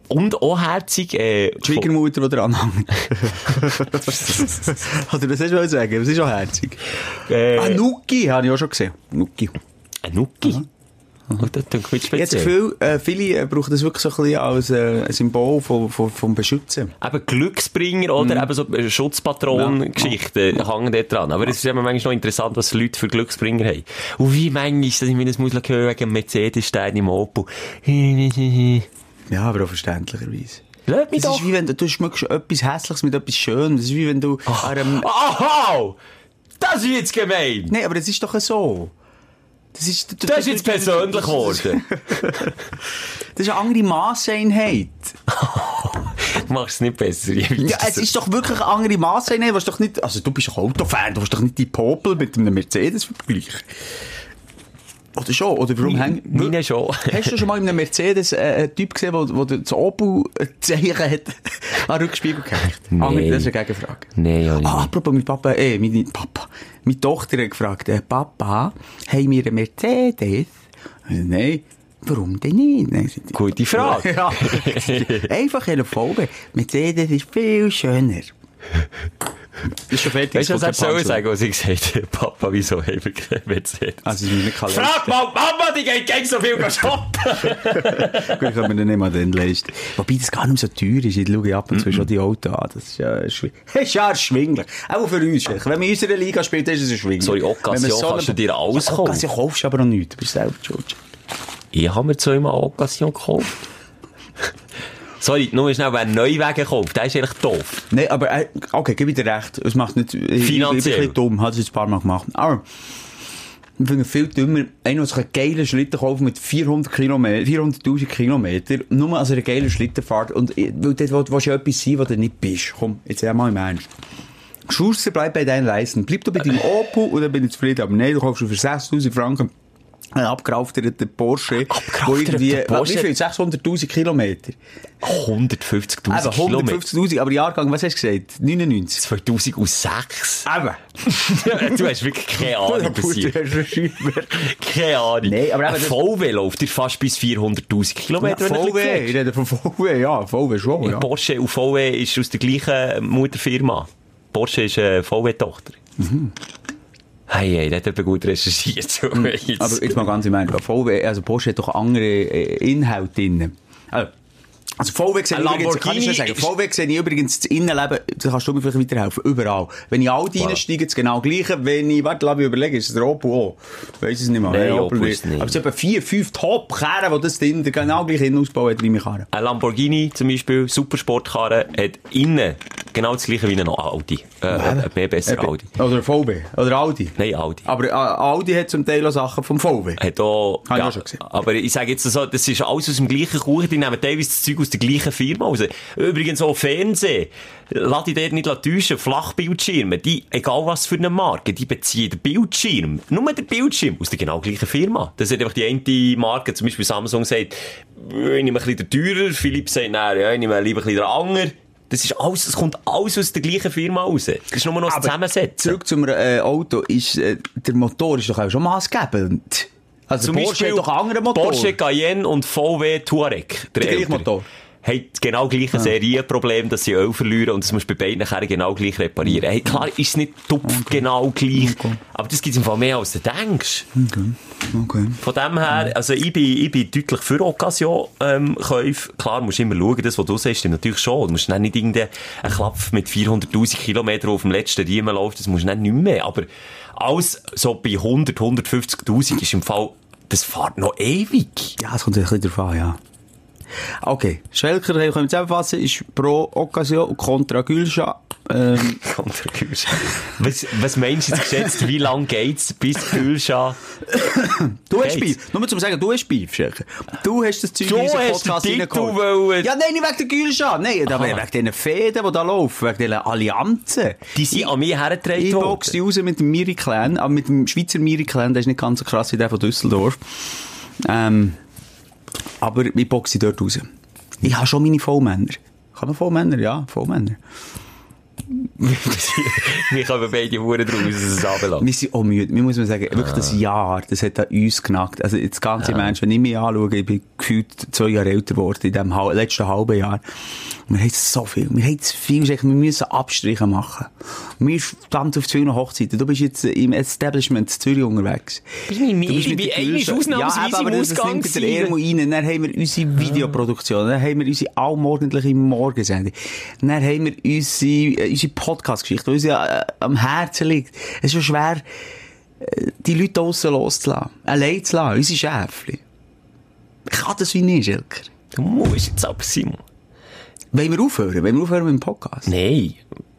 Speaker 5: Und auch herzig, äh,
Speaker 4: Die Schwiegermutter, die dran
Speaker 5: [LAUGHS]
Speaker 4: hängt. [LAUGHS] Oder das hast du auch sagen, das ist auch herzig.
Speaker 5: äh,
Speaker 4: Ah, Nuki, habe ich auch schon gesehen. Nuki.
Speaker 5: ein Nuki. Und das klingt speziell.
Speaker 4: Ich habe das Gefühl, äh, viele äh, brauchen das wirklich so ein bisschen als äh, ein Symbol von, von, vom Beschützen.
Speaker 5: eben Glücksbringer oder eben so äh, Schutzpatron-Geschichten hängen dort dran. Aber es ist eben manchmal noch interessant, was Leute für Glücksbringer haben. Und wie manchmal, dass ich mir das muss hören wegen dem Mercedes-Stein im Opel. Lass
Speaker 4: Ja, aber auch verständlicherweise.
Speaker 5: mich
Speaker 4: Es ist
Speaker 5: doch.
Speaker 4: wie wenn du, du schmückst etwas Hässliches mit etwas Schönes. Es ist wie wenn du... an einem-
Speaker 5: Aha! Das ist jetzt gemein!
Speaker 4: Nein, aber das ist doch so. Das ist, du-
Speaker 5: Das ist
Speaker 4: du-
Speaker 5: jetzt
Speaker 4: du-
Speaker 5: persönlich [LAUGHS] geworden.
Speaker 4: Das ist eine andere Masseinheit.
Speaker 5: Du machst es nicht
Speaker 4: [LAUGHS]
Speaker 5: besser.
Speaker 4: Ja, es ist doch wirklich eine andere Masseinheit. Was doch nicht, also du bist doch Autofan, du willst doch nicht die Popel mit einem Mercedes vergleichen. Oder schon? Oder warum
Speaker 5: Meine-
Speaker 4: hängt-
Speaker 5: meine schon.
Speaker 4: [LAUGHS] Hast du schon mal in einem Mercedes äh, einen Typ gesehen, der wo, wo das [LAUGHS] Opel-Zeichen hat an den Rückspiegel gehängt?
Speaker 5: Nein.
Speaker 4: Andere- Das ist eine Gegenfrage.
Speaker 5: Nein, ja,
Speaker 4: Ah,
Speaker 5: nicht.
Speaker 4: apropos, mein Papa, eh, meine, Papa, meine Tochter hat gefragt, äh, Papa, haben wir einen Mercedes? Eh, Ich so, Nein. Warum denn nicht? Nein, sie-
Speaker 5: Gute Frage.
Speaker 4: Ja. Einfach eine Folge. Mercedes ist viel schöner. Ist schon fertig.
Speaker 5: Weißt du, was
Speaker 4: kommt
Speaker 5: er soll
Speaker 4: kein Punchline.
Speaker 5: sagen, was ich gesagt habe? Papa, wieso haben wir keinen Mercedes?
Speaker 4: Also, ich bin nicht kann
Speaker 5: Frag mal, Mama, die geht gegen so [LAUGHS] viel shoppen!
Speaker 4: Gut, ich kann mir den nicht mal den leisten. Wobei das gar nicht so teuer ist. Ich schaue ab und zu schon die Autos an. Das ist ja, eh, schwi- [LAUGHS] das ist ja erschwinglich. Auch für uns. Schäch. Wenn man in unserer Liga spielt, ist es erschwinglich.
Speaker 5: Sorry,
Speaker 4: Wenn man
Speaker 5: Occasion
Speaker 4: eine-
Speaker 5: kannst du dir alles
Speaker 4: Ja, Occasion kaufst du aber noch nichts. Du bist selber schuld.
Speaker 5: Ich habe mir zweimal Occasion gekauft.
Speaker 4: [LAUGHS]
Speaker 5: Sorry, nur schnell, wer Neuwagen kauft, der ist eigentlich doof.
Speaker 4: Nein, aber äh, okay, gebe ich dir recht. Es macht nicht... Ich, Ich bin
Speaker 5: Finanziell.
Speaker 4: ein bisschen dumm. Hat es jetzt ein paar Mal gemacht. Aber... Ich finde es viel dümmer, einen aus einem geilen Schlitten kaufen mit 400 Kilometer, 400.000 Kilometer, nur als einer geilen Schlittenfahrt. Und ich- weil dort willst- willst du ja etwas sein, was du nicht bist. Komm, jetzt einmal im Ernst. Schuster, bleib bei deinen Leisten. Bleib doch bei deinem Opel und dann bin ich zufrieden. Aber nein, du kaufst für 6.000 Franken Ein abgeraufterter
Speaker 5: [LAUGHS]
Speaker 4: Porsche. wo irgendwie,
Speaker 5: Porsche.
Speaker 4: Wie viel? 600.000 Kilometer. Ah,
Speaker 5: 150.000
Speaker 4: Eben,
Speaker 5: Kilometer.
Speaker 4: 150.000, aber Jahrgang, was hast du gesagt? 99.
Speaker 5: 2006.
Speaker 4: Eben.
Speaker 5: [LAUGHS] du hast wirklich
Speaker 4: [LAUGHS]
Speaker 5: keine Ahnung, was
Speaker 4: Gut,
Speaker 5: hier.
Speaker 4: du hast recherchiert.
Speaker 5: Keine Ahnung.
Speaker 4: Nee, aber eben
Speaker 5: Ein
Speaker 4: das-
Speaker 5: VW läuft dir fast bis 400.000 Kilometer.
Speaker 4: Ja,
Speaker 5: wenn du ein bisschen
Speaker 4: VW, ich
Speaker 5: siehst.
Speaker 4: rede von VW, ja, VW schon, ja.
Speaker 5: Porsche und VW ist aus der gleichen Mutterfirma. Porsche ist eine VW-Tochter.
Speaker 4: Mhm.
Speaker 5: Hey, hey, der hat jemand gut recherchiert. Aber
Speaker 4: Aber jetzt mal ganz im Ernst, VW, also Porsche hat doch andere äh, Inhalte drin. Also, also VW sehe
Speaker 5: Ein
Speaker 4: ich übrigens, kann ich schon
Speaker 5: Lamborghini
Speaker 4: sagen,
Speaker 5: ist-
Speaker 4: VW sehe ich übrigens das Innenleben, da kannst du mir vielleicht weiterhelfen, überall. Wenn ich Audi
Speaker 5: Voilà.
Speaker 4: reinsteige, ist es genau gleiche, wenn ich, warte, lass mich überlegen, ist es der Opel auch? Ich weiss es nicht mehr.
Speaker 5: Nein,
Speaker 4: Ja,
Speaker 5: Opel ist nicht.
Speaker 4: Aber es sind etwa vier, fünf Top-Kerne, die das drin, der genau gleich innen ausgebaut hat wie meine Karre.
Speaker 5: Ein Lamborghini zum Beispiel, Supersportkarre, hat innen genau das gleiche wie ein Audi. Äh, ein mehr besser
Speaker 4: Eben.
Speaker 5: Audi.
Speaker 4: Oder VW, oder Audi.
Speaker 5: Nein, Audi.
Speaker 4: Aber äh, Audi hat zum Teil auch Sachen vom VW.
Speaker 5: Hat auch,
Speaker 4: Hab ich auch schon gesehen.
Speaker 5: aber ich sage jetzt so, das ist alles aus dem gleichen Kuchen, die nehmen teilweise das Zeug aus der gleichen Firma raus. Übrigens auch Fernsehen, lass dich dort nicht täuschen, Flachbildschirme, die, egal was für eine Marke, die beziehen den Bildschirm, nur den Bildschirm, aus der genau gleichen Firma. Das hat einfach die eine Marke, zum Beispiel Samsung sagt, äh, ich nehme ein bisschen den teurer, Philips sagt, nein, ja, ich nehme lieber ein bisschen den anderen. Das ist alles, das kommt alles aus der gleichen Firma raus. Das ist nur noch das Zusammensetzen.
Speaker 4: Zurück zum äh, Auto. Ist, äh, der Motor ist doch auch schon maßgebend. Also der Porsche hat doch einen anderen Motor.
Speaker 5: Porsche Cayenne und VW Touareg.
Speaker 4: Der
Speaker 5: Der
Speaker 4: gleiche
Speaker 5: ältere,
Speaker 4: Motor.
Speaker 5: Haben das genau gleiche Serienproblem, dass sie Öl verlieren und das musst du bei beiden nachher genau gleich reparieren. Hey, klar ist es nicht tupf genau gleich, aber das gibt es im Fall mehr als du denkst.
Speaker 4: Okay.
Speaker 5: Von dem her, also ich bin, ich bin deutlich für Occasion-Käufe. Klar, musst du immer schauen, das, was du sagst, stimmt natürlich schon. Du musst dann nicht irgendeinen Klapf mit 400'000 Kilometern der auf dem letzten Riemen läuft, das musst du dann nicht mehr. Aber alles so bei 100, 150'000 ist im Fall, das fährt noch Nou, ewig.
Speaker 4: Ja, es kommt ein bisschen drauf an, ja. Okay. Schelker, können wir zusammenfassen, ist pro Occasion und contra Gülscha. Ähm,
Speaker 5: was, was meinst du jetzt geschätzt, wie lange geht's bis Gülscha?
Speaker 4: du hast
Speaker 5: Geht's?
Speaker 4: Beef. Nur mal zum Sagen, du hast Beef, Schelker. Du hast das Zeug
Speaker 5: Du
Speaker 4: in unseren
Speaker 5: hast den Titel
Speaker 4: reingeholt.
Speaker 5: wollen.
Speaker 4: Ja, nein, nicht wegen der Gülscha. Nein, aber
Speaker 5: Aha.
Speaker 4: wegen diesen Fäden, die da laufen, wegen diesen Allianzen.
Speaker 5: Die sind an mich hergetragen
Speaker 4: Ich boxe
Speaker 5: worden.
Speaker 4: die raus mit dem Miri Clan, aber mit dem Schweizer Miri Clan, der ist nicht ganz so krass wie der von Düsseldorf. Ähm, aber ich boxe sie dort raus. Ich habe schon meine Vollmänner. Kann man Vollmänner? Ja, Vollmänner.
Speaker 5: [LAUGHS] Wir kommen beide Huren draus, dass es runterlässt.
Speaker 4: Wir sind auch müde. Wir muss man sagen, wirklich das Jahr, das hat an uns genagt. Also jetzt ganze Menschen, wenn ich mich anschaue, ich bin gefühlt zwei Jahre älter geworden in dem hal letzten halben Jahr. Wir haben so viel. Wir haben zu viel. Wir müssen Abstriche machen. Wir standen auf zu vielen Hochzeiten. Du bist jetzt im Establishment in Zürich unterwegs.
Speaker 5: Bin ich mir-
Speaker 4: Du bist
Speaker 5: ich
Speaker 4: mit
Speaker 5: bin
Speaker 4: der
Speaker 5: einmal
Speaker 4: Gülscha-
Speaker 5: ausnahmsweise
Speaker 4: eben, aber
Speaker 5: im
Speaker 4: das- das
Speaker 5: Ausgang
Speaker 4: nimmt der
Speaker 5: gewesen.
Speaker 4: Ermo rein. Dann haben wir unsere Videoproduktion. Dann haben wir unsere allmorgendliche Morgensendung. Dann haben wir unsere, äh, unsere Podcast-Geschichte, die uns ja, äh, am Herzen liegt. Es ist schon schwer, äh, die Leute aussen loszulassen. Allein zu lassen. Unsere Schäfchen. Ich kann das wie nicht, Schilker.
Speaker 5: Du musst jetzt ab, Simon.
Speaker 4: Wollen wir aufhören? Wollen wir aufhören mit dem Podcast?
Speaker 5: Nein.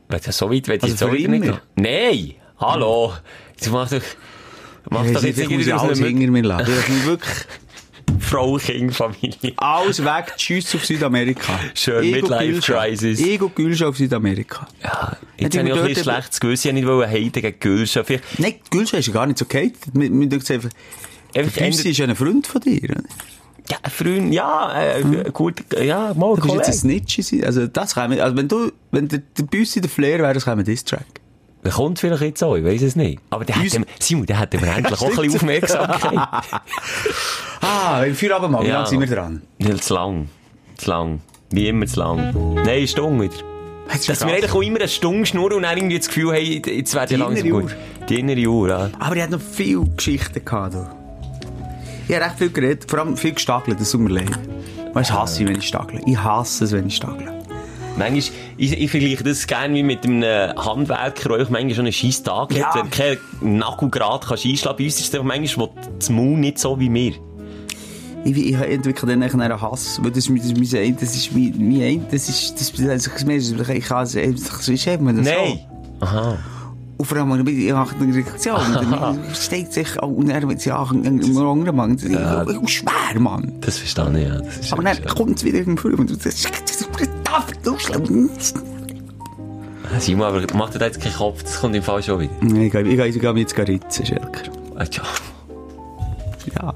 Speaker 5: Weil das so weit will ich
Speaker 4: Also
Speaker 5: jetzt auch
Speaker 4: für
Speaker 5: wieder nicht
Speaker 4: immer?
Speaker 5: gehen. Nein! Hallo! Jetzt mach doch, mach
Speaker 4: Ich
Speaker 5: doch
Speaker 4: weiss nicht,
Speaker 5: jetzt
Speaker 4: vielleicht muss
Speaker 5: irgendwie
Speaker 4: ich
Speaker 5: aus
Speaker 4: alles
Speaker 5: einer
Speaker 4: hinter mir lassen. Vielleicht muss ich wirklich
Speaker 5: Frau, Kind, Familie.
Speaker 4: alles weg. Tschüss auf Südamerika.
Speaker 5: Schön,
Speaker 4: Ich und
Speaker 5: Midlife
Speaker 4: Gülscha.
Speaker 5: Crisis.
Speaker 4: Ich und Gülscha auf Südamerika.
Speaker 5: Ja,
Speaker 4: Hat
Speaker 5: jetzt habe ich auch ein
Speaker 4: jemand
Speaker 5: bisschen
Speaker 4: dort-
Speaker 5: schlechtes Gewissen. Ich wollte nicht heiden gegen Gülscha. Vielleicht,
Speaker 4: Nein, die Gülscha ist ja gar nicht so gehatet. Mir, mir denkt einfach,
Speaker 5: einfach
Speaker 4: Gülscha
Speaker 5: ändert-
Speaker 4: ist ja ein Freund von dir. oder?
Speaker 5: ja, ein Freund, ja, äh, gut, ja, mal,
Speaker 4: Hm? Du bist jetzt ein
Speaker 5: Kollege.
Speaker 4: Snitch. gewesen. Also, das käme, also wenn du, wenn der, der Büssi der Flair wäre, das käme ein Distrack.
Speaker 5: Der kommt vielleicht jetzt auch, ich weiß es nicht. Aber der
Speaker 4: Uns-
Speaker 5: hätte, Simon, der [LAUGHS] hätte mir endlich auch ein bisschen Aufmerksamkeit.
Speaker 4: Ah, im Feierabend mal, wie
Speaker 5: [LAUGHS] Ja.
Speaker 4: lange sind wir dran?
Speaker 5: Nicht zu lang. Zu lang. Wie immer zu lang. Nein, eine Stunde wieder.
Speaker 4: Jetzt
Speaker 5: Dass wir
Speaker 4: verraten.
Speaker 5: eigentlich auch immer eine Stunde schnurren und dann irgendwie das Gefühl haben, jetzt wäre ja
Speaker 4: Die
Speaker 5: langsam
Speaker 4: innere
Speaker 5: gut. Die innere Uhr, ja.
Speaker 4: Aber ich hatte noch viele Geschichten. Gehabt, du. ich habe recht viel geredet, vor allem viel gestagelt, das tut mir leid. Weißt du, hasse ich, wenn ich stagle. Ich hasse es, wenn ich stagle.
Speaker 5: Manchmal, ich, ich vergleiche das gerne wie mit einem Handwerker, der euch manchmal schon einen scheiß Tag
Speaker 4: Ja.
Speaker 5: hat, wenn du keinen Nagelgrad kannst einschlagen Bei uns ist es einfach manchmal will das Maul nicht so wie wir.
Speaker 4: Ich, ich entwickle dann nachher einen Hass, weil das, das, das, das, ist- das ist mein, mein Ein- das ist, das, das, das, das, ich kann es, das ist eben so.
Speaker 5: Nein! Aha.
Speaker 4: Und vor allem, wenn ich nach der Reaktion
Speaker 5: [LAUGHS]
Speaker 4: dann steigt sich auch und er wird sich auch im anderen Mann. Das ist auch schwer, Mann.
Speaker 5: Das verstehe ich, ja. Das ist
Speaker 4: Aber
Speaker 5: wirklich
Speaker 4: dann
Speaker 5: schade.
Speaker 4: kommt es wieder im Film und du sagst, das ist verdammt, du schlimmst.
Speaker 5: Simon, aber mach dir da jetzt keinen Kopf, das kommt im Fall schon wieder.
Speaker 4: Ich gehe ich gehe- ich gehe mich jetzt ritzen, Schelker.
Speaker 5: Ah, tja.
Speaker 4: Ja.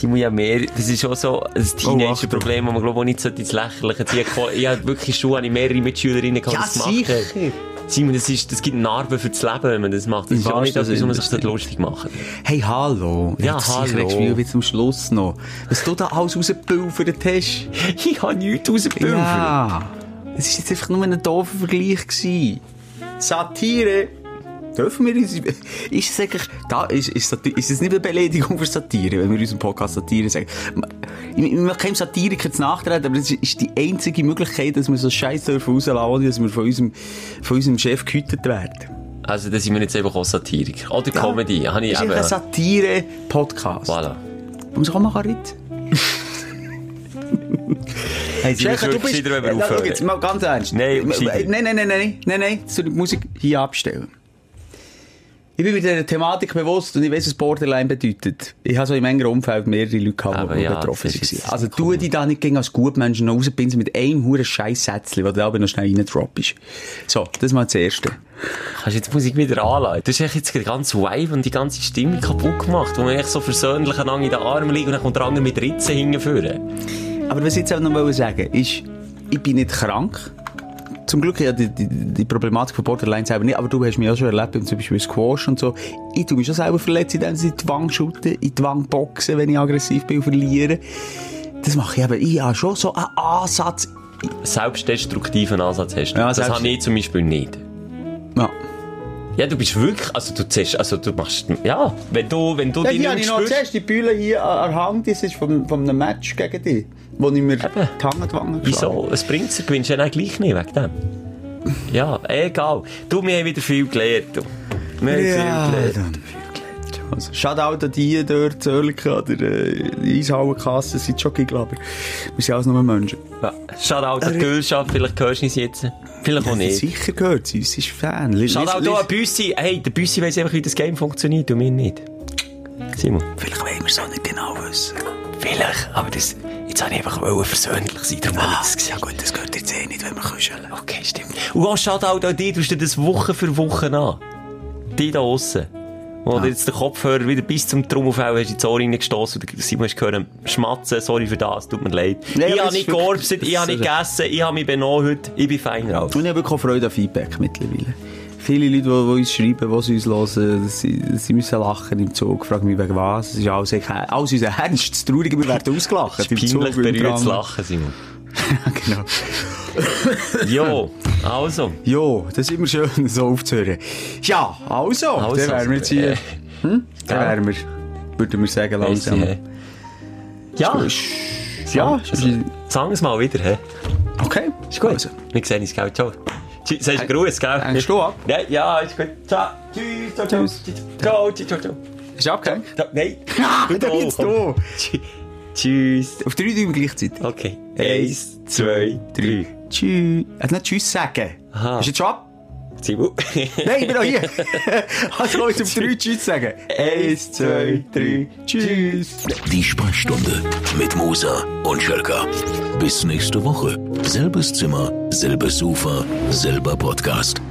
Speaker 5: Die muss ja mehr, das ist auch so ein
Speaker 4: Oh,
Speaker 5: Teenager-Problem, wo man glaube ich auch nicht so ins Lächerliche ziehen kann. Ich habe wirklich schon habe ich mehrere Mitschülerinnen gehabt, die das machen. Simon, das, ist, das gibt Narben fürs Leben, wenn man das macht. Das
Speaker 4: Im
Speaker 5: ist auch
Speaker 4: wahrsten
Speaker 5: nicht etwas, wo man sich
Speaker 4: Sinne.
Speaker 5: dort lustig machen
Speaker 4: [LAUGHS] Hey, hallo.
Speaker 5: Ja,
Speaker 4: Jetzt
Speaker 5: hallo.
Speaker 4: regst du mich wieder zum Schluss noch. Was du da alles rausgepulvert hast.
Speaker 5: Ich habe nichts rausgepülvert.
Speaker 4: Ja. Es war jetzt einfach nur ein doofer Vergleich. Gewesen. Satire. Dürfen wir uns... [LAUGHS] Ist es eigentlich... Da ist, ist, Satire, ist es nicht eine Beleidigung für Satire, wenn wir unseren Podcast Satire sagen? Ich, ich möchte keinem Satiriker zu nachtreten, aber es ist, ist die einzige Möglichkeit, dass wir so Scheiß dürfen rauslassen, ohne dass wir von unserem, von unserem Chef gehütet werden.
Speaker 5: Also, da sind wir jetzt einfach auch Satiriker. Oder Comedy, habe ich
Speaker 4: Das ist
Speaker 5: eben.
Speaker 4: einfach ein Satire-Podcast.
Speaker 5: Voilà.
Speaker 4: Warum soll man Karit?
Speaker 5: [LAUGHS] Hey, sind wir jetzt wirklich gescheiter, wenn wir
Speaker 4: Ja, schau
Speaker 5: aufhören?
Speaker 4: jetzt mal ganz ernst.
Speaker 5: Nein, gescheiter.
Speaker 4: nein, nein, nein, nein, nein, nein, nein, das soll die Musik hier abstellen. Ich bin mir dieser Thematik bewusst und ich weiß, was Borderline bedeutet. Ich habe so im engeren Umfeld mehrere Leute gehabt,
Speaker 5: Aber
Speaker 4: die
Speaker 5: ja,
Speaker 4: betroffen
Speaker 5: das ist
Speaker 4: waren.
Speaker 5: jetzt-
Speaker 4: Also tu dich da nicht gegen als Gutmenschen noch rauspinseln mit einem huren Scheiss-Sätzchen, das du aber noch schnell reindroppst. So, das mal das Erste.
Speaker 5: Kannst du jetzt die Musik wieder anleiten? Du hast echt jetzt den ganzen Vibe und die ganze Stimmung kaputt gemacht, wo man echt so versöhnlich lang in den Armen liegt und dann kommt der andere mit Ritzen hingeführen.
Speaker 4: Aber was ich jetzt auch noch wollte sagen ist, ich bin nicht krank. Zum Glück ja die, die, die Problematik von Borderline selber nicht, aber du hast mich auch schon erlebt, beim zum Beispiel Squash und so. Ich tue mich schon selber verletzen, indem ich in die Wange schütte, in die Wange boxe, wenn ich aggressiv bin und verliere. Das mache ich aber. Ich habe schon so einen Ansatz.
Speaker 5: Selbstdestruktiven Ansatz hast du.
Speaker 4: Ja,
Speaker 5: das
Speaker 4: selbst-
Speaker 5: habe ich zum Beispiel nicht.
Speaker 4: Ja.
Speaker 5: Ja, du bist wirklich, also du ziehst, also du machst, ja, wenn du, wenn du dich
Speaker 4: hier habe
Speaker 5: nicht
Speaker 4: ich noch
Speaker 5: spürst-
Speaker 4: zuerst die Bühne hier an der Hand, das ist von, von einem Match gegen dich, wo ich mir die Hand gewangen
Speaker 5: Wieso? Es bringt dir, gewinnst du ja dann gleich nicht wegen dem. Ja, egal. Du, wir haben wieder viel gelernt. Du. Wir haben
Speaker 4: Ja,
Speaker 5: viel gelernt.
Speaker 4: dann viel gelernt. Also, Shoutout an die dort, Zölke, an der äh, Eishallenkasse, sind Jockey, glaube ich. Wir sind alles nur Menschen.
Speaker 5: Ja. Shoutout an die Gülschaft, vielleicht hörst du uns jetzt. Vielleicht auch nicht.
Speaker 4: Sicher gehört sie, sie ist Fan. Lies-
Speaker 5: Shoutout
Speaker 4: lies-
Speaker 5: auch an Büssi. Hey, der Büssi weiss einfach, wie das Game funktioniert und wir nicht. Simon.
Speaker 4: Vielleicht wollen wir es auch nicht genau wissen.
Speaker 5: Vielleicht, aber das, jetzt wollte ich einfach wollen versöhnlich sein, darum habe ich das gesagt.
Speaker 4: gut, das gehört jetzt eh nicht, wenn wir kuscheln.
Speaker 5: Okay, stimmt. Und auch Shoutout an dich, du hast dir das Woche für Woche an. Die da aussen. Wo du jetzt den Kopfhörer wieder bis zum Trommelfell hast ins Ohr reingestossen und der Simon hast gehört, schmatzen, sorry für das, tut mir leid.
Speaker 4: Nee, aber
Speaker 5: ich habe
Speaker 4: das
Speaker 5: nicht
Speaker 4: ist wirklich-
Speaker 5: georbset, ich
Speaker 4: das
Speaker 5: habe nicht
Speaker 4: ist-
Speaker 5: gegessen, ich habe mich benommen heute, ich bin fein drauf.
Speaker 4: Und ich habe wirklich auch Freude an Feedback mittlerweile. Viele Leute, die, die uns schreiben, die sie uns hören, sie, sie müssen lachen im Zug. Fragen mich wegen was. Es ist alles, alles unser Ernst. Das Traurige, wir werden ausgelacht.
Speaker 5: Das ist peinlich berührt
Speaker 4: [LAUGHS]
Speaker 5: zu lachen, Simon.
Speaker 4: genau.
Speaker 5: Jo, also.
Speaker 4: Jo, das ist immer schön, so aufzuhören. Ja, also,
Speaker 5: also
Speaker 4: dann wären wir jetzt hier.
Speaker 5: äh,
Speaker 4: dann wären wir, würden wir sagen,
Speaker 5: langsam.
Speaker 4: langsam.
Speaker 5: Ja,
Speaker 4: Ja,
Speaker 5: also, sagen wir es mal wieder, hä?
Speaker 4: okay.
Speaker 5: Ist gut.
Speaker 4: Also,
Speaker 5: Wir sehen uns, gell? Ciao. Tschüss, sagst du Gruß, gell?
Speaker 4: hängst du ab?
Speaker 5: Nein, ja, ist gut. Ciao. Tschüss, ciao, ciao.
Speaker 4: Tschüss.
Speaker 5: Ciao, ciao, ciao, ciao.
Speaker 4: ist abgehängt.
Speaker 5: Ciao,
Speaker 4: [LAUGHS]
Speaker 5: Nein.
Speaker 4: Ah,
Speaker 5: Gut,
Speaker 4: da
Speaker 5: oh,
Speaker 4: bist
Speaker 5: komm.
Speaker 4: du.
Speaker 5: Tschü- Tschüss.
Speaker 4: Auf drei Daumen gleichzeitig.
Speaker 5: Okay. Eins, zwei, drei.
Speaker 4: Tschüss. Also nicht Tschüss sagen.
Speaker 5: Aha.
Speaker 4: Ist jetzt schon ab?
Speaker 5: [LAUGHS] Simon.
Speaker 4: Nein, ich bin noch hier. also, los, auf drei Tschüss sagen. Eins, zwei, drei. Tschüss.
Speaker 3: Die Sprechstunde mit Musa und Schelka. Bis nächste Woche. Selbes Zimmer, selbes Sofa, selber Podcast.